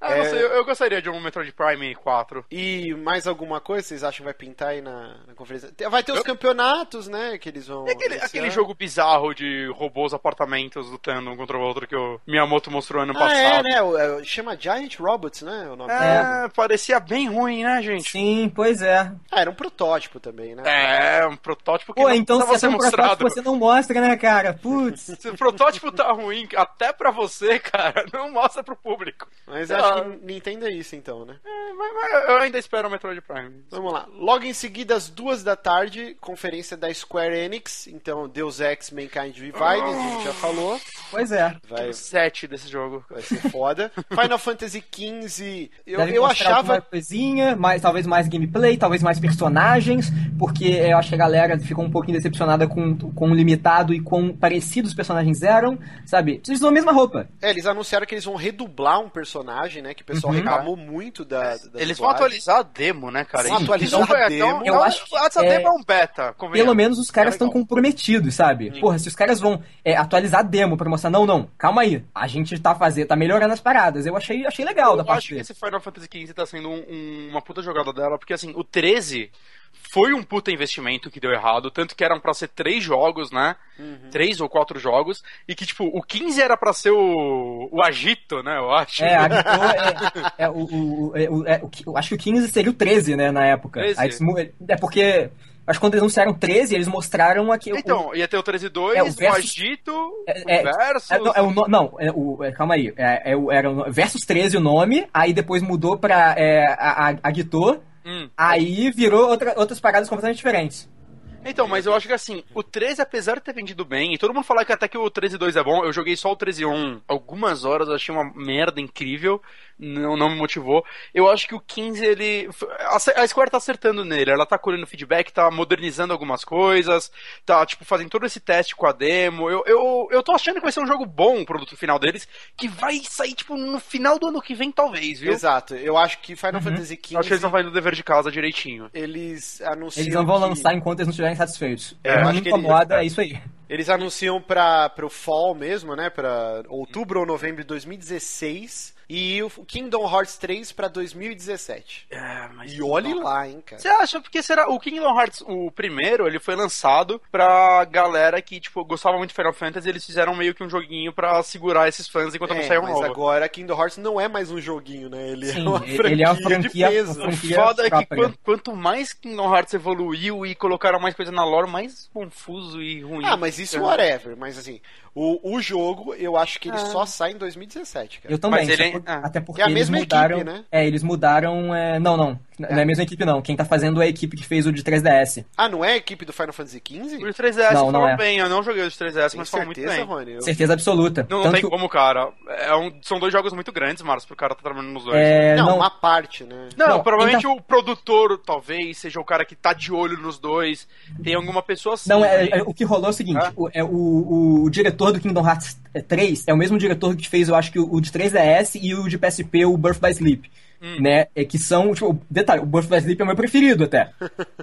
[SPEAKER 9] ah, eu não sei, eu, eu gostaria de um Metroid Prime 4.
[SPEAKER 2] E mais alguma coisa vocês acham que vai pintar aí na, na conferência? Tem- Vai ter os campeonatos, né? Que eles vão.
[SPEAKER 9] É aquele,
[SPEAKER 2] anunciar.
[SPEAKER 9] aquele jogo bizarro de robôs apartamentos lutando um contra o outro que o Miyamoto mostrou ano
[SPEAKER 2] Ah, é,
[SPEAKER 9] passado.
[SPEAKER 2] né? O- é, chama Giant Robots, né? O nome
[SPEAKER 9] É, parecia bem ruim, né, gente?
[SPEAKER 8] Sim, pois é.
[SPEAKER 2] Ah, era um protótipo também, né?
[SPEAKER 9] É, um protótipo que
[SPEAKER 8] Pô,
[SPEAKER 9] não
[SPEAKER 8] então se
[SPEAKER 9] precisava
[SPEAKER 8] é
[SPEAKER 9] ser
[SPEAKER 8] um
[SPEAKER 9] mostrado.
[SPEAKER 8] protótipo, você não mostra, né, cara? Putz.
[SPEAKER 9] Se o protótipo tá ruim, até pra você, cara, não mostra pro público.
[SPEAKER 2] Mas
[SPEAKER 9] Sei
[SPEAKER 2] acho
[SPEAKER 9] lá,
[SPEAKER 2] que Nintendo é isso então, né?
[SPEAKER 9] É, mas, mas eu ainda espero o Metroid Prime.
[SPEAKER 2] Vamos lá. Logo em seguida, às duas da tarde, conferência da Square Enix. Então, Deus Ex Mankind Divided, a gente já falou.
[SPEAKER 8] Pois é.
[SPEAKER 2] Vai,
[SPEAKER 9] Tipo, Sete desse jogo.
[SPEAKER 2] vai ser foda. Final Fantasy XV, eu,
[SPEAKER 8] Deve
[SPEAKER 2] eu
[SPEAKER 8] mostrar alguma
[SPEAKER 2] achava.
[SPEAKER 8] coisinha, mais, talvez mais gameplay, talvez mais personagens, porque eu acho que a galera ficou um pouquinho decepcionada com, com o limitado e quão parecidos os personagens eram, sabe? Eles usam a mesma roupa.
[SPEAKER 2] É, eles anunciaram que eles vão redublar um personagem, né? Que o
[SPEAKER 8] Uhum.
[SPEAKER 2] pessoal reclamou muito da. da
[SPEAKER 9] Eles
[SPEAKER 2] dublagem.
[SPEAKER 9] vão atualizar a demo, né, cara?
[SPEAKER 2] Sim, atualizar
[SPEAKER 9] Isso
[SPEAKER 2] a
[SPEAKER 9] é
[SPEAKER 2] demo.
[SPEAKER 9] tão-
[SPEAKER 8] Eu
[SPEAKER 9] não,
[SPEAKER 8] acho que
[SPEAKER 9] Essa
[SPEAKER 8] é-
[SPEAKER 9] demo é um beta, convenhamos.
[SPEAKER 8] Pelo menos os
[SPEAKER 2] é
[SPEAKER 8] caras estão
[SPEAKER 2] legal.
[SPEAKER 8] comprometidos, sabe? Porra, se os caras vão é, atualizar a demo pra mostrar, não, não, calma aí, a gente tá fazendo, tá melhorando as paradas. Eu achei, achei legal da
[SPEAKER 9] Eu acho
[SPEAKER 8] parte
[SPEAKER 9] que
[SPEAKER 8] deles.
[SPEAKER 9] esse Final Fantasy XV tá sendo um- um- uma puta jogada dela, porque assim, o 13 foi um puta investimento que deu errado, tanto que eram pra ser três jogos, né?
[SPEAKER 8] Uhum.
[SPEAKER 9] Três ou quatro jogos, e que tipo, o 15 era pra ser o, o agito, né? Eu acho.
[SPEAKER 8] É, a Gitô é, é o, o, o- é o- é o que- eu acho que o 15 seria o 13, né, na época.
[SPEAKER 9] 13.
[SPEAKER 8] Aí eles mu- é porque, acho que quando eles anunciaram 13, eles mostraram aqui... o-
[SPEAKER 9] Então, ia ter o 13 e 2,
[SPEAKER 8] É, o
[SPEAKER 9] o,
[SPEAKER 8] versus-
[SPEAKER 9] agito,
[SPEAKER 8] É, é,
[SPEAKER 9] o versus...
[SPEAKER 8] É, não, é o no- não, é o- é, calma aí. É, é o- era o, Versus 13 o nome, aí depois mudou pra é, a, a, a Guitô,
[SPEAKER 9] Hum.
[SPEAKER 8] aí virou outra- outras paradas completamente diferentes.
[SPEAKER 9] Então, mas eu acho que assim, o 13, apesar de ter vendido bem, e todo mundo falar que até que o 13 2 é bom, eu joguei só o 13 1 algumas horas, eu achei uma merda incrível, não, não me motivou. Eu acho que o 15, ele. A a Square tá acertando nele, ela tá colhendo feedback, tá modernizando algumas coisas, tá, tipo, fazendo todo esse teste com a demo. Eu, eu, eu tô achando que vai ser um jogo bom, o produto final deles, que vai sair, tipo, no final do ano que vem, talvez, viu?
[SPEAKER 2] Exato. Eu acho que Final
[SPEAKER 8] Uhum.
[SPEAKER 2] Fantasy
[SPEAKER 9] Eu acho que eles não
[SPEAKER 2] XV.
[SPEAKER 9] fazendo o dever de casa direitinho.
[SPEAKER 2] Eles anunciam.
[SPEAKER 8] Eles não vão
[SPEAKER 2] que-
[SPEAKER 8] lançar enquanto eles não estiverem satisfeitos.
[SPEAKER 2] É, eu
[SPEAKER 8] não
[SPEAKER 2] acho
[SPEAKER 8] me
[SPEAKER 2] que ele-
[SPEAKER 8] incomoda, é isso aí.
[SPEAKER 2] Eles anunciam para pro fall mesmo, né? Para outubro ou novembro de 2016 e o Kingdom Hearts 3 para 2017.
[SPEAKER 9] É, mas.
[SPEAKER 2] E olhe lá, hein, cara.
[SPEAKER 9] Você acha? Porque será o Kingdom Hearts, o primeiro, ele foi lançado pra galera que, tipo, gostava muito de Final Fantasy, eles fizeram meio que um joguinho pra segurar esses fãs enquanto não
[SPEAKER 2] É,
[SPEAKER 9] saiu um
[SPEAKER 2] mas
[SPEAKER 9] novo.
[SPEAKER 2] agora Kingdom Hearts não é mais um joguinho, né? Ele é
[SPEAKER 8] Sim,
[SPEAKER 2] uma franquia,
[SPEAKER 8] ele é uma franquia-
[SPEAKER 2] de peso.
[SPEAKER 8] uma franquia-
[SPEAKER 9] Foda é que
[SPEAKER 8] própria.
[SPEAKER 9] quan- quanto, mais Kingdom Hearts evoluiu e colocaram mais coisa na lore, mais confuso e ruim.
[SPEAKER 2] Ah, mas
[SPEAKER 9] É.
[SPEAKER 2] isso whatever. Mas assim, o, o jogo, eu acho que ele só sai em 2017, cara.
[SPEAKER 8] Eu também.
[SPEAKER 9] Mas ele
[SPEAKER 8] só
[SPEAKER 9] é- ah.
[SPEAKER 8] Até porque
[SPEAKER 2] É a
[SPEAKER 8] eles
[SPEAKER 2] mesma equipe,
[SPEAKER 8] mudaram.
[SPEAKER 2] né?
[SPEAKER 8] É, eles mudaram. é, não, não. Não é a mesma equipe, não. Quem tá fazendo é a equipe que fez o de 3DS.
[SPEAKER 2] Ah, não é a equipe do Final Fantasy XV?
[SPEAKER 9] Os 3DS
[SPEAKER 8] Não, não
[SPEAKER 9] falam
[SPEAKER 8] é.
[SPEAKER 9] bem, eu não joguei os 3DS,
[SPEAKER 2] Tem
[SPEAKER 9] mas falam muito bem.
[SPEAKER 2] certeza, Rony? Eu-
[SPEAKER 8] Certeza absoluta.
[SPEAKER 9] Não, não tem como, cara. É um- são dois jogos muito grandes, Marcos, pro cara tá trabalhando nos dois.
[SPEAKER 8] é,
[SPEAKER 2] Não,
[SPEAKER 8] não,
[SPEAKER 2] uma parte, né?
[SPEAKER 8] Não,
[SPEAKER 9] Não,
[SPEAKER 8] então-
[SPEAKER 9] provavelmente o produtor, talvez, seja o cara que tá de olho nos dois. Tem alguma pessoa assim.
[SPEAKER 8] Não, é,
[SPEAKER 9] né?
[SPEAKER 8] é- o que rolou é o seguinte:
[SPEAKER 9] Ah.
[SPEAKER 8] o, é o- o diretor do Kingdom Hearts 3 é o mesmo diretor que fez, eu acho que o, o de 3DS e o de PSP, o Birth by Sleep.
[SPEAKER 2] Hum.
[SPEAKER 8] Né? É que são, tipo, detalhe, o Birth by Sleep é o meu preferido até.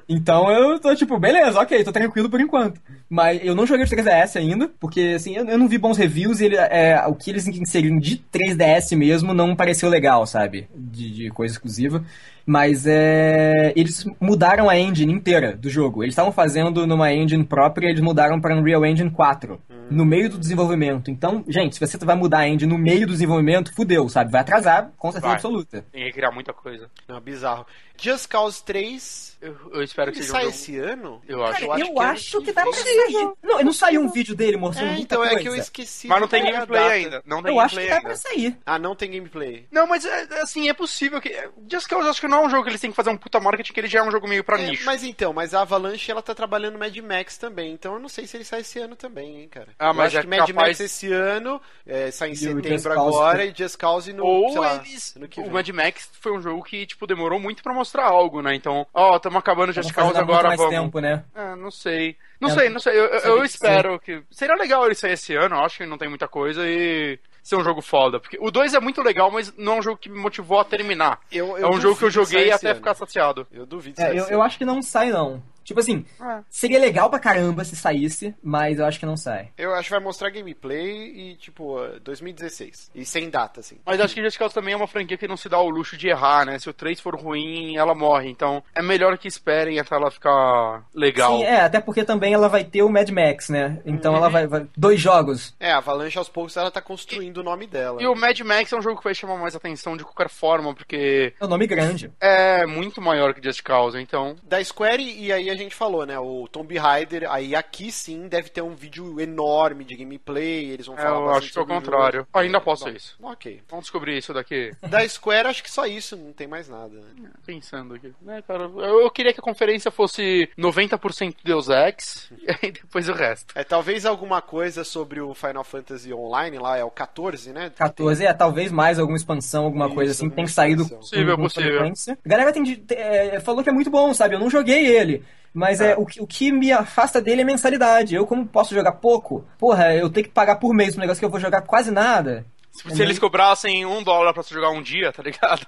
[SPEAKER 8] Então eu tô tipo, beleza, ok, tô tranquilo por enquanto. Mas eu não joguei o de 3DS ainda, porque assim, eu, eu não vi bons reviews e ele, é, o que eles inseriram de 3DS mesmo não pareceu legal, sabe? De, de coisa exclusiva. Mas é. Eles mudaram a engine inteira do jogo. Eles estavam fazendo numa engine própria e eles mudaram pra Unreal Engine 4.
[SPEAKER 2] Hum.
[SPEAKER 8] No meio do desenvolvimento. Então, gente, se você vai mudar a engine no meio do desenvolvimento, fudeu, sabe? Vai atrasar, com certeza
[SPEAKER 9] Vai.
[SPEAKER 8] absoluta.
[SPEAKER 9] Tem que criar muita coisa.
[SPEAKER 2] Não, bizarro. Just Cause 3,
[SPEAKER 9] Eu, eu espero que
[SPEAKER 2] ele
[SPEAKER 9] seja
[SPEAKER 2] sai
[SPEAKER 9] um jogo...
[SPEAKER 2] esse ano?
[SPEAKER 9] Eu acho.
[SPEAKER 2] acho que é
[SPEAKER 8] dá pra sair. Não, não saiu um vídeo dele mostrando
[SPEAKER 2] É,
[SPEAKER 8] muita
[SPEAKER 2] então é
[SPEAKER 8] coisa.
[SPEAKER 2] que eu esqueci.
[SPEAKER 9] Mas não
[SPEAKER 2] de
[SPEAKER 9] tem
[SPEAKER 2] pegar a
[SPEAKER 9] gameplay
[SPEAKER 2] data.
[SPEAKER 9] ainda. Não tem
[SPEAKER 8] Eu acho
[SPEAKER 9] gameplay
[SPEAKER 8] que dá
[SPEAKER 9] ainda.
[SPEAKER 8] pra sair.
[SPEAKER 2] Ah, não tem gameplay.
[SPEAKER 9] é Não, mas é, assim, é possível que. é, Just Cause eu acho que não é um jogo que eles têm que fazer um puta marketing, que ele já é um jogo meio pra
[SPEAKER 2] É,
[SPEAKER 9] nicho.
[SPEAKER 2] mas então, mas a Avalanche ela tá trabalhando Mad Max também, então eu não sei se ele sai esse ano também, hein, cara.
[SPEAKER 9] Ah,
[SPEAKER 2] Eu
[SPEAKER 9] mas
[SPEAKER 2] acho
[SPEAKER 9] é
[SPEAKER 2] que Mad
[SPEAKER 9] capaz-
[SPEAKER 2] Max esse ano, é, sai em
[SPEAKER 8] E o Just
[SPEAKER 2] setembro
[SPEAKER 8] Cause
[SPEAKER 2] agora e Just Cause no, sei
[SPEAKER 9] Ou
[SPEAKER 2] lá,
[SPEAKER 9] eles.
[SPEAKER 2] ano que
[SPEAKER 9] O
[SPEAKER 2] vem.
[SPEAKER 9] Mad Max foi um jogo que, tipo, demorou muito pra mostrar algo, né? Então, ó, tamo acabando Just
[SPEAKER 8] Vamos
[SPEAKER 9] Cause
[SPEAKER 8] fazer muito
[SPEAKER 9] agora,
[SPEAKER 8] mais
[SPEAKER 9] vamos.
[SPEAKER 8] tempo, né?
[SPEAKER 9] Ah, não sei. Não
[SPEAKER 8] É,
[SPEAKER 9] sei, não sei. Eu, eu-
[SPEAKER 8] sei
[SPEAKER 9] eu
[SPEAKER 8] que-
[SPEAKER 9] espero que. Seria legal ele sair esse ano, eu acho que não tem muita coisa e ser um jogo foda. Porque o 2 é muito legal, mas não é um jogo que me motivou a terminar.
[SPEAKER 2] Eu-
[SPEAKER 9] é
[SPEAKER 2] eu
[SPEAKER 9] um jogo que eu
[SPEAKER 2] duvido
[SPEAKER 9] joguei
[SPEAKER 2] sair
[SPEAKER 9] até
[SPEAKER 2] esse
[SPEAKER 9] ficar
[SPEAKER 2] ano.
[SPEAKER 9] saciado.
[SPEAKER 2] Eu duvido.
[SPEAKER 8] É,
[SPEAKER 2] sair
[SPEAKER 8] eu,
[SPEAKER 2] esse
[SPEAKER 8] eu
[SPEAKER 2] ano.
[SPEAKER 8] acho que não sai, não. Tipo assim,
[SPEAKER 9] É.
[SPEAKER 8] seria legal pra caramba se saísse, mas eu acho que não sai.
[SPEAKER 2] Eu acho que vai mostrar gameplay e tipo, ah, 2016. E sem data, assim.
[SPEAKER 9] Mas acho que Just Cause também é uma franquia que não se dá o luxo de errar, né? Se o 3 for ruim, ela morre. Então é melhor que esperem até ela ficar legal.
[SPEAKER 8] Sim, é, até porque também ela vai ter o Mad Max, né? Então ela vai, vai- Dois jogos.
[SPEAKER 2] É, a Avalanche aos poucos ela tá construindo o nome dela.
[SPEAKER 9] E o Mad Max é um jogo que vai chamar mais atenção de qualquer forma, porque
[SPEAKER 8] É um nome grande.
[SPEAKER 9] é muito maior que Just Cause, então.
[SPEAKER 2] Da Square e aí a a gente falou, né? O Tomb Raider, aí aqui sim deve ter um vídeo enorme de gameplay, eles vão
[SPEAKER 9] É,
[SPEAKER 2] falar
[SPEAKER 9] eu
[SPEAKER 2] bastante
[SPEAKER 9] acho que é o
[SPEAKER 2] sobre o jogo.
[SPEAKER 9] contrário. Ainda posso isso.
[SPEAKER 2] Ok.
[SPEAKER 9] Vamos descobrir isso daqui.
[SPEAKER 2] Da Square, acho que só isso, não tem mais nada. né?
[SPEAKER 9] Pensando aqui. Né, cara, eu, eu queria que a conferência fosse 90% Deus Ex e aí depois o resto.
[SPEAKER 2] É, talvez alguma coisa sobre o Final Fantasy Online, lá é o 14, né?
[SPEAKER 8] 14, é, talvez mais alguma expansão, alguma
[SPEAKER 2] Isso,
[SPEAKER 8] coisa assim,
[SPEAKER 2] alguma
[SPEAKER 8] tem saído
[SPEAKER 2] expansão.
[SPEAKER 8] com-
[SPEAKER 9] Possível,
[SPEAKER 8] com
[SPEAKER 9] possível.
[SPEAKER 8] frequência. A galera tem de- te- é, falou que é muito bom, sabe? Eu não joguei ele. Mas
[SPEAKER 9] Ah.
[SPEAKER 8] é, o, que, o que me afasta dele é mensalidade. Eu, como posso jogar pouco, porra, eu tenho que pagar por mês um negócio que eu vou jogar quase nada.
[SPEAKER 9] Se, se eles cobrassem um dólar pra você jogar um dia, tá ligado?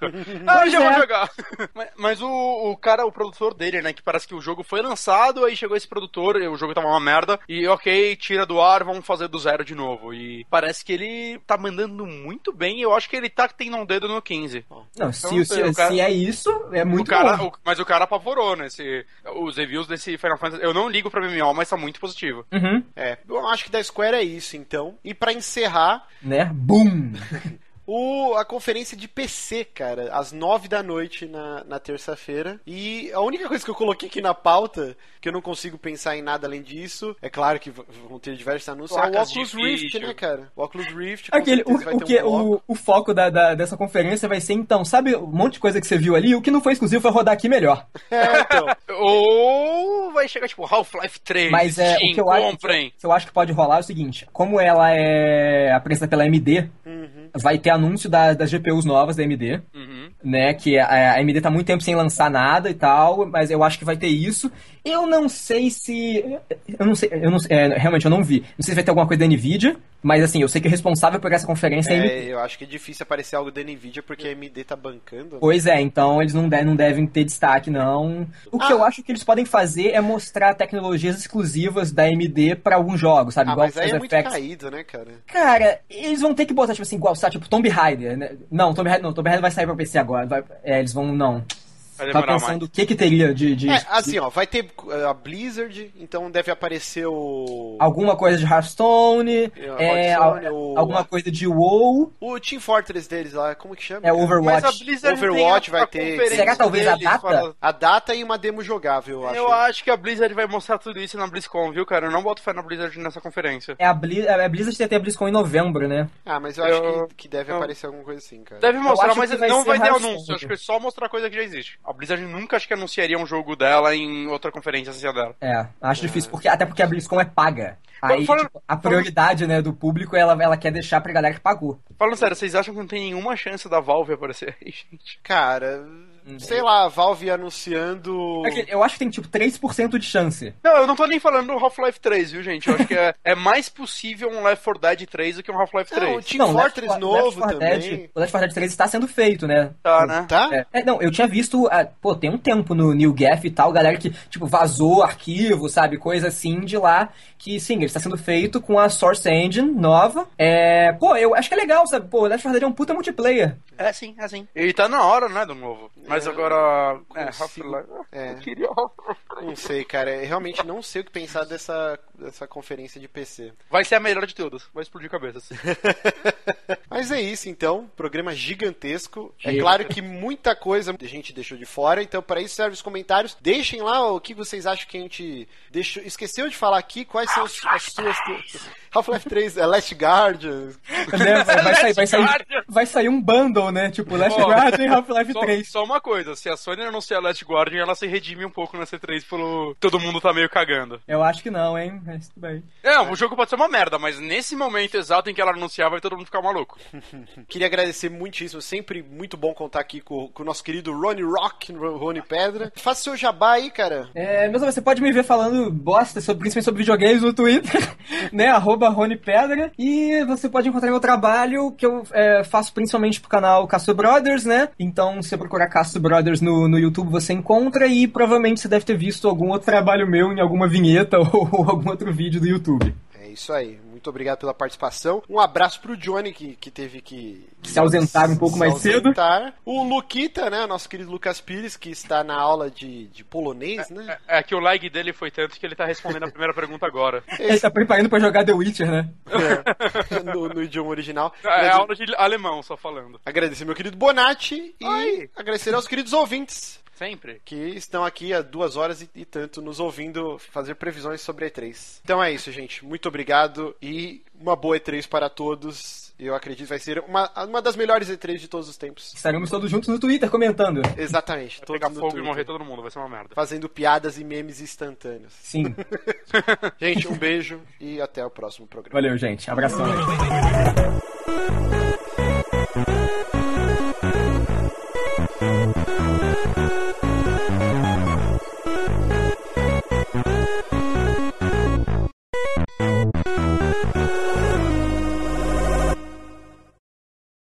[SPEAKER 9] ah, já vou
[SPEAKER 8] é.
[SPEAKER 9] jogar. Mas, mas o, o cara, o produtor dele, né? Que parece que o jogo foi lançado, aí chegou esse produtor, e o jogo tava uma merda, e ok, tira do ar, vamos fazer do zero de novo. E parece que ele tá mandando muito bem, e eu acho que ele tá tendo um dedo no 15.
[SPEAKER 8] Não,
[SPEAKER 9] não
[SPEAKER 8] se,
[SPEAKER 9] sei,
[SPEAKER 8] se-
[SPEAKER 9] Então, o cara-
[SPEAKER 8] se é isso, é muito
[SPEAKER 9] o cara,
[SPEAKER 8] bom.
[SPEAKER 9] o- mas o cara apavorou, né? esse- os reviews desse Final Fantasy. Eu não ligo pra MMO, mas tá muito positivo.
[SPEAKER 8] Uhum.
[SPEAKER 2] É, eu acho que da Square é isso, então. E pra encerrar,
[SPEAKER 8] Né? Boom!
[SPEAKER 2] o, a conferência de PC, cara, às 9 da noite na, na terça-feira. E a única coisa que eu coloquei aqui na pauta, que eu não consigo pensar em nada além disso, é claro que v- vão ter diversos anúncios, é o
[SPEAKER 9] Placas de
[SPEAKER 2] Oculus Rift,
[SPEAKER 9] vídeo.
[SPEAKER 2] né, cara? O Oculus Rift, com
[SPEAKER 8] Aquele,
[SPEAKER 2] certeza, vai
[SPEAKER 8] o, o
[SPEAKER 2] ter
[SPEAKER 8] que, é
[SPEAKER 2] um bloco.
[SPEAKER 8] o, o foco da, da- dessa conferência vai ser, então, sabe um monte de coisa que você viu ali? O que não foi exclusivo vai rodar aqui melhor.
[SPEAKER 2] É, então.
[SPEAKER 9] Ou vai chegar tipo Half-Life 3.
[SPEAKER 8] Mas é,
[SPEAKER 9] Steam,
[SPEAKER 8] o que eu acho
[SPEAKER 9] comprem.
[SPEAKER 8] que eu acho que pode rolar é o seguinte: como ela é apresentada pela AMD, vai ter anúncio da- das GPUs novas da AMD,
[SPEAKER 9] Uhum.
[SPEAKER 8] né? Que a, a AMD tá muito tempo sem lançar nada e tal, mas eu acho que vai ter isso. Eu não sei se. Eu não sei, eu não, é, realmente eu não vi. Não sei se vai ter alguma coisa da Nvidia, mas assim, eu sei que o responsável por essa conferência é a AMD.
[SPEAKER 2] É, eu acho que é difícil aparecer algo da Nvidia porque a AMD tá bancando. né?
[SPEAKER 8] Pois é, então eles não, de- não devem ter destaque, não. O que
[SPEAKER 2] Ah.
[SPEAKER 8] eu acho que eles podem fazer é mostrar tecnologias exclusivas da AMD pra alguns jogos, sabe?
[SPEAKER 2] Ah,
[SPEAKER 8] Igual
[SPEAKER 2] mas aí é
[SPEAKER 8] Mass
[SPEAKER 2] muito
[SPEAKER 8] Effect.
[SPEAKER 2] caído, né, cara?
[SPEAKER 8] Cara, eles vão ter que botar, tipo assim, igual, sabe? Tipo, Tomb Raider, né? Não, Tomb Raider não, Tomb Raider vai sair pra PC agora. vai- é, eles vão, não.
[SPEAKER 9] Vai
[SPEAKER 8] Tava
[SPEAKER 9] demorar mais.
[SPEAKER 8] Tá pensando o que que teria de... de-
[SPEAKER 2] É, assim, ó, vai ter eh, a Blizzard, então deve aparecer o.
[SPEAKER 8] Alguma coisa de Hearthstone,
[SPEAKER 2] É,
[SPEAKER 8] é,
[SPEAKER 2] Hearthstone,
[SPEAKER 8] al-
[SPEAKER 2] o-
[SPEAKER 8] alguma coisa de WoW,
[SPEAKER 2] O Team Fortress deles lá, como que chama?
[SPEAKER 8] é
[SPEAKER 2] cara?
[SPEAKER 9] Mas a
[SPEAKER 8] Overwatch.
[SPEAKER 9] Blizzard tem
[SPEAKER 2] Overwatch
[SPEAKER 9] a-
[SPEAKER 2] vai
[SPEAKER 9] a
[SPEAKER 2] ter-
[SPEAKER 9] conferência
[SPEAKER 8] Será talvez a
[SPEAKER 9] deles
[SPEAKER 8] data?
[SPEAKER 9] para-
[SPEAKER 2] A data e uma demo jogável, eu acho. né?
[SPEAKER 9] Eu acho que a Blizzard vai mostrar tudo isso na BlizzCon, viu, cara? Eu não boto fé na Blizzard nessa conferência.
[SPEAKER 8] É a, Blizz, é a Blizzard tem até a BlizzCon em novembro, né?
[SPEAKER 2] Ah, mas eu acho
[SPEAKER 9] Eu-
[SPEAKER 2] que, que deve
[SPEAKER 9] eu-
[SPEAKER 2] aparecer alguma coisa assim, cara.
[SPEAKER 9] Deve mostrar,
[SPEAKER 8] acho
[SPEAKER 9] mas
[SPEAKER 8] que vai
[SPEAKER 9] não
[SPEAKER 8] ser
[SPEAKER 9] vai ter
[SPEAKER 8] Hearthstone.
[SPEAKER 9] anúncio. Acho que é só mostrar coisa que já existe. A Blizzard nunca acho que anunciaria um jogo dela em outra conferência sem a dela.
[SPEAKER 8] É, acho difícil, porque, até porque a BlizzCon é paga. Aí,
[SPEAKER 9] Fala-
[SPEAKER 8] tipo, a prioridade, né, do público, ela, ela quer deixar pra galera que pagou.
[SPEAKER 9] Falando sério, vocês acham que não tem nenhuma chance da Valve aparecer aí, gente?
[SPEAKER 2] Cara, sei lá, a Valve anunciando.
[SPEAKER 8] É que Eu acho que tem, tipo, 3% de chance.
[SPEAKER 9] Não, eu não tô nem falando do Half-Life 3, viu, gente? Eu acho que é, é mais possível um Left 4 Dead 3 do que um Half-life
[SPEAKER 2] Não, o
[SPEAKER 9] 3.
[SPEAKER 2] Team
[SPEAKER 8] Não,
[SPEAKER 2] Fortress
[SPEAKER 8] Left 4
[SPEAKER 2] novo
[SPEAKER 8] Left 4 Dead-
[SPEAKER 2] também.
[SPEAKER 8] o Left 4 Dead 3 está sendo feito, né?
[SPEAKER 9] Tá, né?
[SPEAKER 2] Tá?
[SPEAKER 8] É, é, não, eu tinha visto, ah, pô, tem um tempo no New Gaff e tal, galera que, tipo, vazou arquivo, sabe? Coisa assim de lá, que sim, ele está sendo feito com a Source Engine nova. É, pô, eu acho que é legal, sabe? Pô, Left 4 Dead é um puta multiplayer.
[SPEAKER 9] É sim, é sim. E tá na hora, né, do novo. Mas agora. É, Half-Life.
[SPEAKER 2] É.
[SPEAKER 9] Eu queria Half-Life.
[SPEAKER 2] Não sei, cara. Eu realmente não sei o que pensar dessa, dessa conferência de PC.
[SPEAKER 9] Vai ser a melhor de todas. Vai explodir cabeças.
[SPEAKER 2] Mas é isso então, programa gigantesco. É claro que muita coisa a gente deixou de fora, então para isso servem os comentários. Deixem lá o que vocês acham que a gente deixou, esqueceu de falar aqui, quais são as, as suas Half-Life 3, é Last Guardian.
[SPEAKER 8] Né? Vai, vai sair, vai, sair,
[SPEAKER 9] Guardian.
[SPEAKER 8] vai sair um bundle, né? Tipo, Last
[SPEAKER 9] Ó,
[SPEAKER 8] Guardian e Half-Life
[SPEAKER 9] Só,
[SPEAKER 8] 3.
[SPEAKER 9] só uma coisa, se a Sony anunciar Last Guardian, ela se redime um pouco na C3 pelo. Todo mundo tá meio cagando.
[SPEAKER 8] Eu acho que não, hein? Mas tudo bem.
[SPEAKER 9] É, o jogo pode ser uma merda, mas nesse momento exato em que ela anunciar, vai todo mundo ficar maluco.
[SPEAKER 2] Queria agradecer muitíssimo, sempre muito bom contar aqui com, com o nosso querido Rony Rock, Rony Pedra. Faça seu jabá aí, cara.
[SPEAKER 8] É, meus amigos, você pode me ver falando bosta, sobre, principalmente sobre videogames no Twitter, né? Arroba Rony Pedra. E você pode encontrar meu trabalho, que eu é, faço principalmente pro canal Castro Brothers, né? Então, se você procurar Castro Brothers no, no YouTube, você encontra. E provavelmente você deve ter visto algum outro trabalho meu em alguma vinheta ou, algum outro vídeo do YouTube.
[SPEAKER 2] É isso aí. Muito obrigado pela participação. Um abraço pro Johnny que, que teve que
[SPEAKER 8] Se ausentar um pouco
[SPEAKER 2] se
[SPEAKER 8] mais
[SPEAKER 2] ausentar. O Luquita, né, nosso querido Lucas Pires que está na aula de, de polonês, né?
[SPEAKER 9] É que o like dele foi tanto que ele tá respondendo a primeira pergunta agora.
[SPEAKER 8] cedo. Ele tá preparando pra jogar The Witcher, né?
[SPEAKER 2] no, no idioma original.
[SPEAKER 9] É
[SPEAKER 2] Mas eu-
[SPEAKER 9] aula de alemão, só falando.
[SPEAKER 2] Agradecer meu querido Bonatti e agradecer aos queridos ouvintes.
[SPEAKER 9] Sempre.
[SPEAKER 2] que estão aqui há duas horas e, e tanto nos ouvindo fazer previsões sobre a E3. Então é isso, gente. Muito obrigado e uma boa E3 para todos. Eu acredito que vai ser uma, uma das melhores E3 de todos os tempos.
[SPEAKER 8] Estaremos todos juntos no Twitter comentando.
[SPEAKER 2] Exatamente.
[SPEAKER 9] Vai
[SPEAKER 2] todos
[SPEAKER 9] pegar
[SPEAKER 2] no
[SPEAKER 9] fogo e
[SPEAKER 2] Twitter,
[SPEAKER 9] morrer todo mundo, vai ser uma merda.
[SPEAKER 2] Fazendo piadas e memes instantâneos.
[SPEAKER 8] Sim.
[SPEAKER 2] Gente, um beijo e até o próximo programa.
[SPEAKER 8] Valeu, gente. Abração.